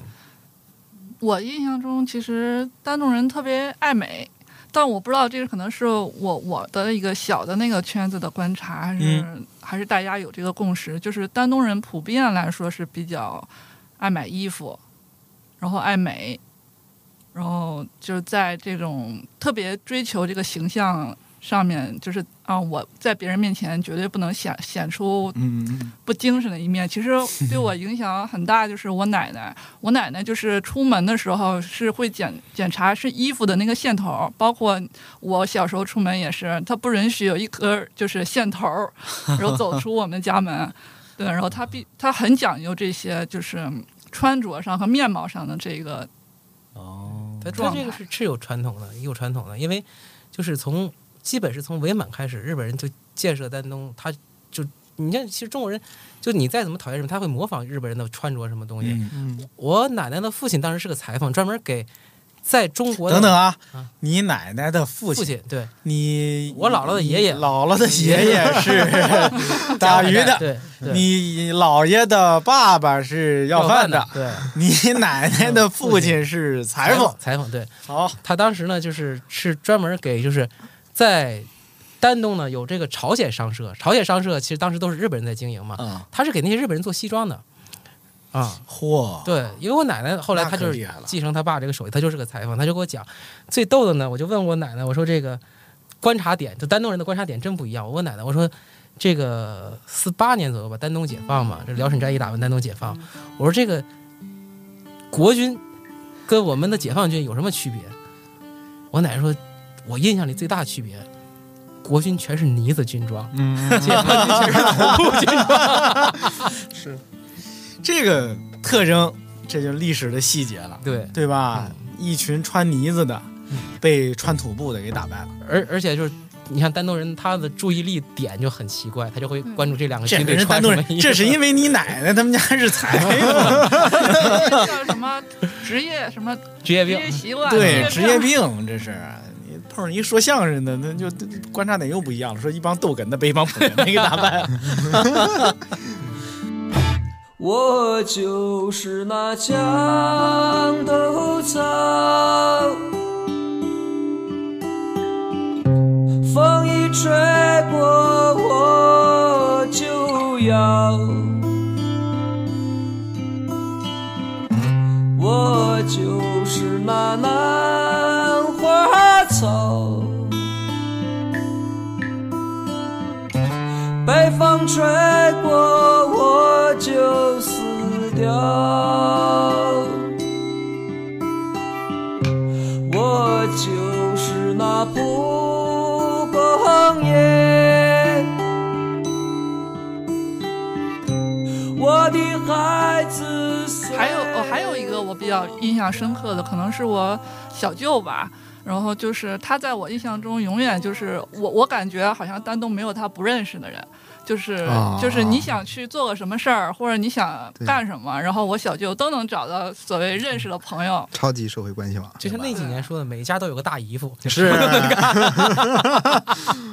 S6: 我印象中，其实丹东人特别爱美，但我不知道这个可能是我我的一个小的那个圈子的观察，还是、
S5: 嗯
S6: 还是大家有这个共识，就是丹东人普遍来说是比较爱买衣服，然后爱美，然后就是在这种特别追求这个形象上面，就是啊，我在别人面前绝对不能显显出
S5: 嗯嗯，嗯
S6: 不精神的一面，其实对我影响很大，就是我奶奶。我奶奶就是出门的时候是会检检查是衣服的那个线头儿，包括我小时候出门也是，她不允许有一根就是线头 儿，然后走出我们家门。对，然后她必她很讲究这些，就是穿着上和面貌上的这个
S3: 哦，
S4: 他他
S6: 状
S4: 这个
S6: 态
S4: 是是有传统的，有传统的，因为就是从基本是从伪满开始，日本人就建设丹东，他就你看，其实中国人就你再怎么讨厌什么，他会模仿日本人的穿着什么东西。
S3: 嗯，
S4: 我奶奶的父亲当时是个裁缝，专门给在中国的
S3: 等等啊
S4: 啊，
S3: 你奶奶的父
S4: 父
S3: 亲，
S4: 亲对
S3: 你
S4: 我姥姥的爷爷
S3: 姥姥的爷爷 是打鱼的，
S4: 对，对
S3: 你姥爷的爸爸是要饭的，
S4: 对
S3: 你奶奶的父亲是裁缝。
S4: 嗯裁缝对。
S3: 好，
S4: 他当时呢，就是是专门给就是在丹东呢有这个朝鲜商社，朝鲜商社其实当时都是日本人在经营嘛，
S3: 嗯，
S4: 他是给那些日本人做西装的，啊，
S3: 嚯，
S4: 对，因为我奶奶后来她就
S3: 那可厉
S4: 是
S3: 害了
S4: 继承她爸这个手艺，她就是个裁缝，她就给我讲，最逗的呢，我就问我奶奶，我说这个观察点，就丹东人的观察点真不一样。我问奶奶，我说这个四八年左右吧，丹东解放嘛，
S3: 嗯
S4: 这辽沈战役打完丹东解放，我说这个国军跟我们的解放军有什么区别？我奶奶说，我印象里最大区别，国军全是呢子军装，
S3: 嗯
S4: 解放军全是头部军装。
S3: 这个特征，这就是历史的细节了，
S4: 对，
S3: 对吧？
S4: 嗯
S3: 一群穿呢子的，被穿土布的给打败了，
S4: 而而且就是。你看丹东人，他的注意力点就很奇怪，他就会关注这两个
S3: 这
S4: 军
S3: 可
S4: 队
S3: 嗯是丹
S4: 穿
S3: 东
S4: 什么
S3: 人
S4: 衣，服。
S3: 这是因为你奶奶他们家是 裁缝，啊
S6: 叫什么职业什么
S4: 职业
S6: 职
S4: 病。
S6: 业习惯，
S3: 对，职业
S6: 病。
S3: 病这是。你碰上一说相声的，那就观察点又不一样了。说一帮逗哏的被一帮捧哏的给打 败了，
S2: 我就是那墙头草，风一吹过我就摇。我就是那兰花草，北风吹过我就死掉。我就是那蒲公英，我的孩子随
S6: 还有哦，还有一个我比较印象深刻的，可能是我小舅吧。然后就是他在我印象中永远就是我，我感觉好像丹东没有他不认识的人，就是、
S5: 啊
S6: 就是你想去做个什么事儿，或者你想
S5: 对
S6: 干什么，然后我小舅都能找到所谓认识的朋友。
S5: 超级社会关系网，
S4: 就像那几年说的，每一家都有个大姨夫，
S3: 是
S4: 啊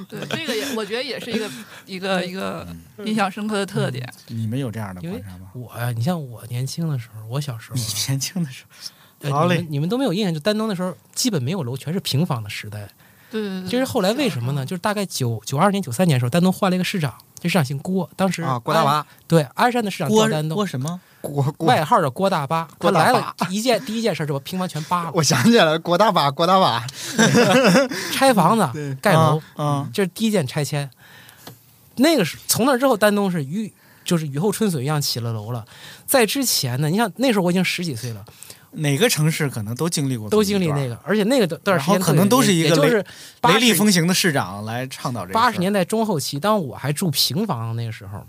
S6: 对，这个也我觉得也是一个一个一个印象深刻的特点。
S5: 嗯
S3: 你们有这样的
S4: 因为
S3: 观察吗？
S4: 我啊呀，你像我年轻的时候，我小时候
S3: 你
S4: 啊，
S3: 年轻的时候，
S4: 呃
S3: 好
S4: 你
S3: 嘞
S4: 们你们都没有印象，就丹东那时候基本没有楼，全是平房的时代。
S6: 对对
S5: 嗯
S6: 对，
S4: 就是后
S5: 啊
S4: 来为什么呢？就是大概九九二年、九三年的时候，丹东换了一个市长，这市长姓郭，当时
S5: 啊，郭大
S4: 鞍
S5: 娃，
S4: 对鞍山的市长叫丹东，
S3: 什么？
S5: 郭郭，
S4: 外号叫郭大巴。
S5: 郭
S4: 他
S5: 大
S4: 来
S5: 巴
S4: 了一件第一件事就把平房全扒了，
S5: 我想起来了，郭大娃，郭大娃，
S4: 拆房子、盖楼，
S3: 啊，
S4: 这是第一件拆迁。那个是从那之后，丹东是雨就是雨后春笋一样起了楼了。在之前呢，你像那时候我已经十几岁了，
S3: 哪个城市可能都经历过，
S4: 都经历那
S3: 个
S4: 个，而且那个段时间
S3: 然后可能都是一个
S4: 也就是
S3: 雷
S4: 80
S3: 厉风行的市长来倡导这个事儿
S4: 八十年代中后期，当我还住平房那个时候，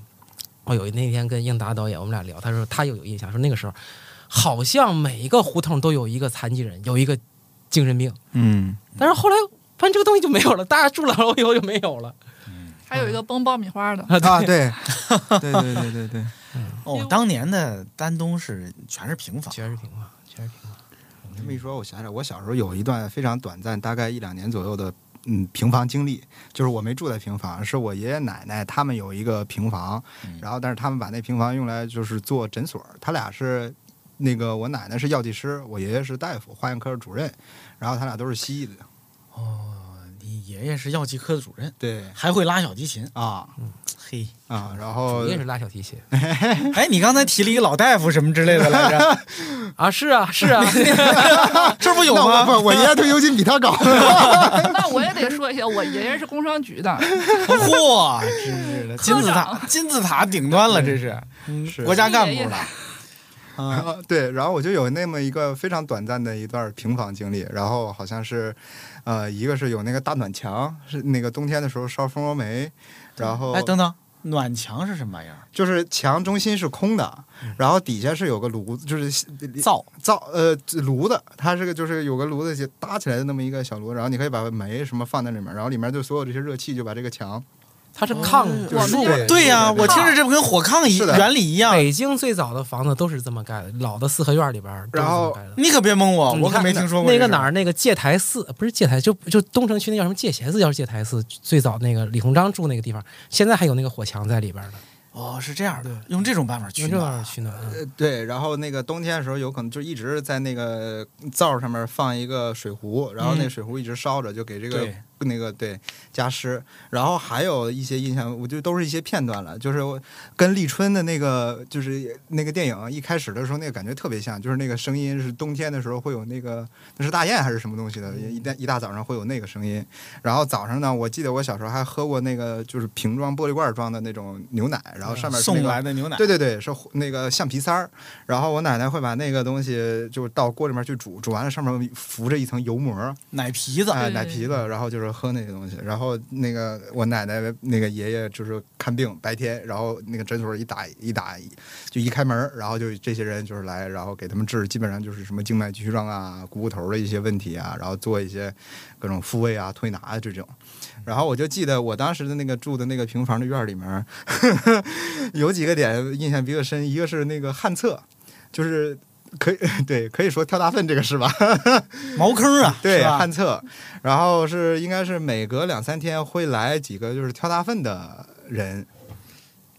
S4: 我有一那天跟英达导演我们俩聊，他说他又有印象，说那个时候好像每一个胡同都有一个残疾人，有一个精神病，
S5: 嗯，
S4: 但是后来发现这个东西就没有了，大家住了楼以后就没有 了。
S6: 还
S5: 嗯
S6: 有一个崩爆米花的，
S5: 啊，对，对对对对对，
S3: 哦，当年的丹东是全是平房，
S4: 全是平房，全是平房。
S5: 这么一说，我想想，我小时候有一段非常短暂，大概一两年左右的。嗯，平房经历就是我没住在平房，是我爷爷奶奶他们有一个平房，
S3: 嗯
S5: 然后但是他们把那平房用来就是做诊所，他俩是那个我奶奶是药剂师，我爷爷是大夫，化验科主任，然后他俩都是西医的，
S3: 哦，你爷爷是药剂科的主任，
S5: 对
S3: 还会拉小提琴，
S5: 啊
S3: 嘿，
S5: 啊，然后
S4: 你也是拉小提琴
S3: 哎，你刚才提了一个老大夫什么之类的来 着，
S4: 啊？是啊，是 啊，
S3: 这不有
S5: 那我
S3: 吗？
S5: 不，我爷爷退休金比他高。
S6: 那我也得说一下，我爷爷是工商局的，
S3: 嚯，真是的，金字
S6: 科
S3: 塔，金字塔顶端了，这 是，
S5: 是
S3: 国家干
S6: 爷爷
S3: 部了。
S5: 然
S3: 嗯
S5: 后啊对，然后我就有那么一个非常短暂的一段平房经历，然后好像是，呃，一个是有那个大暖墙，是那个冬天的时候烧蜂窝煤，然后
S3: 哎，等等，暖墙是什么玩意儿？
S5: 就是墙中心是空的，然后底下是有个炉子，就是
S3: 嗯灶
S5: 灶呃炉子，它是个就是有个炉子就搭起来的那么一个小炉，然后你可以把煤什么放在里面，然后里面就所有这些热气就把这个墙
S4: 它
S3: 哦
S4: 是炕
S5: 就是
S6: 我
S4: 竖
S6: 们
S4: 着
S6: 这
S4: 的。
S3: 对啊呀、
S5: 对对
S3: 我听着这不跟火炕一
S5: 是的
S3: 原理一样？
S4: 北京最早的房子都是这么盖的，老的四合院里边儿都是这么盖的。
S3: 你可别蒙哦我，
S4: 嗯
S3: 我可没
S4: 你看
S3: 听说过
S4: 那
S3: 这
S4: 个
S3: 事
S4: 哪儿，那个戒台寺不是戒台，就就东城区那叫什么戒贤寺，叫戒台寺。最早那个李鸿章住那个地方，现在还有那个火墙在里边呢，
S3: 哦，是这样的，用这种办法取
S4: 用这玩意
S3: 暖
S4: 儿。取暖。嗯
S5: 呃，对，然后那个冬天的时候，有可能就一直在那个灶上面放一个水壶，然后那
S3: 嗯
S5: 水壶一直烧着，就给这个
S3: 对
S5: 那个对加湿。然后还有一些印象，我就都是一些片段了，就是我跟立春的那个就是那个电影一开始的时候，那个感觉特别像，就是那个声音是冬天的时候会有那个那是大雁还是什么东西的，
S3: 嗯
S5: 一大一大早上会有那个声音。然后早上呢，我记得我小时候还喝过那个就是瓶装玻璃罐装的那种牛奶，然后上面是那
S3: 送
S5: 个
S3: 来的牛奶，
S5: 对对对，是糊那个橡皮塞儿，然后我奶奶会把那个东西就倒锅里面去煮，煮完了上面浮着一层油膜，
S3: 奶皮子，
S5: 哎、
S6: 对
S5: 奶皮子，然后就是喝那个东西。然后那个我奶奶那个爷爷就是看病，白天，然后那个诊所一打一打就一开门儿，然后就这些人就是来，然后给他们治，基本上就是什么静脉曲张啊、股骨头的一些问题啊，然后做一些各种复位啊、推拿啊这种。
S6: 嗯
S5: 然后我就记得我当时的那个住的那个平房的院儿里面儿， 有几个点印象比较深，一个是那个旱厕，就是可以 对可以说跳大粪这个是吧？
S3: 茅坑啊，
S5: 对
S3: 是吧
S5: 旱厕，然后是应该是每隔两三天会来几个就是挑大粪的人，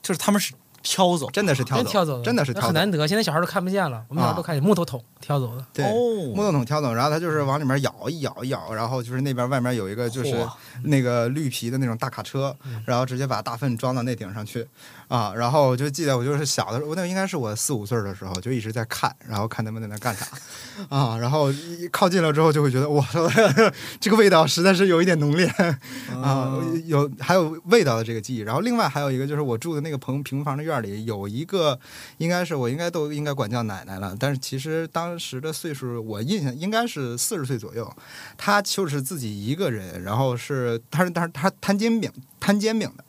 S3: 就是他们是挑走，
S5: 真的是挑
S4: 真
S5: 走，
S4: 挑走的，
S5: 真的是挑
S4: 很
S5: 走
S4: 难得。现在小孩都看不见了，我们小时候
S3: 啊
S4: 都看见木头桶挑走的。
S5: 对。
S3: 哦，
S5: 木头桶挑走，然后他就是往里面咬一咬一咬，然后就是那边外面有一个就是
S3: 嚯嗯
S5: 那个绿皮的那种大卡车，然后直接把大粪装到那顶上去啊。然后我就记得我就是小的时候，那应该是我四五岁的时候，就一直在看，然后看他们在那 干啥啊。然后一靠近了之后就会觉得哇，这个味道实在是有一点浓烈 啊，
S3: 嗯
S5: 有还有味道的这个记忆。然后另外还有一个就是我住的那个棚平房的院里有一个应该是我应该都应该管叫奶奶了，但是其实当时的岁数，我印象应该是四十岁左右。她就是自己一个人，然后是她是她是她摊煎饼摊煎饼的，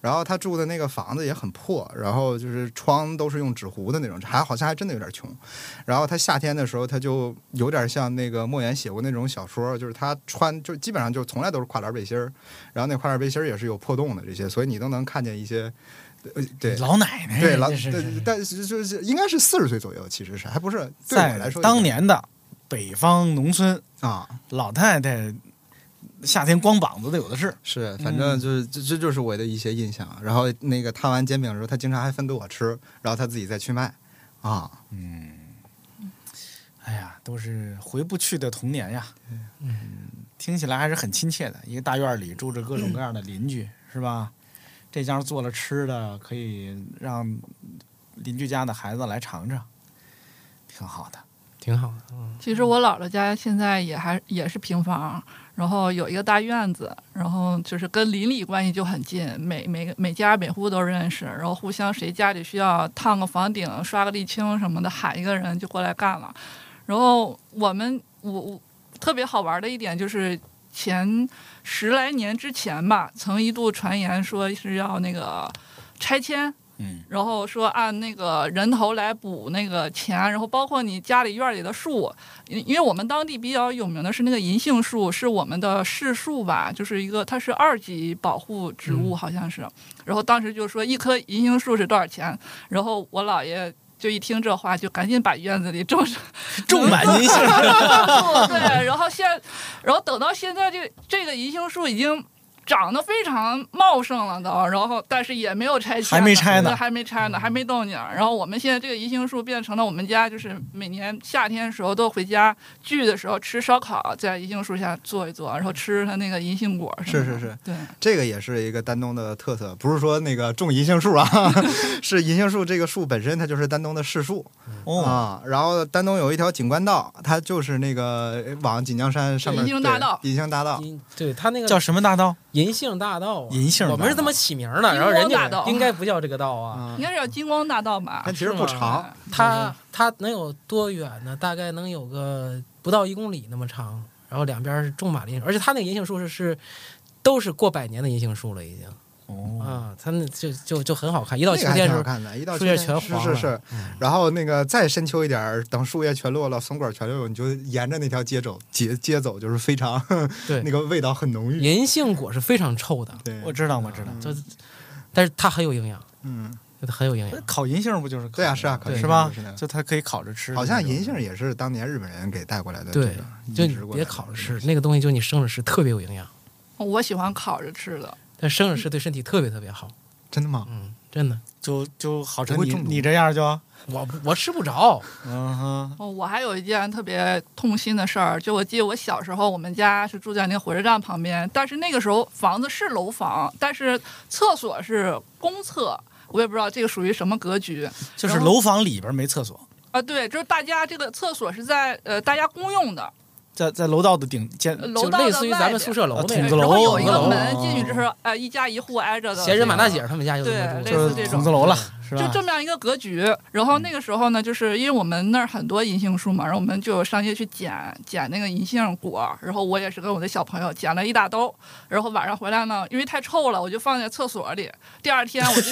S5: 然后她住的那个房子也很破，然后就是窗都是用纸糊的那种，还好像还真的有点穷。然后她夏天的时候，她就有点像那个莫言写过那种小说，就是她穿就基本上就从来都是跨栏背心儿，然后那跨栏背心儿也是有破洞的这些，所以你都能看见一些。呃，对，
S3: 老奶奶，
S5: 对，老
S3: 哎这是
S5: 对
S3: 这是
S5: 但是就是应该是四十岁左右，其实是还不是对我来
S3: 在
S5: 说
S3: 当年的北方农村，
S5: 啊，
S3: 老太太夏天光膀子的有的是，
S5: 是，反
S3: 嗯
S5: 正就是这这就是我的一些印象。啊然后那个摊完煎饼的时候，他经常还分给我吃，然后他自己再去卖啊。
S3: 哎呀，都是回不去的童年呀。嗯，听起来还是很亲切的。一个大院里住着各种各样的邻居，是吧？这家做了吃的，可以让邻居家的孩子来尝尝，挺好的。
S4: 挺好的，
S6: 其实我姥姥家现在也还也是平房，然后有一个大院子，然后就是跟邻里关系就很近，每每个每家每户都认识，然后互相谁家里需要烫个房顶、刷个沥青什么的，喊一个人就过来干了。然后我们我我特别好玩的一点就是前十来年之前吧，曾一度传言说是要那个拆迁。
S3: 嗯
S6: 然后说按那个人头来补那个钱，然后包括你家里院里的树，因因为我们当地比较有名的是那个银杏树，是我们的市树吧，就是一个它是二级保护植物，好像是。然后当时就说一棵银杏树是多少钱，然后我姥爷。就一听这话，就赶紧把院子里种上
S3: 种满银杏，
S6: 对，然后现，然后等到现在这这个银杏树已经长得非常茂盛了都，然后但是也没有拆迁，
S3: 还没拆呢
S6: 对还没拆呢，还没动静儿。然后我们现在这个银杏树变成了我们家就是每年夏天的时候都回家聚的时候吃烧烤，在银杏树下坐一坐，然后吃它那个银杏果儿什
S5: 是
S6: 么的。
S5: 是是，
S6: 对，
S5: 这个也是一个丹东的特色，不是说那个种银杏树啊， 是银杏树这个树本身它就是丹东的市树
S3: 哦，
S5: 啊。然后丹东有一条景观道，它就是那个呃往锦江山上面
S6: 银杏大
S5: 对
S6: 道
S5: 银杏大道。
S4: 银对他那个
S3: 啊叫什么大道？
S4: 银杏大道啊，
S3: 银杏大
S4: 我
S3: 道嗯
S4: 们是这么起名儿的，然后人
S6: 金光大
S4: 家
S6: 道
S4: 应该不叫这个道啊。
S5: 啊
S6: 应，该是叫金光大道吧
S5: 但？其
S4: 是
S5: 实不
S4: 吗
S5: 长，
S4: 它它能有多远呢？大概能有个不到一公里那么长，然后两边是种满了银杏，而且它那个银杏树是是都是过百年的银杏树了，已经
S5: 嗯
S3: 哦，
S4: 啊，它那就就就很好看，一
S5: 那
S4: 到
S5: 个
S4: 秋
S5: 还
S4: 天的时
S5: 挺好
S4: 候
S5: 看的，一到
S4: 树
S5: 秋
S4: 叶
S5: 天
S4: 全黄
S5: 是是
S4: 了嗯
S5: 是。然后那个再深秋一点儿，等树叶全落了，松果全溜，你就沿着那条街走，街街走就是非常
S4: 对
S5: 那个味道很浓郁。
S4: 银杏果是非常臭的，
S5: 对，
S3: 我知道，我知道，
S4: 就是，但是它很有营养，
S5: 嗯，
S4: 很有营养。
S3: 烤银杏不就是烤？
S5: 对啊，是啊，可
S4: 对
S5: 以
S3: 是吧
S5: 那个
S3: 就它可以烤着吃。
S5: 好像银杏也是当年日本人给带过来的，
S4: 对，就
S5: 这个移
S4: 你
S5: 植过来
S4: 别
S5: 的
S4: 烤着吃，那个东西就你生着吃特别有营养，
S6: 我喜欢烤着吃的。
S4: 但生着吃对身体特别特别好。
S5: 真的吗？
S4: 嗯，真的，
S3: 就就好
S5: 成
S3: 成
S5: 你
S3: 你
S5: 你
S3: 你这样就，
S4: 我我吃不着，
S3: 嗯哼，
S6: 哦，我还有一件特别痛心的事儿，就我记得我小时候，我们家是住在那个火车站旁边，但是那个时候房子是楼房，但是厕所是公厕，我也不知道这个属于什么格局
S3: 就是
S6: 然后
S3: 楼房里边没厕所，
S6: 啊。对，就是大家这个厕所是在呃大家公用的，
S3: 在在楼道的顶尖
S6: 呃楼
S4: 就
S6: 道的
S4: 类似于咱们宿
S6: 外
S4: 舍楼
S3: 啊
S4: 那
S3: 筒
S4: 样
S3: 子
S6: 边然
S3: 楼
S6: 后有一
S3: 楼
S6: 个
S3: 哦
S6: 门进去之后，呃，一家一户挨着的，
S4: 闲人马大
S6: 这
S4: 姐
S6: 样
S4: 儿他们家就这么
S6: 对
S4: 住
S3: 就
S6: 类似
S3: 是
S6: 这种嗯
S3: 筒子楼了，是
S6: 就
S3: 吧
S6: 这？么样一个格局。然后那个时候呢，就是因为我们那儿很多银杏树嘛，然后我们就上街去捡捡那个银杏果。然后我也是跟我的小朋友捡了一大兜，然后晚上回来呢，因为太臭了，我就放在厕所里。第二天 我就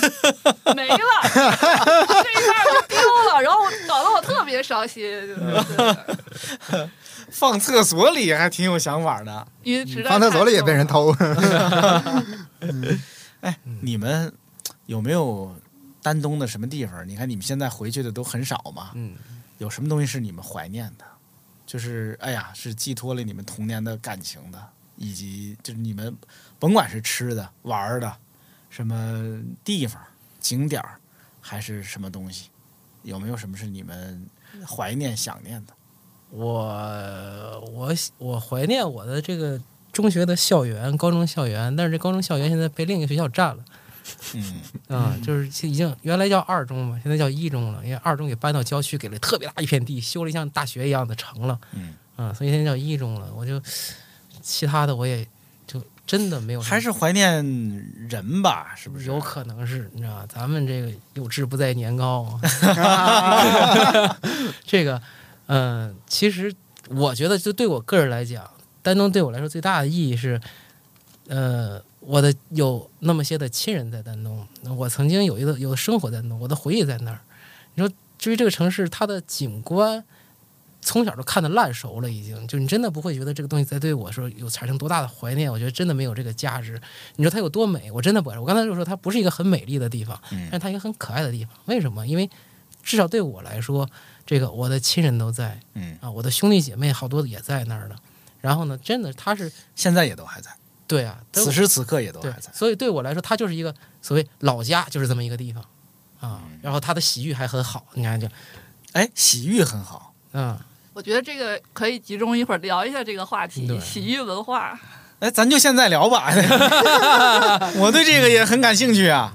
S5: 嗯
S6: 没了，这一袋就丢了，然后搞得我特别伤心，就是 对
S3: 放厕所里还挺有想法的。
S6: 因为实在
S5: 放厕所里也被人
S6: 太臭了。
S5: 偷。
S3: 哎，你们有没有丹东的什么地方？你看你们现在回去的都很少嘛，
S4: 嗯，
S3: 有什么东西是你们怀念的？就是哎呀，是寄托了你们童年的感情的，以及就是你们甭管是吃的、玩儿的，什么地方、景点儿，还是什么东西，有没有什么是你们怀念、想念的？
S4: 我我我怀念我的这个中学的校园，高中校园，但是这高中校园现在被另一个学校占了
S3: 嗯，
S4: 啊、就是已经原来叫二中嘛，现在叫一中了，因为二中给搬到郊区，给了特别大一片地，修了像大学一样的城了，
S3: 嗯
S4: 啊、所以现在叫一中了。我就其他的我也就真的没有什么，
S3: 还是怀念人吧，是不是？
S4: 有可能是你知道吧，咱们这个有志不在年高啊， 这个，嗯、其实我觉得，就对我个人来讲，丹东对我来说最大的意义是，呃，我的有那么些的亲人在丹东，我曾经有一个有的生活在丹东，我的回忆在那儿。你说，至于这个城市，它的景观。从小就看得烂熟了，已经就你真的不会觉得这个东西在对我说有产生多大的怀念，我觉得真的没有这个价值。你说它有多美？我真的不，我刚才就说它不是一个很美丽的地方，
S3: 嗯
S4: 但是它一个很可爱的地方。为什么？因为至少对我来说，这个我的亲人都在
S3: 嗯，
S4: 啊，我的兄弟姐妹好多也在那儿的。然后呢，真的它是
S3: 现在也都还在，
S4: 对啊，都
S3: 此时此刻也都
S4: 对
S3: 还在，。
S4: 所以对我来说，它就是一个所谓老家，就是这么一个地方啊。
S3: 嗯
S4: 然后它的洗浴还很好，你看这
S3: 哎，洗浴很好，
S4: 啊，
S6: 我觉得这个可以集中一会儿聊一下这个话题
S4: 对，
S6: 洗浴文化。
S3: 哎，咱就现在聊吧。 我对这个也很感兴趣啊。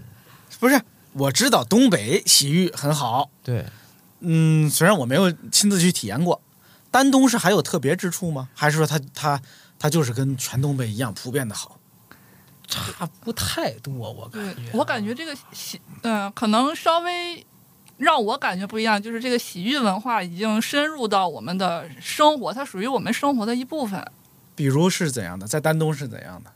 S3: 不是，我知道东北洗浴很好，
S4: 对，
S3: 嗯，虽然我没有亲自去体验过，丹东是还有特别之处吗？还是说它它它就是跟全东北一样普遍的好？
S4: 差不太多，我感
S6: 对
S4: 觉，，
S6: 我感觉这个洗，嗯、可能稍微让我感觉不一样，就是这个洗浴文化已经深入到我们的生活，它属于我们生活的一部分。
S3: 比如是怎样的？在丹东是怎样的？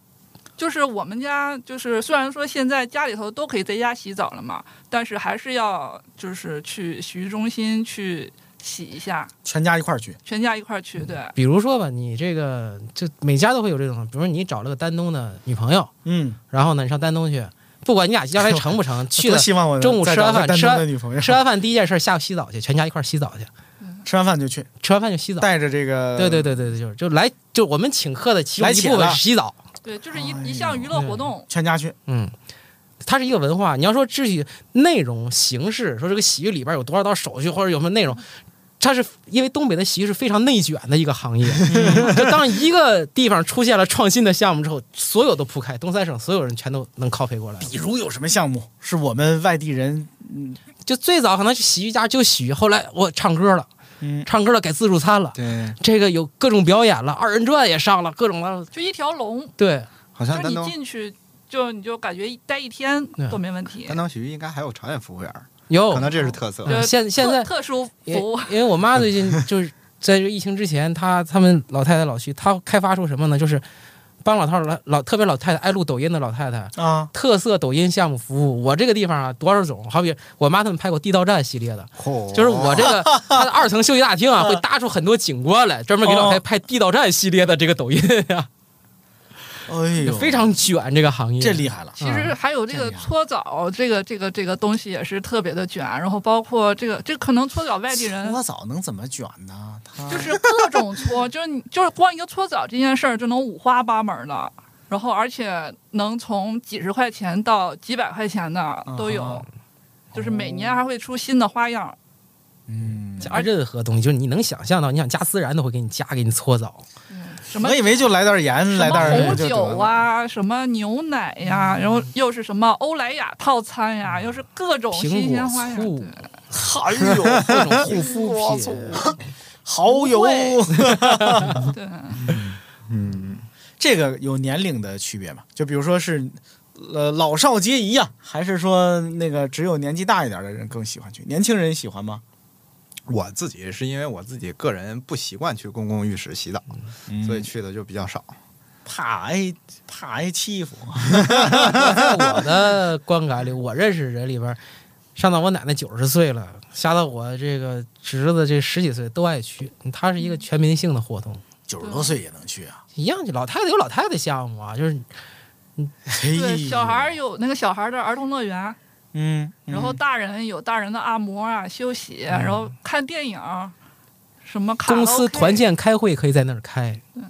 S6: 就是我们家，就是虽然说现在家里头都可以在家洗澡了嘛，但是还是要就是去洗浴中心去洗一下，
S3: 全家一块儿去，
S6: 全家一块儿去。对，
S4: 比如说吧，你这个就每家都会有这种，比如你找了个丹东的女朋友，
S3: 嗯，
S4: 然后呢，你上丹东去，不管你俩将来成不 成，去
S3: 多
S4: 了
S3: 希望我能
S4: 中午
S3: 再
S4: 吃完
S3: 找个
S4: 饭
S3: 单
S4: 吃
S3: 身
S4: 完
S3: 的女朋友，
S4: 吃完饭第一件事下午洗澡去，全家一块儿洗澡去，
S3: 吃完饭就去，
S4: 吃完饭就洗澡。
S3: 带着这个
S4: 对对对对对，就是就来就我们请客的其中
S3: 来
S4: 一
S3: 且
S4: 部分
S3: 了
S4: 是洗澡，
S6: 对，就是一
S5: 哎
S6: 一项娱乐活动。
S3: 全家去，
S4: 嗯。它是一个文化，你要说至于内容形式，说这个洗浴里边有多少道手续或者有什么内容，它是因为东北的洗浴是非常内卷的一个 行业。就当一个地方出现了创新的项目之后，所有都铺开，东三省所有人全都能 copy 过来。
S3: 比如有什么项目是我们外地人，
S4: 就最早可能去洗浴家就洗浴，后来我唱歌了，
S3: 嗯，
S4: 唱歌了改自助餐了，
S5: 对，
S4: 这个有各种表演了，二人转也上了，各种的
S6: 就一条龙，
S4: 对。
S5: 好
S6: 就
S5: 像
S6: 是
S5: 丹
S6: 你
S5: 东
S6: 进去就你就感觉一待一天
S4: 对
S6: 都没问题
S5: 丹。东洗浴应该还有朝鲜服务员，
S4: 有
S5: 可能这是特色
S4: 哦
S5: 啊
S4: 对。
S6: 就
S4: 现现
S6: 特
S4: 在
S6: 特殊
S4: 因
S6: 服务，
S4: 因为我妈最 近就是在这疫情之前，她他们老太太老去，她开发出什么呢？就是帮老头儿老老特别老太太爱录抖音的老太太。
S3: 啊，
S4: 特色抖音项目服务，我这个地方啊多少种，好比我妈他们拍过《地道战》系列的，
S5: 嚯
S4: 就是我这个它的二层休息大厅啊，会搭出很多景观来，专门给老太太拍《地道战》系列的这个抖音啊，
S3: 哎呦，
S4: 就非常卷这个行业。啊
S3: 这厉害了，
S6: 其实还有这
S3: 嗯这
S6: 个
S3: 样
S6: 搓澡，这个这个这个东西也是特别的卷，然后包括这个这可能搓澡外地人
S3: 搓澡能怎么卷呢？他
S6: 就是各种搓，就是你就是光一个搓澡这件事儿就能五花八门了，然后而且能从几十块钱到几百块钱的都有，
S3: 嗯
S6: 就是每年还会出新的花样。
S3: 嗯，
S4: 加任何东西，就是你能想象到，你想加孜然都会给你加，给你搓澡。
S6: 什么
S3: 我以为就来点盐，
S6: 什
S3: 来
S6: 么
S3: 点
S6: 红
S3: 就得
S6: 酒
S3: 了。嗯
S6: 啊，什么牛奶呀、然后又是什么欧莱雅套餐呀、又是各种新鲜花
S4: 苹果
S6: 样
S4: 醋。
S6: 对
S3: 哎呦，
S4: 各种护肤品，
S3: 蚝油，啊
S6: 对，
S5: 嗯，
S3: 这个有年龄的区别吗？就比如说是，呃，老少皆宜啊，还是说那个只有年纪大一点的人更喜欢去？年轻人喜欢吗？
S5: 我自己是因为我自己个人不习惯去公共浴室洗澡，
S4: 嗯
S6: 嗯
S5: 所以去的就比较少。
S3: 怕挨怕挨欺负。啊
S4: 在我的观感里，我认识人里边儿，上到我奶奶九十岁了，下到我这个侄子这十几岁都爱去，它是一个全民性的活动，
S3: 九十多岁也能去啊？
S4: 一样就老太太有老太太项目啊，就是
S3: 嘿
S6: 对，小孩儿有那个小孩儿的儿童乐园，
S3: 哎嗯，嗯
S6: 然后大人有大人的按摩啊、休息，然后看电影儿，什么卡拉
S4: 嗯公司
S6: OK
S4: 团建开会可以在那儿开。
S5: 嗯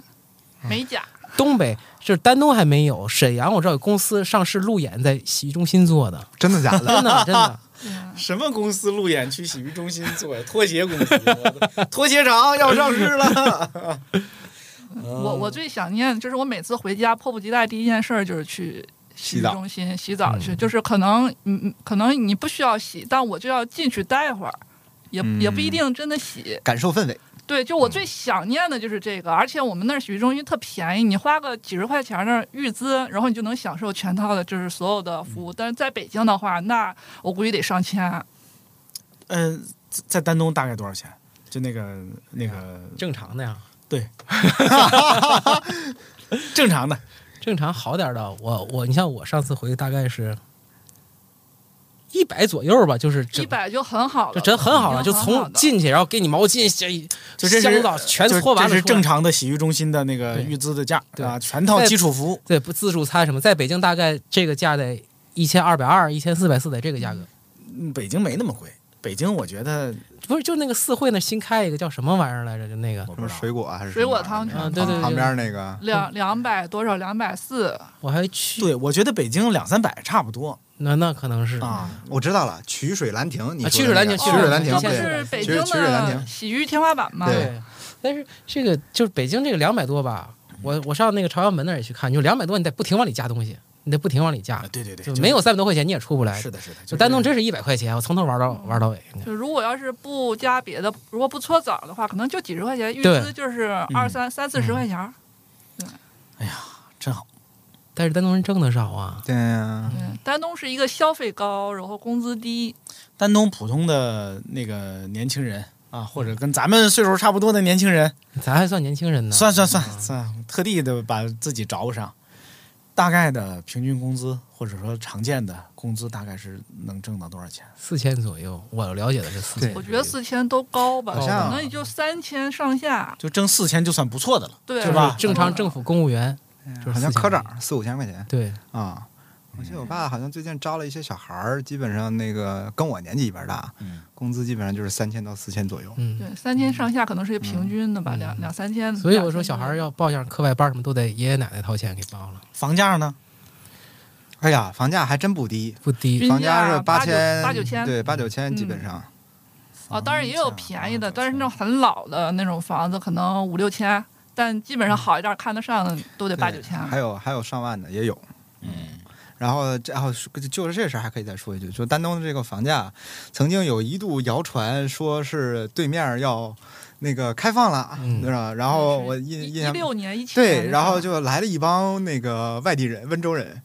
S6: 美甲，
S4: 东北就是丹东还没有，沈阳我知道有公司上市路演在洗浴中心做的，
S5: 真的假的？
S4: 真的真 的。
S3: 什么公司路演去洗浴中心做呀？拖鞋公 司，拖鞋厂要上市了。
S5: 哦
S6: 我我最想念就是我每次回家迫不及待第一件事儿就是去洗
S5: 洗
S6: 浴
S5: 澡
S6: 中心洗澡去，就是可能嗯嗯可能你不需要洗，但我就要进去待会儿，也、也不一
S4: 嗯
S6: 定真的洗。
S5: 感受氛围，
S6: 对，就我最想念的就是这个，而且我们那儿洗浴中心特便宜，你花个几十块钱的预资，然后你就能享受全套的，就是所有的服务。
S4: 嗯
S6: 但是在北京的话，那我估计得上千。
S3: 嗯、在在丹东大概多少钱？就那个那个
S4: 正常的呀，
S3: 正常的
S4: 正常好点儿的，我我你像我上次回大概是一百左右吧，就是整
S6: 一百就很好了，
S4: 这真很好了，
S6: 已
S4: 就
S6: 经很好
S4: 从
S6: 的
S4: 进去，然后给你毛巾， 这
S3: 就这是
S4: 香皂全
S3: 就是
S4: 搓完了
S3: 这是
S4: 出来
S3: 正常的洗浴中心的那个
S4: 对
S3: 预资的价
S4: 对
S3: 啊，全套基础服务。
S4: 对不自助餐什么，在北京大概这个价得一千二百二、一千四百四得这个价格，
S3: 嗯北京没那么贵，北京我觉得
S4: 不是就那个四惠那新开一个叫什么玩意儿来着？就那个
S3: 我
S5: 什
S3: 不
S5: 么
S3: 知道。
S5: 水果还是
S6: 水果汤
S5: 啊？
S4: 对对对
S5: 旁边那个
S6: 两两百多少？两百四，
S4: 我还去，
S3: 对，我觉得北京两三百差不多
S4: 那那可能是
S3: 啊。
S5: 我知道了，曲水兰亭，你
S4: 啊
S5: 说
S4: 曲
S5: 的
S4: 水兰
S5: 那个
S4: 亭
S5: 曲水兰
S4: 哦
S5: 亭，
S6: 这不
S5: 对，
S6: 是北
S5: 曲
S6: 京
S5: 曲水兰
S6: 的
S5: 亭
S6: 洗浴天花板吗？
S5: 对
S4: 对，但是这个就是北京这个两百多吧，我我上那个朝阳门那儿也去看，就两百多，你得不停往里加东西，你得不停往里加
S3: 啊，，对对对，
S4: 就
S3: 就
S4: 没有三百多块钱你也出不来。
S3: 是的，是的，
S4: 就是丹东真是一百块钱，我从头玩到玩到尾。
S6: 就如果要是不加别的，如果不搓澡的话，可能就几十块钱，预
S4: 对嗯
S6: 支就是二三三四十块钱儿。
S3: 真好。
S4: 但是丹东人挣的少啊，
S5: 对呀，
S6: 嗯，丹东是一个消费高，然后工资低，
S3: 丹东普通的那个年轻人啊，或者跟咱们岁数差不多的年轻人，嗯
S4: 咱还算年轻人呢。
S3: 算算算算，特地的把自己着上。大概的平均工资，或者说常见的工资，大概是能挣到多少钱？
S4: 四千左右，我了解的是四千。
S5: 对
S6: 我觉得四千都高吧，
S5: 好
S6: 可
S4: 哦
S5: 像
S6: 能也就三千上下，
S3: 就挣四千就算不错的了，
S6: 对，
S3: 是吧
S4: 正常政府公务员
S6: 啊
S4: 就是
S5: 嗯好像
S4: 4000
S5: 科长四五千块钱
S4: 对，
S5: 啊。我记得我爸好像最近招了一些小孩儿，基本上那个跟我年纪一边大，
S3: 嗯，
S5: 工资基本上就是三千到四千左右。
S4: 嗯，
S6: 对，三千上下可能是一个平均的吧，
S4: 嗯
S6: 两两三千。
S4: 所以我说小孩
S6: 两
S4: 儿
S6: 三
S4: 要报一下课外班儿什么，都得爷爷奶奶掏钱给报了，
S3: 房价呢？
S5: 哎呀，房价还真不低，
S4: 不低
S6: 均。
S5: 房价是
S6: 八九
S5: 千
S6: 八九千
S5: 对，八九千基本
S6: 嗯
S5: 上。
S6: 啊，当然也有便宜的，
S3: 房价
S6: 但是那
S5: 啊
S6: 种很老的那种房子，可能五六千，但基
S5: 嗯
S6: 本上好一点看得上的都得
S5: 对
S6: 八九千。啊
S5: 还有还有上万的也有，嗯。然后，然后就是这事儿还可以再说一句，就丹东的这个房价，曾经有一度谣传说是对面要那个开放了，
S4: 嗯
S5: 对吧？然后我
S6: 一
S5: 印印
S6: 一
S5: 象
S6: 六年一七
S5: 对，然后就来了一帮那个外地人，温州人，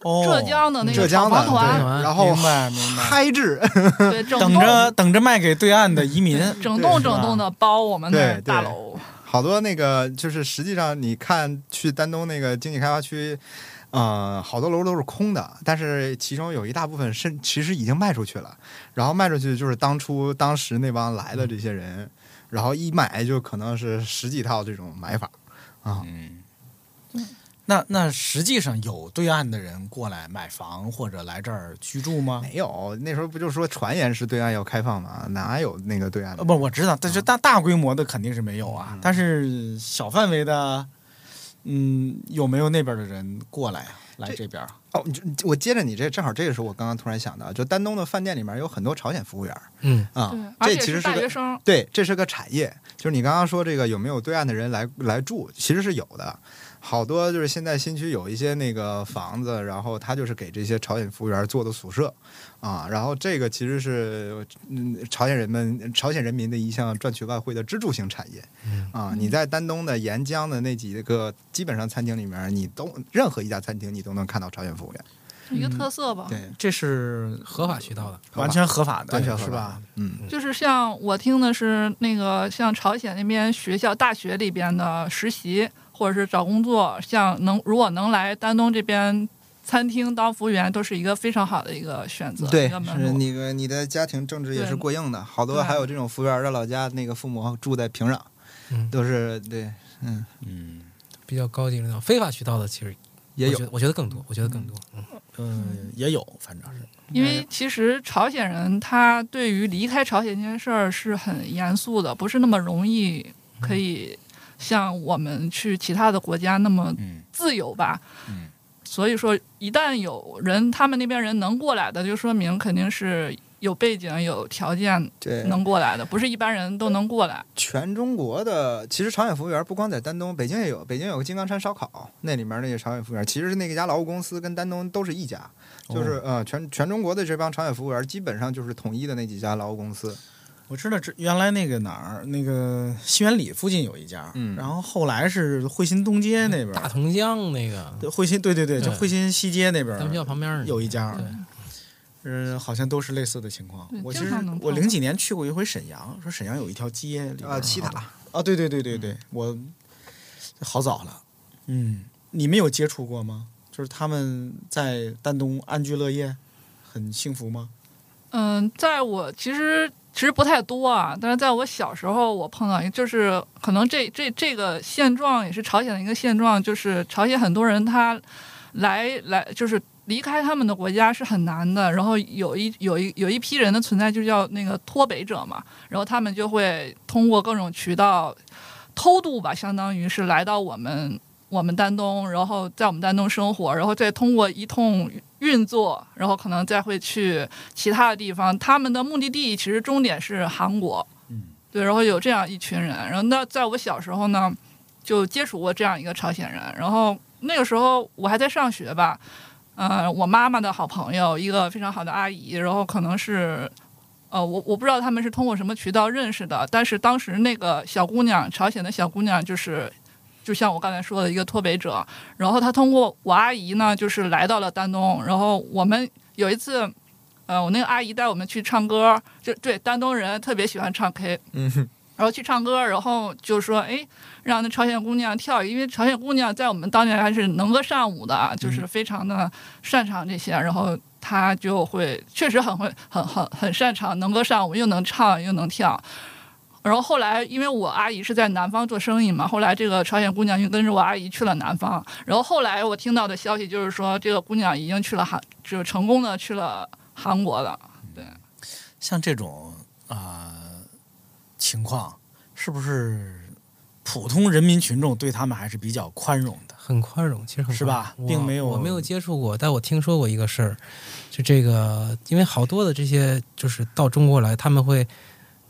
S3: 哦，
S6: 浙江的那
S5: 浙
S6: 个炒
S5: 江
S6: 房
S5: 的，对
S6: 团，
S4: 团
S5: 然后
S3: 明白明白
S5: 嗨制，
S6: 对，整
S3: 等
S6: 栋
S3: 着等着卖给对岸的移民，
S6: 整
S5: 对
S6: 栋
S5: 是吧
S6: 整栋的包我们的
S5: 对对
S6: 大楼，
S5: 好多那个就是实际上你看去丹东那个经济开发区，呃，好多楼都是空的，但是其中有一大部分甚其实已经卖出去了，然后卖出去就是当初当时那帮来的这些人，然后一买就可能是十几套这种买法啊，
S3: 嗯，那那实际上有对岸的人过来买房或者来这儿居住吗？
S5: 没有那时候不就说传言是对岸要开放吗？哪有那个对岸
S3: 呃，
S5: 的？
S3: 不，我知道，但是大大规模的肯定是没有啊，但是小范围的，嗯，有没有那边的人过来啊来这边啊？
S5: 哦，你就我接着你这正好这个是我刚刚突然想到，就丹东的饭店里面有很多朝鲜服务员儿
S4: 嗯，
S5: 啊
S6: 对，，而
S5: 这
S6: 且
S5: 其实
S6: 是
S5: 是
S6: 大
S5: 个
S6: 学生，
S5: 对，这是个产业，就是你刚刚说这个有没有对岸的人来来住，其实是有的。好多就是现在新区有一些那个房子，然后他就是给这些朝鲜服务员做的宿舍啊，然后这个其实是嗯朝鲜人们朝鲜人民的一项赚取外汇的支柱性产业啊。你在丹东的沿江的那几个基本上餐厅里面，你都任何一家餐厅你都能看到朝鲜服务员，啊
S6: 一个特色吧。
S5: 嗯对，
S3: 这是
S4: 合法渠道的，
S3: 完全合法的，
S5: 完全合
S3: 是
S5: 法
S3: 吧？？
S5: 嗯，
S6: 就是像我听的是那个，像朝鲜那边学校、大学里边的实习，或者是找工作，像能如果能来丹东这边餐厅当服务员，都是一个非常好的一个选择，
S5: 对，
S6: 一个门
S5: 是
S6: 路。
S5: 那个你的家庭政治也
S6: 对
S5: 是过硬的，好多
S6: 对啊
S5: 还有这种服务员的老家那个父母住在平壤，
S4: 嗯
S5: 都是对，嗯，
S3: 嗯
S4: 比较高级的那种非法渠道的，其实
S5: 也
S4: 我觉
S5: 有
S4: 得，我觉得更多，我觉得更多。嗯，
S3: 嗯，也有，反正是
S6: 因
S5: 嗯
S6: 为其实朝鲜人他对于离开朝鲜这件事儿是很严肃的，不是那么容易
S5: 嗯
S6: 可以像我们去其他的国家那么
S3: 嗯
S6: 自由吧。
S3: 嗯
S6: 所以说，一旦有人他们那边人能过来的，就说明肯定是有背景、有条件
S5: 对
S6: 能过来的，不是一般人都能过来。
S5: 全中国的，其实朝鲜服务员不光在丹东，北京也有，北京有个金刚山烧烤，那里面那些朝鲜服务员，其实那个家劳务公司跟丹东都是一家，就是、呃全全中国的这帮朝鲜服务员基本上就是统一的那几家劳务公司，
S3: 我知道这原来那个哪儿，那个西园里附近有一家，
S5: 嗯
S3: 然后后来是汇新东街那边，
S4: 大同江那个
S3: 对汇新对对对，就
S4: 对
S3: 汇新西街那边
S4: 咱们学校旁边儿
S3: 有一家
S4: 对，
S3: 嗯，好像都是类似的情况
S6: 对。
S3: 我其
S6: 经
S3: 实
S6: 常能
S3: 我
S6: 碰
S3: 零几年去过一回沈阳，说沈阳有一条街里边
S5: 呃，七
S3: 啊好
S5: 塔，
S3: 多啊，对对对对对，我好早了，嗯，你们有接触过吗？就是他们在丹东安居乐业，很幸福吗？
S6: 嗯，在我其实其实不太多啊，但是在我小时候，我碰到一就是可能这这这个现状也是朝鲜的一个现状，就是朝鲜很多人他来来就是离开他们的国家是很难的，然后有一有一有一批人的存在就叫那个脱北者嘛，然后他们就会通过各种渠道偷渡吧，相当于是来到我们我们丹东，然后在我们丹东生活，然后再通过一通运作，然后可能再会去其他的地方。他们的目的地其实终点是韩国，
S3: 嗯，
S6: 对，然后有这样一群人。然后那在我小时候呢，就接触过这样一个朝鲜人，然后那个时候我还在上学吧。呃，我妈妈的好朋友，一个非常好的阿姨，然后可能是呃，我我不知道他们是通过什么渠道认识的，但是当时那个小姑娘，朝鲜的小姑娘，就是就像我刚才说的一个脱北者，然后她通过我阿姨呢，就是来到了丹东，然后我们有一次，呃，我那个阿姨带我们去唱歌，就对丹东人特别喜欢唱 K，
S5: 嗯，
S6: 然后去唱歌，然后就说哎，让那朝鲜姑娘跳，因为朝鲜姑娘在我们当年还是能歌善舞的啊，就是非常的擅长这些，啊然后她就会确实很会很很很擅长能歌善舞，又能唱又能跳。然后后来，因为我阿姨是在南方做生意嘛，后来这个朝鲜姑娘就跟着我阿姨去了南方。然后后来我听到的消息就是说，这个姑娘已经去了韩，就成功的去了韩国了。
S3: 像这种啊、呃情况，是不是普通人民群众对他们还是比较宽容的？
S4: 很宽容，其实很
S3: 是吧
S4: 宽容
S3: 并
S4: 我
S3: 没有
S4: 我没有接触过，但我听说过一个事儿，就这个，因为好多的这些就是到中国来，他们会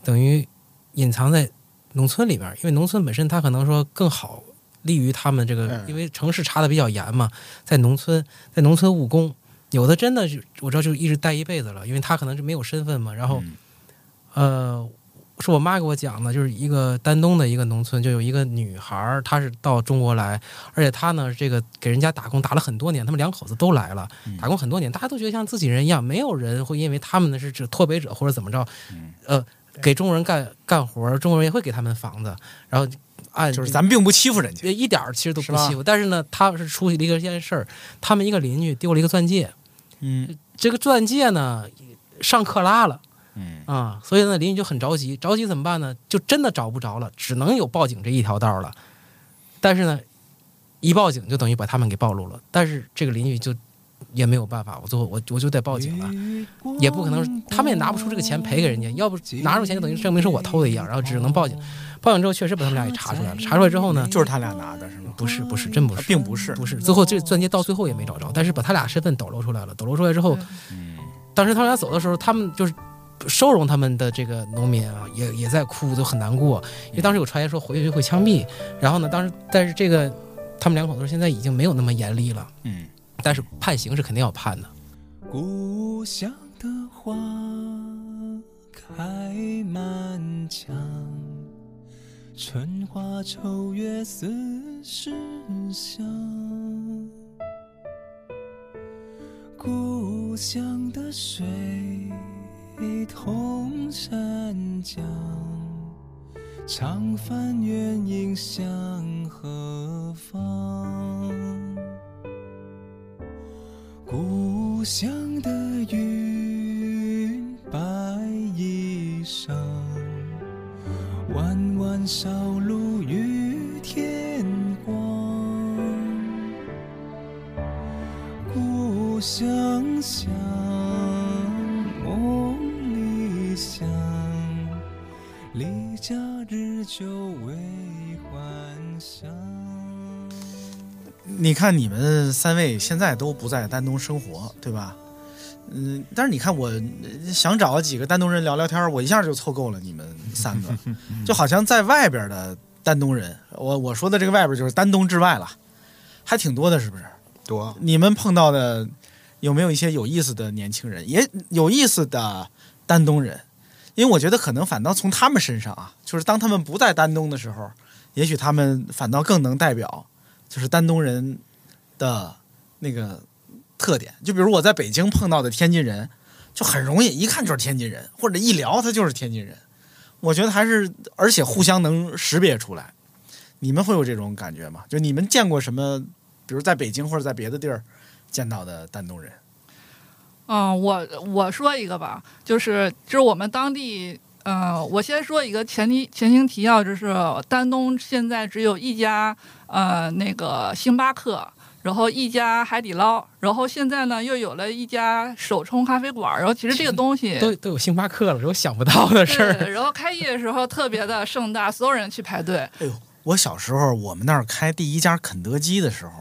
S4: 等于隐藏在农村里边儿，因为农村本身它可能说更好利于他们这个，
S3: 嗯
S4: 因为城市查的比较严嘛，在农村，在农村务工，有的真的就我知道就一直待一辈子了，因为他可能是没有身份嘛，然后、
S3: 嗯
S4: 呃，是我妈给我讲的，就是一个丹东的一个农村，就有一个女孩儿，她是到中国来，而且她呢，这个给人家打工打了很多年，他们两口子都来了，打工很多年，大家都觉得像自己人一样，没有人会因为他们呢是这脱北者或者怎么着，呃，给中国人干干活儿，中国人也会给他们房子，然后按呃
S3: 就是咱们并不欺负人家，
S4: 一点儿其实都
S3: 是
S4: 不
S3: 吧
S4: 欺负，但是呢，他是出去了一个件事儿，他们一个邻居丢了一个钻戒，
S3: 嗯
S4: 这个钻戒呢上克拉了。
S3: 嗯
S4: 啊，所以呢，邻居就很着急，着急怎么办呢？就真的找不着了，只能有报警这一条道了。但是呢，一报警就等于把他们给暴露了。但是这个邻居就也没有办法，我最后我我就得报警了，
S3: 哎
S4: 也不可能，他们也拿不出这个钱赔给人家，要不拿出钱就等于证明是我偷的一样，然后只能报警。报警之后，确实把他们俩给查出来了。查出来之后呢，
S3: 就是他俩拿的是吗？
S4: 不是不是真不
S3: 啊
S4: 是。
S3: 并不是，
S4: 不是，最后这钻戒到最后也没找着，但是把他俩身份抖露出来了。抖露出来之后，
S3: 嗯
S4: 当时他们俩走的时候，他们就是收容他们的这个农民啊，也也在哭，都很难过，因为当时有传言说回去就会枪毙。然后呢，当时但是这个他们两口子现在已经没有那么严厉了，
S3: 嗯，
S4: 但是判刑是肯定要判的。
S8: 故乡的花开满墙，春花秋月思是乡。故乡的水通山江，常翻远影向何方？故乡的云白衣裳，弯弯小路遇天光。故乡乡，梦里乡，离家日久为幻想。
S3: 你看你们三位现在都不在丹东生活，对吧？嗯，但是你看我呃想找几个丹东人聊聊天儿，我一下就凑够了你们三个，就好像在外边的丹东人，我我说的这个外边就是丹东之外了，还挺多的，是不是？
S5: 多
S3: 你们碰到的有没有一些有意思的年轻人，也有意思的丹东人？因为我觉得可能反倒从他们身上啊，就是当他们不在丹东的时候，也许他们反倒更能代表就是丹东人的那个特点。就比如我在北京碰到的天津人，就很容易一看就是天津人，或者一聊他就是天津人。我觉得还是而且互相能识别出来。你们会有这种感觉吗？就你们见过什么比如在北京或者在别的地儿见到的丹东人，
S6: 嗯，我我说一个吧，就是就是我们当地，呃，我先说一个前提前情提要，就是丹东现在只有一家呃那个星巴克，然后一家海底捞，然后现在呢又有了一家手冲咖啡馆，然后其实 这个东西
S4: 都都有星巴克了，是我想不到的事
S6: 对，
S4: 儿。
S6: 然后开业的时候特别的盛大，所有人去排队，
S3: 哎呦，我小时候我们那儿开第一家肯德基的时候，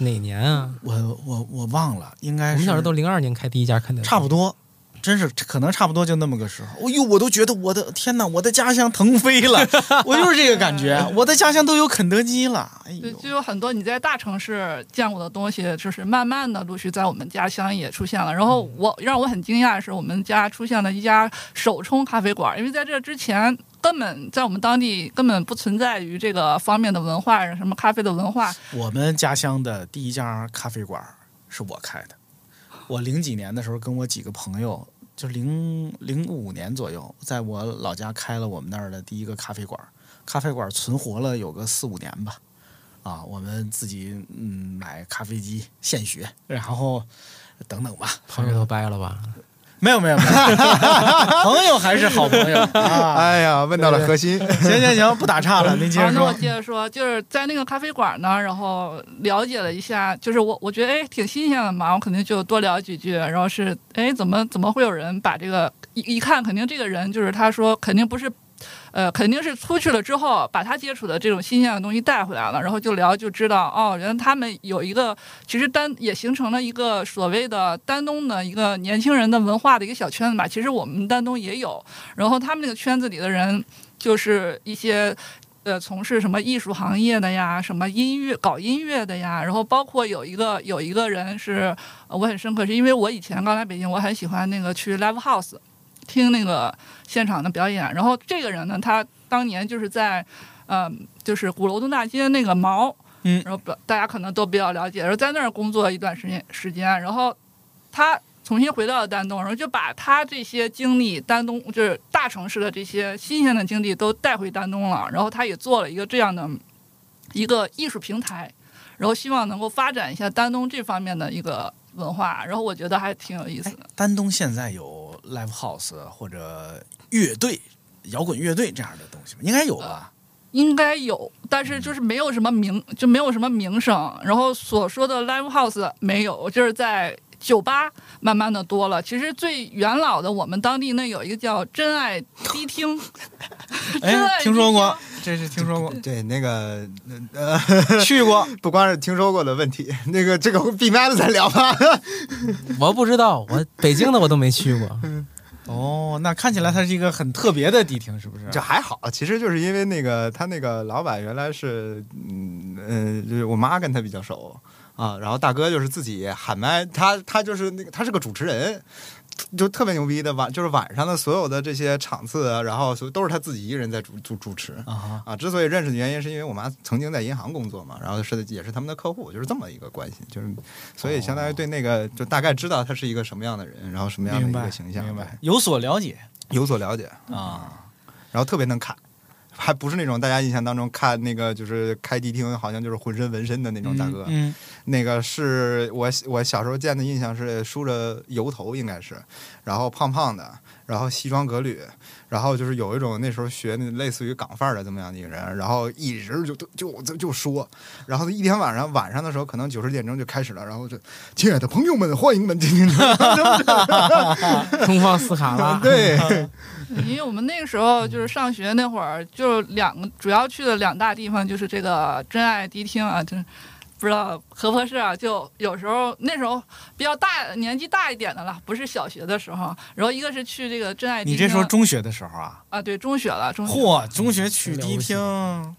S4: 哪年啊？
S3: 我我我忘了，应
S4: 我
S3: 该
S4: 们
S3: 是
S4: 小时候都零二年开第一家肯德基，
S3: 差不多。真是可能差不多就那么个时候，哎呦，我都觉得我的天哪，我的家乡腾飞了，我就是这个感觉，我的家乡都有肯德基了，哎
S6: 就
S3: 呦，
S6: 就有很多你在大城市见过的东西，就是慢慢的陆续在我们家乡也出现了。然后我让我很惊讶的是，我们家出现了一家手冲咖啡馆，因为在这之前根本在我们当地根本不存在于这个方面的文化，什么咖啡的文化。
S3: 我们家乡的第一家咖啡馆是我开的，我零几年的时候跟我几个朋友就零零五年左右，在我老家开了我们那儿的第一个咖啡馆儿，咖啡馆儿存活了有个四五年吧。啊，我们自己嗯买咖啡机现学，然后等等吧，
S4: 朋友都掰了吧？
S3: 没有没有没有，朋友还是好朋友啊。
S5: 哎呀，问到了核心，
S3: 行行行，不打岔了，您接
S6: 好，
S3: 着
S6: 那我
S3: 说。
S6: 接着说，就是在那个咖啡馆呢，然后了解了一下，就是我我觉得哎挺新鲜的嘛，我肯定就多聊几句。然后是哎怎么怎么会有人把这个一一看，肯定这个人就是他说肯定不是，呃肯定是出去了之后把他接触的这种新鲜的东西带回来了，然后就聊就知道哦，原来他们有一个其实丹也形成了一个所谓的丹东的一个年轻人的文化的一个小圈子吧。其实我们丹东也有，然后他们那个圈子里的人就是一些。呃，从事什么艺术行业的呀，什么音乐搞音乐的呀，然后包括有一个有一个人是呃我很深刻，是因为我以前刚来北京，我很喜欢那个去 live house 听那个现场的表演，然后这个人呢，他当年就是在呃就是鼓楼东大街那个毛，
S3: 嗯
S6: 然后不大家可能都比较了解，然后在那儿工作一段时间时间，然后他重新回到了丹东，然后就把他这些经历，丹东就是大城市的这些新鲜的经历都带回丹东了。然后他也做了一个这样的一个艺术平台，然后希望能够发展一下丹东这方面的一个文化。然后我觉得还挺有意思的。
S3: 哎丹东现在有 live house 或者乐队、摇滚乐队这样的东西吗？应该有吧？
S6: 应该有，但是就是没有什么名，就没有什么名声。然后所说的 live house 没有，就是在酒吧慢慢的多了。其实最元老的，我们当地那有一个叫“真爱迪 厅”，真爱
S3: 哎，
S6: 迪
S3: 听说过
S6: 厅，，
S3: 这是听说过，
S5: 对那个呃，
S3: 去过。
S5: 不光是听说过的问题，那个这个闭麦了再聊吧。
S4: 我不知道，我北京的我都没去 过。
S3: 哦，那看起来它是一个很特别的迪厅，是不是？
S5: 这还好，其实就是因为那个他那个老板原来是，嗯嗯、呃，就是我妈跟他比较熟啊，然后大哥就是自己喊麦，他他就是那个他是个主持人，就特别牛逼的晚就是晚上的所有的这些场次啊，然后所都是他自己一个人在主主主持
S3: 啊，
S5: 啊。之所以认识的原因是因为我妈曾经在银行工作嘛，然后是也是他们的客户，就是这么一个关系，就是所以相当于对那个就大概知道他是一个什么样的人，然后什么样的
S3: 明
S5: 一
S3: 白，
S5: 个形象，
S3: 明白，有所了解
S5: 对有所了解。
S3: 啊。
S5: 然后特别能看，还不是那种大家印象当中看那个就是开迪厅好像就是浑身纹身的那种大哥，
S3: 嗯，
S5: 那个是我我小时候见的印象是梳着油头应该是，然后胖胖的，然后西装革履，然后就是有一种那时候学那类似于港范儿的这么样的一个人，然后一直就就就就就说，然后一天晚上晚上的时候可能九十点钟就开始了，然后就亲爱的朋友们，欢迎们今 天，
S4: 东方斯卡拉
S5: 对，
S6: 因为我们那个时候就是上学那会儿，就两个主要去的两大地方就是这个真爱迪厅啊，就是不知道合不合适啊。就有时候那时候比较大年纪大一点的了，不是小学的时候。然后一个是去这个真爱迪
S3: 你
S6: 厅，啊
S3: 这说中学的时候啊？
S6: 啊，对中学了，中学。
S3: 嚯，中学去
S4: 了
S3: 迪
S4: 不起
S3: 厅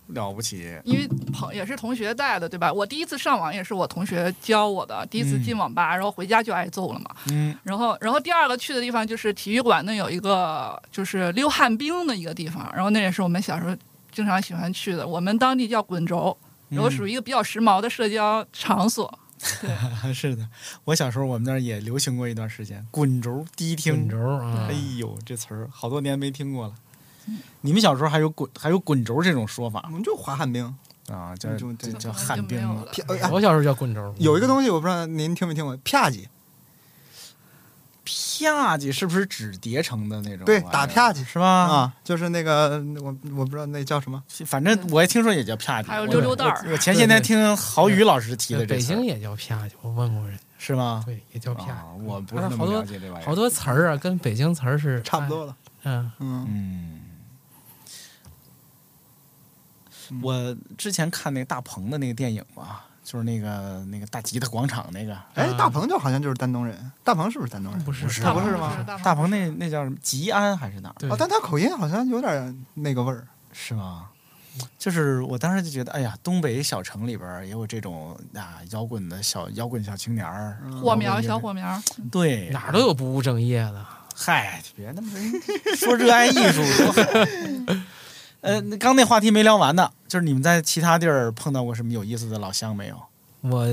S3: 了不起，
S6: 因为朋也是同学带的，对吧？我第一次上网也是我同学教我的，第一次进网吧，然后回家就挨揍了嘛。
S3: 嗯，
S6: 然后，然后第二个去的地方就是体育馆，那有一个就是溜旱冰的一个地方，然后那也是我们小时候经常喜欢去的，我们当地叫滚轴，
S3: 嗯
S6: 然后属于一个比较时髦的社交场所。
S3: 是的，我小时候我们那儿也流行过一段时间，滚轴迪厅。
S4: 滚轴啊
S3: 哎，呦，这词儿好多年没听过了。你们小时候还有滚还有滚轴这种说法
S5: 我们就滑旱冰，
S3: 啊？叫
S5: 就
S3: 这
S5: 就
S3: 叫旱冰
S6: 就没有
S3: 了
S6: 了。
S5: 哎呀
S4: 我小时候叫滚轴，
S5: 有一个东西我不知道您听没听过，啪叽。
S3: 啪叽是不是纸叠成的那种玩意儿？啊
S5: 对打啪叽
S3: 是吧？
S5: 啊，就是那个我我不知道那叫什么，
S3: 反正我也听说也叫啪叽。
S6: 还有
S3: 我
S6: 溜溜蛋儿
S3: 我我前些天听郝宇老师提的
S4: 呃
S3: 这
S4: 北
S3: 词儿
S4: 京也叫啪叽，我问过人，
S3: 是吗？
S4: 对，也叫
S5: 哦
S4: 啪
S3: 啊
S4: 叽。，
S3: 我不是那
S4: 好
S3: 么了
S4: 多
S3: 解这玩意
S4: 好
S3: 儿。
S4: 多词儿啊，跟北京词儿是
S5: 哎差不多。了。
S4: 哎嗯，
S5: 嗯，
S3: 嗯，
S5: 嗯
S3: 我之前看那个大鹏的那个电影嘛，就是那个那个大吉他广场那个，
S4: 嗯
S5: 哎，大鹏就好像就是丹东人，大鹏是不是丹东人？
S4: 不是
S5: 不
S4: 是
S5: 是
S4: 大
S5: 不
S4: 鹏
S5: 是
S6: 不
S5: 吗？
S6: 是
S3: 大鹏那那叫什么吉安还是哪儿？
S4: 对
S5: 哦，，但他口音好像有点那个味儿。
S3: 是吗？就是我当时就觉得，哎呀，东北小城里边儿也有这种啊摇滚的小摇滚小青年儿，
S6: 火苗，小火苗，
S3: 嗯对，
S4: 哪儿都有不务正业的。
S3: 嗨，别那么说热爱艺术多好。呃，那刚那话题没聊完呢，就是你们在其他地儿碰到过什么有意思的老乡没有？
S4: 我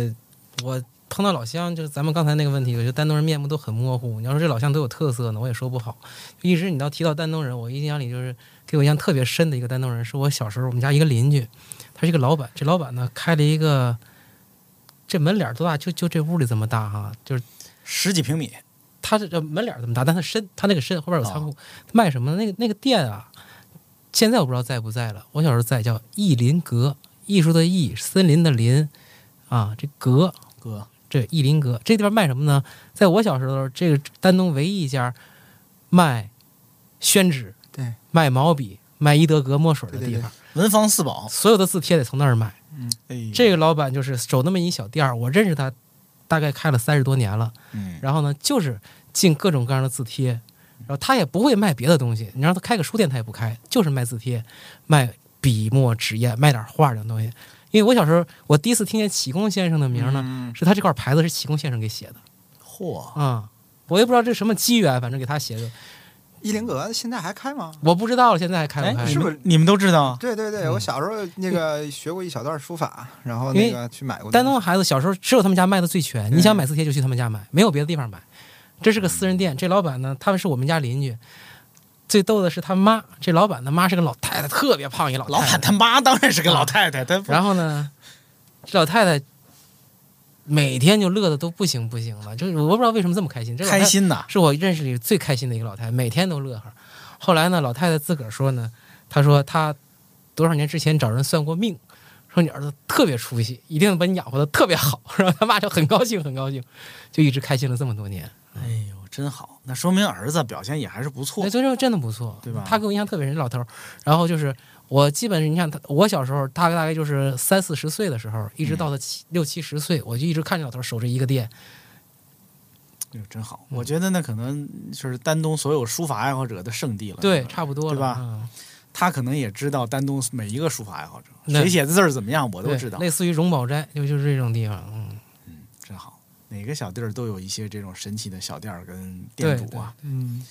S4: 我碰到老乡，就是咱们刚才那个问题，我觉得丹东人面目都很模糊。你要说这老乡都有特色呢，我也说不好。一直你要提到丹东人，我印象里就是给我印象特别深的一个丹东人，是我小时候我们家一个邻居，他是一个老板，这老板呢开了一个这门脸儿多大，就就这屋里这么大哈、就是
S3: 十几平米，
S4: 他这这呃门脸儿这么大，但他深，他那个深后边有仓库，
S5: 哦
S4: 他卖什么呢？那个那个店啊，现在我不知道在不在了。我小时候在，叫艺林阁，艺术的艺，森林的林，啊，这阁
S3: 哥，
S4: 这艺林阁这地方卖什么呢？在我小时候，这个丹东唯一一家卖宣纸、
S5: 对
S4: 卖毛笔、卖伊德格墨水的地方，
S5: 对对对
S3: 文房四宝，
S4: 所有的字帖得从那儿买。
S5: 嗯
S3: 哎，
S4: 这个老板就是守那么一小店儿，我认识他，大概开了三十多年了。
S3: 嗯，
S4: 然后呢，就是进各种各样的字帖，然后他也不会卖别的东西。你让他开个书店，他也不开，就是卖字贴、卖笔墨纸砚、卖点画这种东西。因为我小时候，我第一次听见启功先生的名儿呢，
S5: 嗯
S4: 是他这块牌子是启功先生给写的
S3: 嚯，
S4: 啊、我也不知道这什么机缘，反正给他写的，
S5: 一林阁现在还开吗？
S4: 我不知道了现在还开不开？
S3: 哎，
S5: 是
S3: 你
S5: 不
S3: 们
S5: 是
S3: 你们都知道？
S5: 对对对，我小时候那个学过一小段书法，然后
S4: 嗯因为
S5: 那个去买过东西。
S4: 丹东孩子小时候只有他们家卖的最全，你想
S3: 嗯
S4: 买字帖就去他们家买，没有别的地方买。这是个私人店，这老板呢，他们是我们家邻居。最逗的是他妈，这老板他妈是个老太太，特别胖一老
S3: 老
S4: 太
S3: 板
S4: 太。
S3: 他妈当然是个老太太，她 不
S4: 然后呢，这老太太每天就乐的都不行不行了，就是我不知道为什么这么开心。这老太
S3: 开
S4: 太
S3: 心呐，
S4: 是我认识里最开心的一个老太太，每天都乐呵。后来呢，老太太自个儿说呢，她说她多少年之前找人算过命，说你儿子特别出息，一定把你养活的特别好。然后他妈就很高兴，很高兴，就一直开心了这么多年。
S3: 哎呦，真好，那说明儿子表现也还是不错
S4: 那。所以说真的不错，
S3: 对吧
S4: 他给我印象特别深，这老头儿。然后就是我基本是你看他，我小时候大概大概就是三四十岁的时候，一
S3: 嗯
S4: 直到他七、六七十岁，我就一直看着老头儿守着一个店。
S3: 哎呦，真好，
S4: 嗯
S3: 我觉得那可能就是丹东所有书法爱好者的圣地了。
S4: 对，差不多了，
S3: 嗯对吧
S4: 嗯
S3: 他可能也知道丹东每一个书法爱好者，
S4: 那
S3: 谁写的字儿怎么样，我都
S4: 对
S3: 知道。
S4: 类似于荣宝斋，就就是这种地方。嗯，
S3: 真好，每个小地儿都有一些这种神奇的小店儿跟
S4: 对
S3: 店主啊。
S5: 嗯，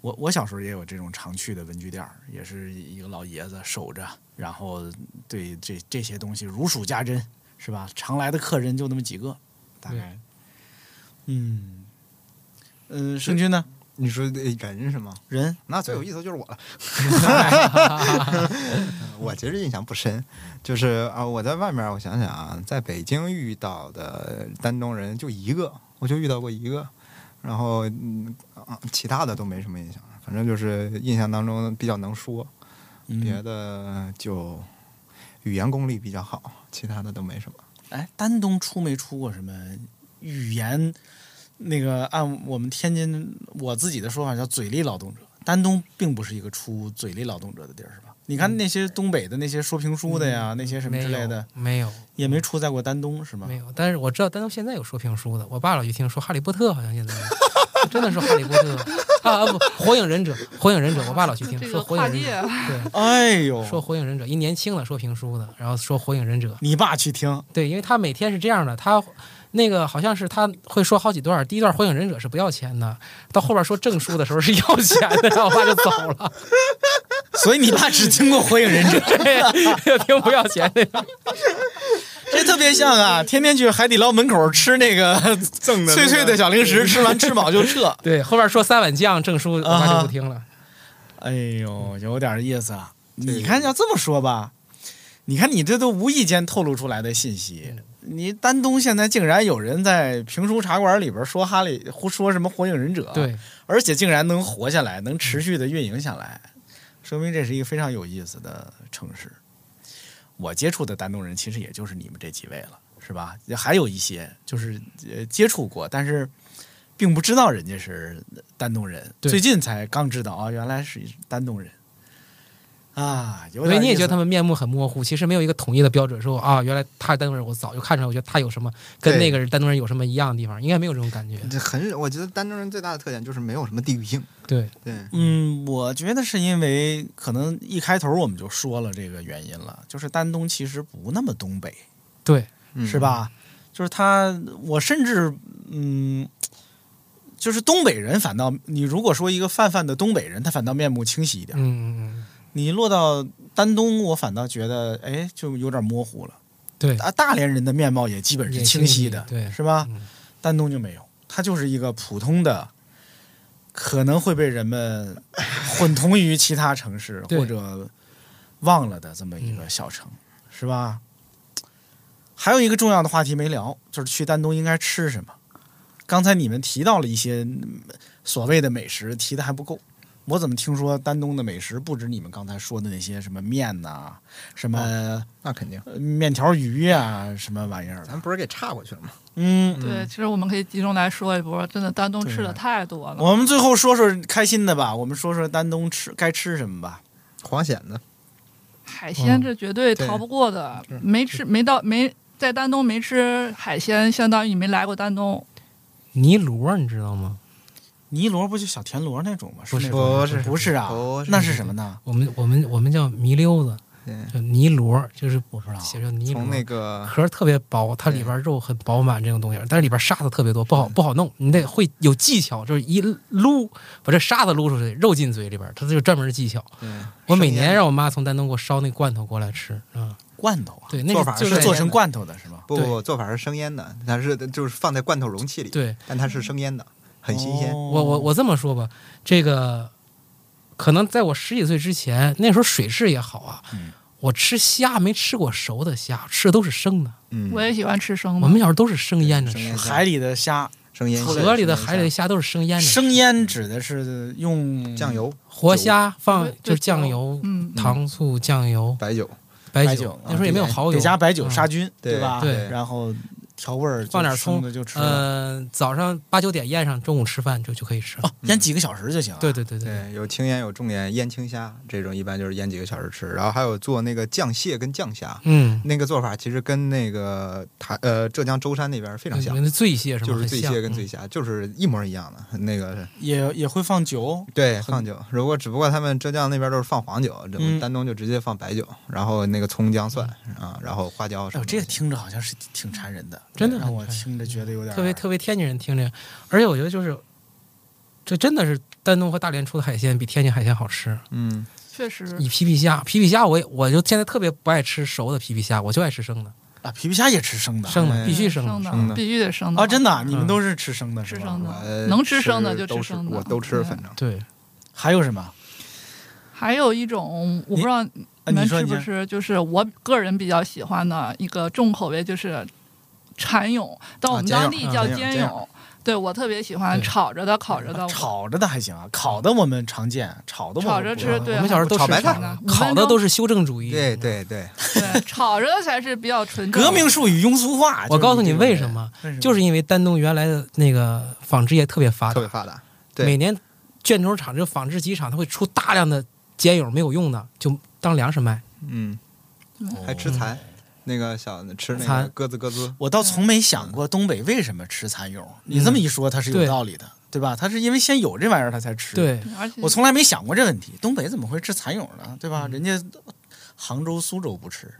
S3: 我我小时候也有这种常去的文具店儿，也是一个老爷子守着，然后对这这些东西如数家珍，是吧？常来的客人就那么几个，大概。嗯，嗯，圣 君呢？
S5: 你说呃人是吗？
S3: 人
S5: 那最有意思的就是我了。我其实印象不深，就是啊、我在外面儿，我想想啊，在北京遇到的丹东人就一个，我就遇到过一个，然后嗯、啊，其他的都没什么印象，反正就是印象当中比较能说，别
S3: 嗯，
S5: 的就语言功力比较好，其他的都没什 么。
S3: 哎，丹东出没出过什么语言？那个按我们天津我自己的说法叫嘴力劳动者，丹东并不是一个出嘴力劳动者的地儿，是吧？你看那些东北的那些说评书的呀，那些什么
S4: 嗯没
S3: 之
S4: 有
S3: 类的，
S4: 没有
S3: 也没出在过丹东，是吗？
S4: 没有，但是我知道丹东现在有说评书的。我爸老一听说《哈利波特》，好像现在真的是《哈利波特》啊啊不，《火影忍者》《火影忍者》，我爸老去听
S6: 这
S4: 说
S6: 个
S4: 《火
S6: 跨
S4: 影忍
S6: 界
S4: 者》，对，
S3: 哎呦，
S4: 说《火影忍者》，一年轻的说评书的，然后说《火影忍者》，
S3: 你爸去听，
S4: 对，因为他每天是这样的，他那个好像是他会说好几段儿，第一段《火影忍者》是不要钱的，到后边说证书的时候是要钱的，然后我爸就走了，
S3: 所以你爸只听过《火影忍者》，
S4: 对， 听不要钱的。
S3: 这特别像啊，天天去海底捞门口吃 那个
S5: 赠的那
S3: 脆
S5: 个
S3: 脆的小零食，吃完吃饱就撤。
S4: 对，后边说三碗酱证书，我爸就不听了。
S3: 哎呦，有点意思啊！你看要这么说吧，你看你这都无意间透露出来的信息。你丹东现在竟然有人在评书茶馆里边说哈利，胡说什么《火影忍者》，啊
S4: 对，
S3: 而且竟然能活下来，能持续的运营下来，说明这是一个非常有意思的城市。我接触的丹东人其实也就是你们这几位了，是吧？也还有一些就是呃接触过，但是并不知道人家是丹东人，
S4: 对
S3: 最近才刚知道啊，原来是丹东人啊，有
S4: 所以
S3: 点
S4: 你也
S3: 意思
S4: 觉得他们面目很模糊，其实没有一个统一的标准，说啊，原来他是丹东人，我早就看出来，我觉得他有什么跟
S5: 对
S4: 那个人丹东人有什么一样的地方，应该没有这种感觉。
S5: 这很，我觉得丹东人最大的特点就是没有什么地域性。
S4: 对，
S5: 对，
S3: 嗯，我觉得是因为可能一开头我们就说了这个原因了，就是丹东其实不那么东北，
S4: 对，
S5: 嗯
S3: 是？吧？就是他，我甚至嗯，就是东北人反倒，你如果说一个泛泛的东北人，他反倒面目清晰一点。
S4: 嗯嗯
S3: 你落到丹东，我反倒觉得哎，就有点模糊了。
S4: 对，
S3: 啊，大连人的面貌也基本是
S4: 也
S3: 清晰
S4: 晰
S3: 的，
S4: 对
S3: 是吧？
S4: 嗯
S3: 丹东就没有，它就是一个普通的，可能会被人们混同于其他城市
S4: 对嗯
S3: 或者忘了的这么一个小城，是吧？还有一个重要的话题没聊，就是去丹东应该吃什么。刚才你们提到了一些嗯所谓的美食，提的还不够。我怎么听说丹东的美食不止你们刚才说的那些什么面呐、什么、
S4: 哦
S5: 嗯那肯定，
S3: 呃面条鱼啊，什么玩意儿的
S5: 咱。不是给岔过去了吗？
S3: 嗯，
S6: 对，其实我们可以集中来说一波，真的丹东吃的太多了。
S3: 我们最后说说开心的吧，我们说说丹东吃该吃什么吧。
S5: 黄蚬子，
S6: 海鲜这绝对逃不过的，没吃没到没在丹东没吃海鲜，相当于你没来过丹东。
S4: 泥螺你知道吗？
S3: 泥螺不就小田螺那种吗？
S4: 不是
S3: 那种吗
S5: 不是
S3: 不是啊
S5: 不，是
S3: 那是什么呢？
S4: 我们我们我们叫泥溜子，
S5: 对，
S4: 就泥螺，就是
S3: 我不知道。
S4: 写成泥螺
S5: 从。那个
S4: 壳儿特别薄，它里边儿肉很饱满，这种东西，但是里边儿沙子特别多，不
S3: 嗯
S4: 好不好弄，你得会有技巧，就是一撸把这沙子撸出去，肉进嘴里边儿，它这有专门的技巧。
S5: 对
S4: 我每
S5: 生腌
S4: 年
S5: 的
S4: 让我妈从丹东给我烧那罐头过来吃啊、
S3: 罐头啊，
S4: 对，那
S5: 做法
S4: 是就是
S3: 是做
S5: 做
S3: 成
S5: 成
S3: 罐头的是吗？
S5: 不
S4: 对
S5: 不做法是生腌的，它是就是放在罐头容器里，，
S4: 对
S5: 但它是生腌的，很新鲜。
S3: 哦
S4: 我我我这么说吧，这个可能在我十几岁之前，那时候水质也好啊，
S3: 嗯
S4: 我吃虾没吃过熟的虾，吃的都是生的。
S5: 嗯，
S6: 我也喜欢吃生
S4: 我
S6: 的
S4: 们，小时候都是生腌着
S5: 生
S4: 吃
S5: 腌，
S3: 海里的虾，
S5: 生腌
S4: 河里的、海里的虾都是生腌着吃，
S3: 生腌指的是用
S5: 酱油、
S4: 活虾放
S6: 对
S4: 就是酱油、
S6: 嗯，
S4: 糖醋酱油、
S5: 白酒，
S4: 白
S3: 白酒啊
S4: 那时候也没有蚝油，
S3: 得加白酒
S4: 嗯
S3: 杀菌，对
S5: 对
S3: 吧？
S4: 对
S3: 然后调味儿，
S4: 放点
S3: 就生
S4: 葱
S3: 的就吃了。
S4: 呃，早上八九点腌上，中午吃饭就就可以吃。
S3: 哦，腌几个小时就行啊。
S4: 对对对对，
S5: 对，有青腌有重腌，腌青虾这种一般就是腌几个小时吃，然后还有做那个酱蟹跟酱虾，
S4: 嗯，
S5: 那个做法其实跟那个台呃浙江舟山那边非常
S4: 里
S5: 像
S4: 面，的醉蟹什么
S5: 就是
S4: 很
S5: 醉
S4: 像嗯
S5: 蟹跟醉，虾就是一模一样的那个是。
S3: 也也会放酒，
S5: 对，放酒。如果只不过他们浙江那边都是放黄酒，这
S3: 嗯
S5: 丹东就直接放白酒，然后那个葱姜蒜
S4: 嗯
S5: 啊，然后花椒什
S3: 哎呦，
S5: 么
S3: 这
S5: 的。
S3: 个听着好像是挺馋人的，
S4: 真的
S3: 让我
S4: 很馋
S3: 听着觉得有点
S4: 嗯
S5: 啊
S4: 特别特别天津人听着，而且我觉得就是，这真的是丹东和大连出的海鲜比天津海鲜好吃。
S5: 嗯，
S6: 确实
S4: 以皮皮虾，皮皮虾我也我就现在特别不爱吃熟的皮皮虾，我就爱吃生的，
S3: 啊，皮皮虾也吃生的，
S4: 生
S5: 哎
S4: 的必须
S6: 生
S4: 生的。
S5: 生
S6: 的，
S5: 的
S6: 必须得生的
S3: 啊，真的啊，你们
S4: 嗯
S3: 都是吃生的，
S6: 吃
S3: 是吧
S6: 生的，
S5: 我
S6: 能吃生的就
S5: 都
S6: 吃
S5: 呃吃
S6: 生的，
S5: 我都吃，
S6: 对
S5: 反正
S4: 对，
S3: 还有什么？
S6: 还有一种我不知道你
S3: 啊你
S6: 们
S3: 说
S6: 吃
S3: 你
S6: 不
S3: 说
S6: 吃，就是我个人比较喜欢的一个重口味，就是蚕蛹，但我们
S5: 煎
S6: 当
S5: 蛹
S6: 地
S4: 啊
S6: 叫
S5: 煎蛹
S6: 煎
S5: 煎
S6: 蛹。对我特别喜欢
S4: 对
S6: 炒着的、烤着的，
S3: 炒着的还行啊，烤的我们常见，炒的我
S6: 炒
S3: 们
S6: 着
S3: 不
S6: 吃
S3: 知道
S6: 对
S4: 我们小时候都
S5: 啊炒
S4: 吃
S5: 白菜
S4: 炒的
S6: 五分
S4: 烤的
S6: 钟
S4: 都是修正主义。嗯
S5: 对对对，
S6: 对，炒着的才是比较纯正的。
S3: 革命术语庸俗化。
S5: 啊
S4: 我告诉你
S3: 就是这个
S4: 为
S3: 人
S4: 什，么，
S3: 为什么
S4: 就是因为丹东原来的那个纺织业特别发
S5: 特
S4: 达
S5: 别，发达。对
S4: 每年卷轴厂这个纺织机厂，它会出大量的茧蛹没有用的，就当粮食卖。
S5: 嗯，还
S4: 哦
S5: 吃蚕，那个小吃那个
S4: 蚕
S5: 鸽子鸽子。
S3: 我倒从没想过东北为什么吃蚕蛹。你这么一说，它是有
S4: 嗯对
S3: 道理的，对吧？它是因为先有这玩意儿，它才吃。，
S4: 对，
S6: 而且
S3: 我从来没想过这问题，东北怎么会吃蚕蛹呢？对
S4: 嗯
S3: 吧？人家杭州、苏州不吃，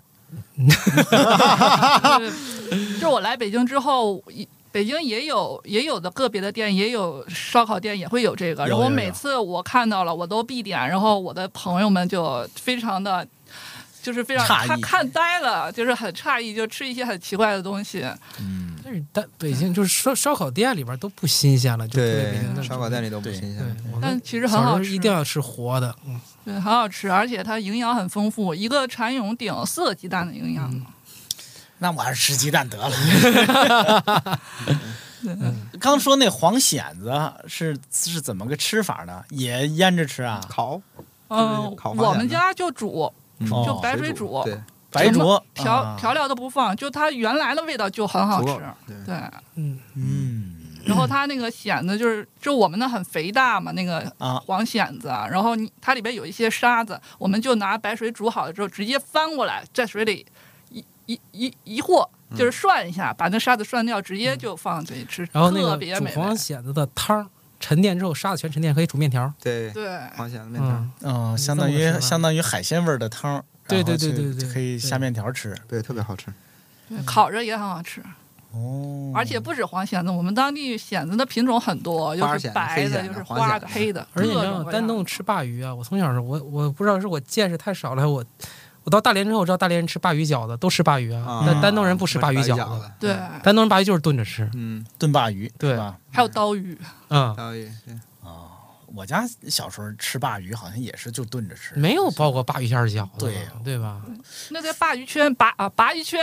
S6: 就是就是我来北京之后，一北京也有也有的个别的店，也有烧烤店也会有这个。
S3: 有
S6: 然后我
S3: 有
S6: 每
S3: 有
S6: 次我看到了，我都必点。然后我的朋友们就非常的，就是非常
S3: 诧
S6: 看
S3: 异
S6: 看呆了，就是很诧异，就吃一些很奇怪的东西。
S3: 嗯，
S4: 但是丹北京就是烧烧烤店里边都不新鲜了，就特别北
S5: 对
S4: 京，的
S5: 烧烤店嗯里都不
S3: 对
S5: 新
S4: 对
S5: 鲜。，
S4: 我
S6: 但
S4: 们
S6: 其实
S4: 小
S6: 很
S4: 时
S6: 好
S4: 候
S6: 吃，
S4: 一定要吃活的。嗯
S6: 对，很好吃，而且它营养很丰富，一个蚕蛹顶四个鸡蛋的营养。
S3: 那我还是吃鸡蛋得了。
S6: 对
S3: 刚说那黄蚬子是是怎么个吃法呢？也腌着吃啊？
S5: 烤
S6: 嗯
S5: 烤，黄
S6: 我
S5: 蚬
S6: 们
S5: 子
S6: 家就煮，
S4: 嗯
S3: 哦
S6: 就白水
S5: 嗯煮
S6: 煮，
S5: 对，
S3: 白灼
S6: 调、
S3: 啊
S6: 调料都不放，就它原来的味道就很好
S5: 足
S6: 吃
S5: 够。对，
S6: 对，
S4: 嗯，
S3: 嗯
S6: 然后它那个蚬子就是，就我们那很肥大嘛，那个
S3: 啊，
S6: 黄蚬子啊，然后你它里边有一些沙子，我们就拿白水煮好了之后，直接翻过来，在水里一一一一和，就是涮一下，把那沙子涮掉，直接就放嘴里吃，
S4: 嗯然后那
S6: 特
S4: 个
S6: 别
S4: 煮
S6: 美
S4: 黄
S6: 味。
S4: 蚬子的汤儿沉淀之后，沙子全沉淀，可以煮面条儿。
S5: 对，
S6: 对，
S5: 黄蚬子面条，
S4: 嗯，
S3: 嗯、
S4: 你
S3: 相
S4: 这
S3: 当
S4: 么吃
S3: 于
S4: 吧
S3: 相当于海鲜味儿的汤儿，
S4: 对
S3: 然后
S4: 对对
S3: 就
S4: 对对
S3: 可以下
S4: 对
S3: 面条吃。
S5: 对，特别好吃。
S4: 嗯
S6: 对烤着也很好吃，
S3: 哦，
S6: 而且不止黄蚬子，我们当地蚬子的品种很多，
S5: 花
S6: 又
S5: 蚬
S6: 是
S5: 子
S6: 白
S5: 黑蚬
S6: 的，
S5: 子
S6: 又是
S5: 黄
S6: 花的、
S5: 蚬子
S6: 黑的，
S4: 而且你
S6: 各
S4: 知道
S6: 种
S4: 丹东吃鲅鱼啊，我从小时候我我不知道是我见识太少了，还是我我到大连之后，我知道大连人吃鲅鱼饺子，都吃鲅鱼啊
S5: 啊，
S4: 但丹东人不吃鲅鱼饺
S5: 不吃鲅鱼饺
S4: 子
S5: 子，
S6: 对，
S4: 丹东人鲅鱼就是炖着吃，
S5: 嗯，
S3: 炖鲅鱼，
S4: 对
S3: 是吧？
S6: 还有刀鱼，
S4: 嗯，
S5: 导演，对
S3: 我家小时候吃鲅鱼好像也是就炖着吃，
S4: 没有包过鲅鱼馅儿饺子，
S3: 对呀
S4: 对吧？嗯
S6: 那在鲅鱼圈鲅啊鲅鱼圈，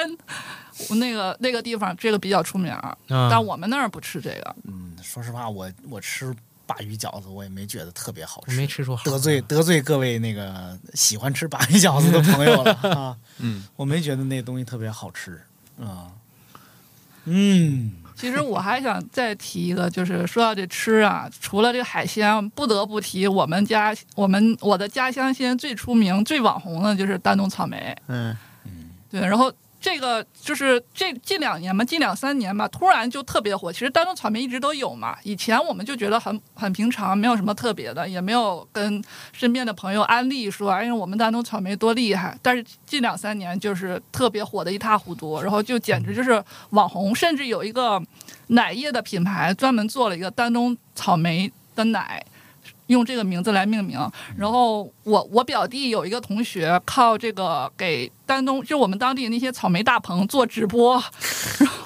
S6: 我那个那个地方这个比较出名儿，
S4: 嗯
S6: 啊但我们那儿不吃这个。
S3: 嗯，说实话，我我吃鲅鱼饺子，我也没觉得特别好
S4: 嗯我
S3: 吃，
S4: 没吃出好
S3: 得罪得罪各位那个喜欢吃鲅鱼饺子的朋友了啊！
S5: 嗯，
S3: 我没觉得那东西特别好吃啊。嗯，
S6: 其实我还想再提一个，就是说到这吃啊，除了这个海鲜，不得不提我们家我们我的家乡现在最出名、最网红的就是丹东草莓。
S5: 嗯，
S6: 对，然后这个就是这近两年嘛，近两三年吧，突然就特别火。其实丹东草莓一直都有嘛，以前我们就觉得很很平常，没有什么特别的，也没有跟身边的朋友安利说，哎呀，我们丹东草莓多厉害。但是近两三年就是特别火的一塌糊涂，然后就简直就是网红，甚至有一个奶业的品牌专门做了一个丹东草莓的奶。用这个名字来命名，然后我我表弟有一个同学靠这个给丹东，就我们当地那些草莓大棚做直 播，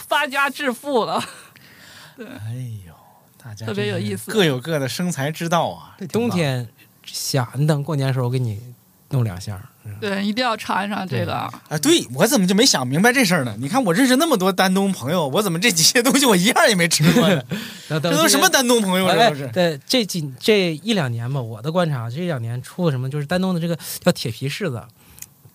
S6: 发家致富了，
S3: 哎呦，大家
S6: 特别
S3: 真
S6: 有
S3: 是
S6: 意思
S3: 各有各的生财之道啊。
S4: 冬天下，你等过年的时候我给你弄两下儿，
S6: 对，一定要尝尝这个。
S3: 啊，对我怎么就没想明白这事儿呢？你看我认识那么多丹东朋友，我怎么这几些东西我一样也没吃过呢？
S4: 那
S3: 这都什么？丹东朋友这
S4: 哎
S3: 都是，？
S4: 对，这几这一两年吧，我的观察，这一两年出了什么？就是丹东的这个叫铁皮柿子，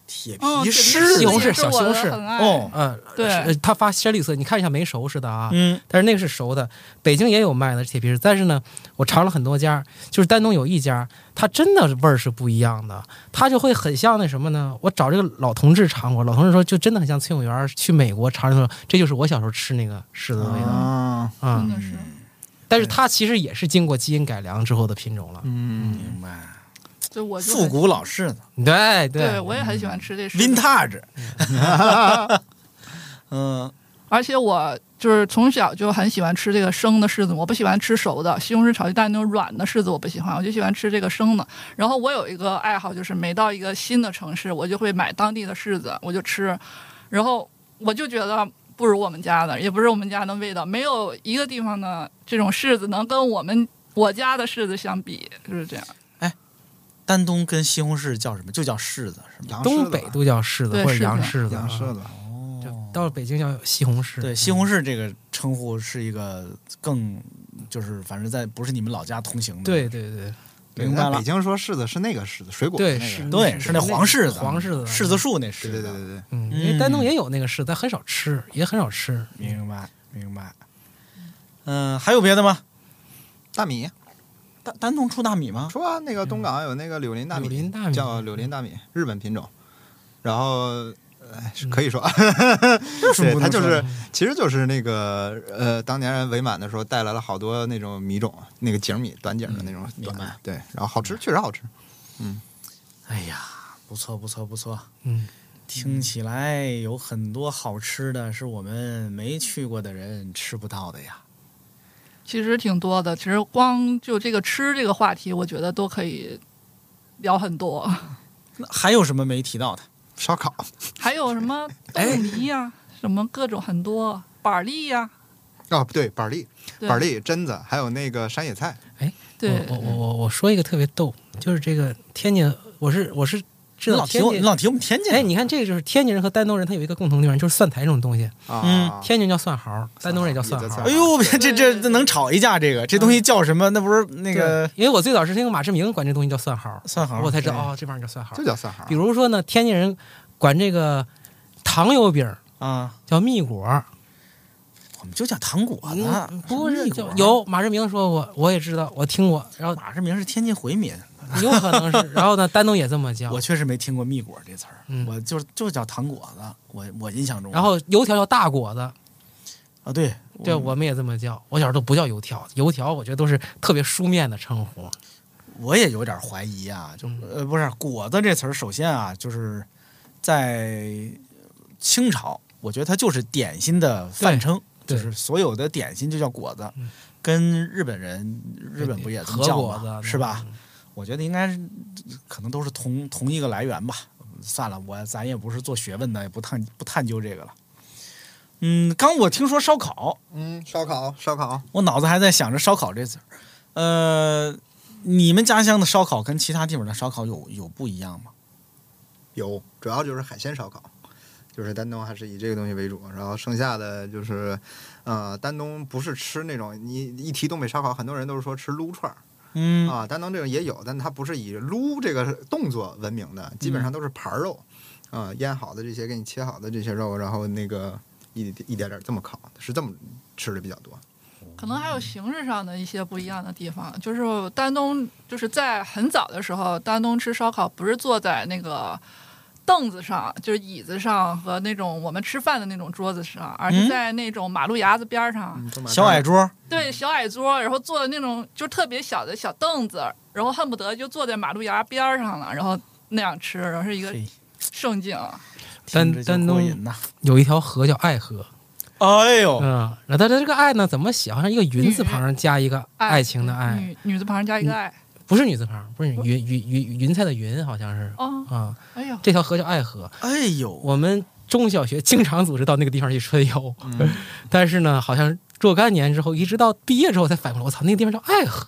S3: 铁
S6: 嗯，
S3: 皮
S4: 柿
S3: 柿
S4: 西红柿
S3: 子
S6: 也是
S4: 小西
S6: 我
S4: 红
S6: 的
S4: 柿
S6: 很爱
S3: 哦，
S4: 呃，
S6: 对
S4: 是它发深绿色，你看一下没熟似的啊，
S3: 嗯，
S4: 但是那个是熟的。北京也有卖的铁皮柿，但是呢，我尝了很多家，就是丹东有一家，它真的味儿是不一样的，它就会很像那什么呢？我找这个老同志尝过，老同志说就真的很像崔永元儿去美国尝的时候，这就是我小时候吃那个柿子的味
S3: 哦
S4: 道啊、
S5: 啊，
S3: 嗯
S6: 真的是。
S4: 但是它其实也是经过基因改良之后的品种了。
S5: 嗯，
S3: 明白，
S6: 就我就
S3: 复
S6: 很
S3: 古老柿子
S4: 对对
S6: 对我也很喜欢吃这食物。
S3: ，vintage，嗯。
S6: 而且我就是从小就很喜欢吃这个生的柿子，我不喜欢吃熟的。西红柿炒鸡蛋那种软的柿子我不喜欢，我就喜欢吃这个生的。然后我有一个爱好，就是每到一个新的城市，我就会买当地的柿子，我就吃。然后我就觉得不如我们家的，也不是我们家的味道，没有一个地方的这种柿子能跟我们我家的柿子相比，就是这样。
S3: 丹东跟西红柿叫什么？就叫柿子是吗？
S5: 杨柿
S4: 东
S5: 子
S4: 北
S5: 吧
S4: 都叫柿子
S6: 对
S4: 或者
S6: 柿子
S4: 洋柿子啊，
S5: 杨柿子，
S4: 就嗯到了北京叫西红柿。
S3: 哦对，西红柿这个称呼是一个更，就是反正在不是你们老家通行的。
S4: 对，对对
S5: 对
S3: 明白
S5: 咱
S3: 了
S5: 北京说柿子是那个柿子，水果
S4: 对
S5: 那
S4: 是
S5: 个，
S3: 对，是那黄柿子，
S4: 黄柿子
S3: 柿子树那柿
S5: 对对
S3: 子。
S5: 对对对，
S4: 嗯，因为
S3: 嗯
S4: 丹东也有那个柿，但很少吃，也很少吃。
S3: 明白明白。嗯、还有别的吗？
S5: 大米
S3: 丹丹东出大米吗？
S5: 说啊那个东港有那个柳林大米，
S4: 柳林大米
S5: 叫柳林大米，日本品种，然后。哎，是可以说，
S3: 这是
S5: 对，
S3: 不
S5: 它
S3: 能
S5: 就
S3: 说
S5: 是，其实就是那个，呃，当年伪满的时候带来了好多那种米种，那个井米、短井的那种
S3: 明
S5: 短
S3: 白，
S5: 对，然后好吃，确实好吃，
S3: 哎呀，不错不错不错，
S4: 嗯，
S3: 听起来有很多好吃的是我们没去过的人吃不到的呀。
S6: 其实挺多的，其实光就这个吃这个话题，我觉得都可以聊很多。
S3: 那还有什么没提到的？
S5: 烧烤，
S6: 还有什么
S5: 哎
S6: 豆泥呀、什么各种很多板栗呀、
S5: 哦，不对，板栗、
S6: 对
S5: 板栗、榛子，还有那个山野菜，
S6: 对
S4: 我我我我我说一个特别逗，就是这个天津，我是我是知
S3: 你
S4: 道
S3: 老提
S4: 天
S3: 我，你
S4: 津。
S3: 老提我们天津人。
S4: 哎，你看这个就是天津人和丹东人，他有一个共同地方，就是蒜苔这种东西。
S5: 啊
S3: 嗯，
S4: 天津叫蒜毫，丹东人也叫蒜
S5: 也叫
S4: 毫
S5: 蒜
S3: 哎
S5: 毫。
S3: 呦，别
S5: 对
S3: 这这这能吵一架，这个这东西叫什么？那不是那个
S4: 嗯对因为我最早是听马志明管这东西叫蒜毫，
S3: 蒜毫，
S4: 我才知道
S3: 对
S4: 哦，这玩意儿叫蒜毫
S5: 就。叫蒜毫
S4: 比，如说呢，天津人管这个糖油饼
S3: 啊，
S4: 叫蜜果，
S3: 我们就叫糖果了
S4: 嗯，不
S3: 是
S4: 是
S3: 蜜
S4: 就
S3: 果
S4: 有马志明说过，我也知道，我听过，然后
S3: 马志明是天津回民，
S4: 有可能 是，然后呢，丹东也这么叫
S3: 我，确实没听过蜜果这词儿
S4: 嗯，
S3: 我就就叫糖果子，我我印象中。
S4: 然后油条叫大果子，
S3: 啊，对
S4: 对，我们也这么叫。我小时候都不叫油条，油条我觉得都是特别书面的称呼。
S3: 我也有点怀疑啊，就
S4: 嗯
S3: 呃不是果子这词儿，首先啊，就是在清朝，我觉得它就是点心的泛称，就
S4: 对
S3: 是所有的点心就叫果子
S4: 嗯，
S3: 跟日本人日本不也这么
S4: 和
S3: 叫
S4: 果
S3: 吗？
S4: 子啊嗯
S3: 是吧？？我觉得应该是可能都是同同一个来源吧，算了，我咱也不是做学问的，也不探不探究这个了。嗯，刚我听说烧烤，
S5: 嗯，烧烤，烧烤，
S3: 我脑子还在想着烧烤这词儿。呃，你们家乡的烧烤跟其他地方的烧烤有有不一样吗？
S5: 有，主要就是海鲜烧烤，就是丹东还是以这个东西为主，然后剩下的就是，呃，丹东不是吃那种你一提东北烧烤，很多人都是说吃撸串儿
S3: 嗯
S5: 啊，丹东这种也有，但它不是以撸这个动作闻名的，基本上都是盘儿肉，啊、腌好的这些给你切好的这些肉，然后那个一一点点这么烤，是这么吃的比较多。
S6: 可能还有形式上的一些不一样的地方，就是丹东，就是在很早的时候，丹东吃烧烤不是坐在那个凳子上，就是椅子上和那种我们吃饭的那种桌子上，而是在那种马路牙子边儿上，
S5: 嗯，这么
S3: 小矮桌，
S6: 对小矮桌，然后坐的那种就特别小的小凳子，然后恨不得就坐在马路牙边儿上了，然后那样吃，然后是一个
S3: 嘿
S6: 盛景。
S4: 丹
S3: 听着就
S4: 丹
S3: 过
S4: 东
S3: 瘾呐！
S4: 有一条河叫爱河，
S3: 哎呦，
S4: 嗯，然后它这个爱呢，怎么写？好像一个云字旁加一个
S6: 爱嗯
S4: 爱情的
S5: 哎
S4: 爱，
S6: 女女字旁加一个
S4: 嗯
S6: 爱。
S4: 不是女字旁，不是云云云云彩的云，好像是
S6: 哦，
S4: 啊。
S6: 哎呦，
S4: 这条河叫爱河，
S3: 哎呦，
S4: 我们中小学经常组织到那个地方去春游，但是呢，好像若干年之后，一直到毕业之后才反应过来，我操，那个地方叫爱河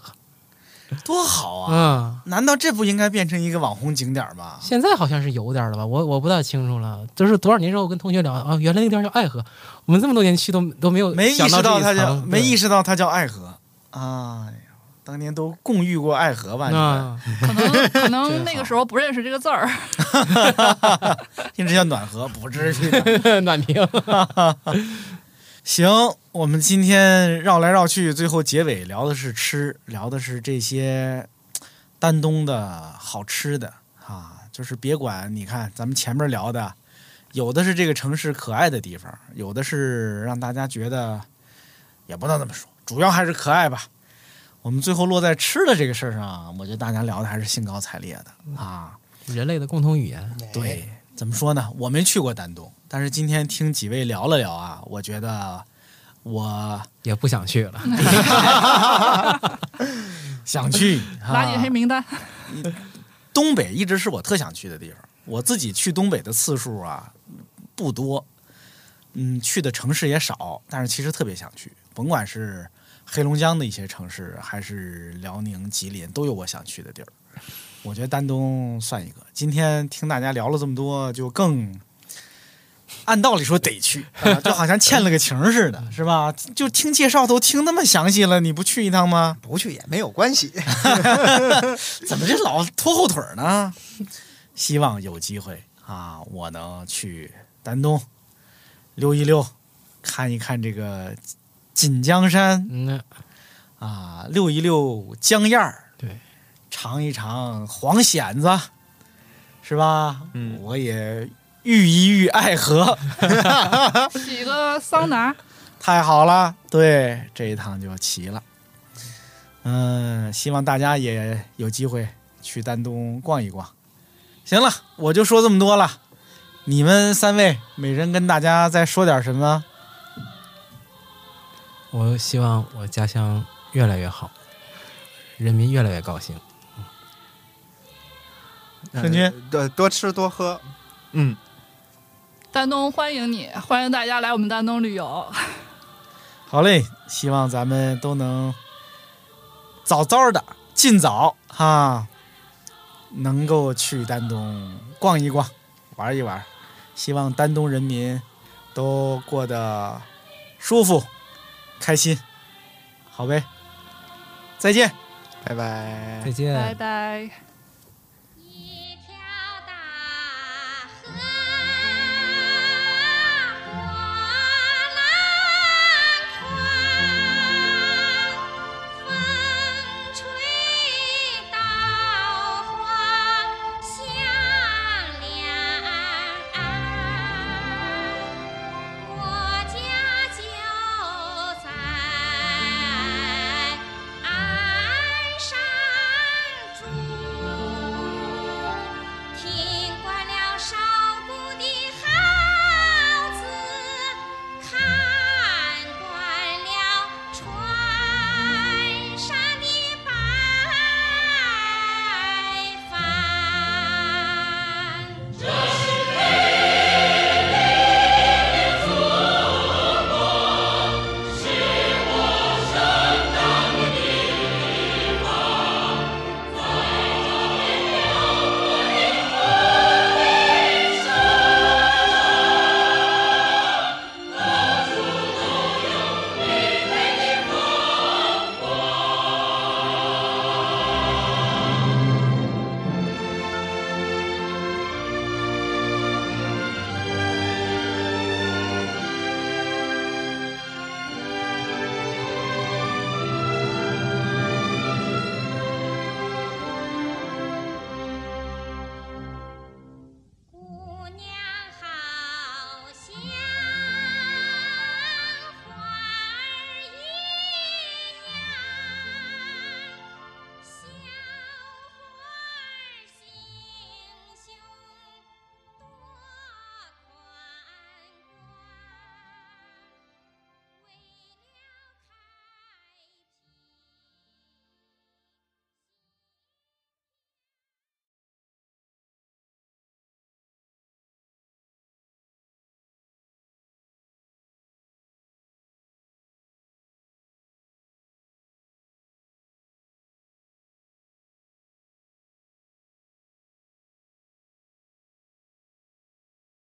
S3: 多好啊！
S4: 啊。
S3: 难道这不应该变成一个网红景点儿吗？
S4: 现在好像是有点了吧，我我不大清楚了。就是多少年之后跟同学聊啊，原来那个地方叫爱河，我们这么多年去都都没有
S3: 没意
S4: 想
S3: 识到
S4: 这
S3: 它
S4: 一
S3: 叫
S4: 层，
S3: 没意
S4: 识
S3: 识到它叫爱河。哎呀，当年都共浴过爱河吧？你们
S4: 啊。
S6: 可能可
S3: 真好
S6: 能那个时候不认识这个字儿。
S3: 一直叫暖河，不至于的。
S4: 暖瓶，
S3: 行，我们今天绕来绕去，最后结尾聊的是吃，聊的是这些嘖丹东的好吃的啊，就是别管你看咱们前面聊的，有的是这个城市可爱的地方，有的是让大家觉得也不能这么说，主要还是可爱吧。我们最后落在吃的这个事儿上，我觉得大家聊的还是兴高采烈的啊。
S4: 人类的共同语言。
S3: 对，怎么说呢？我没去过丹东，但是今天听几位聊了聊啊，我觉得我
S4: 也不想去了。
S3: 想去。
S6: 拉进
S3: 啊
S6: 黑名单。
S3: 东北一直是我特想去的地方。我自己去东北的次数啊不多，嗯，去的城市也少，但是其实特别想去，甭管是黑龙江的一些城市，还是辽宁、吉林，都有我想去的地儿。我觉得丹东算一个。今天听大家聊了这么多，就更按道理说得去，啊就好像欠了个情似的，是吧？就听介绍都听那么详细了，你不去一趟吗？
S5: 不去也没有关系。
S3: 怎么这老拖后腿儿呢？ 希望有机会啊，我能去丹东溜一溜，看一看这个锦江山
S4: 嗯，
S3: 啊，溜一溜江燕儿，
S4: 对，
S3: 尝一尝黄蚬子，是吧？
S5: 嗯
S3: 我也遇一遇爱河，
S6: 洗个桑拿，
S3: 太好了，对，这一趟就齐了。嗯，希望大家也有机会去丹东逛一逛。行了，我就说这么多了。你们三位每人跟大家再说点什么？
S4: 我希望我家乡越来越好，人民越来越高兴。
S3: 顺军
S5: 呃多多吃多喝，嗯，
S6: 丹东欢迎你，欢迎大家来我们丹东旅游。
S3: 好嘞，希望咱们都能早早的、尽早哈、能够去丹东逛一逛、玩一玩。希望丹东人民都过得舒服、开心。好呗，再见。
S5: 拜拜
S4: 再见。
S6: 拜拜。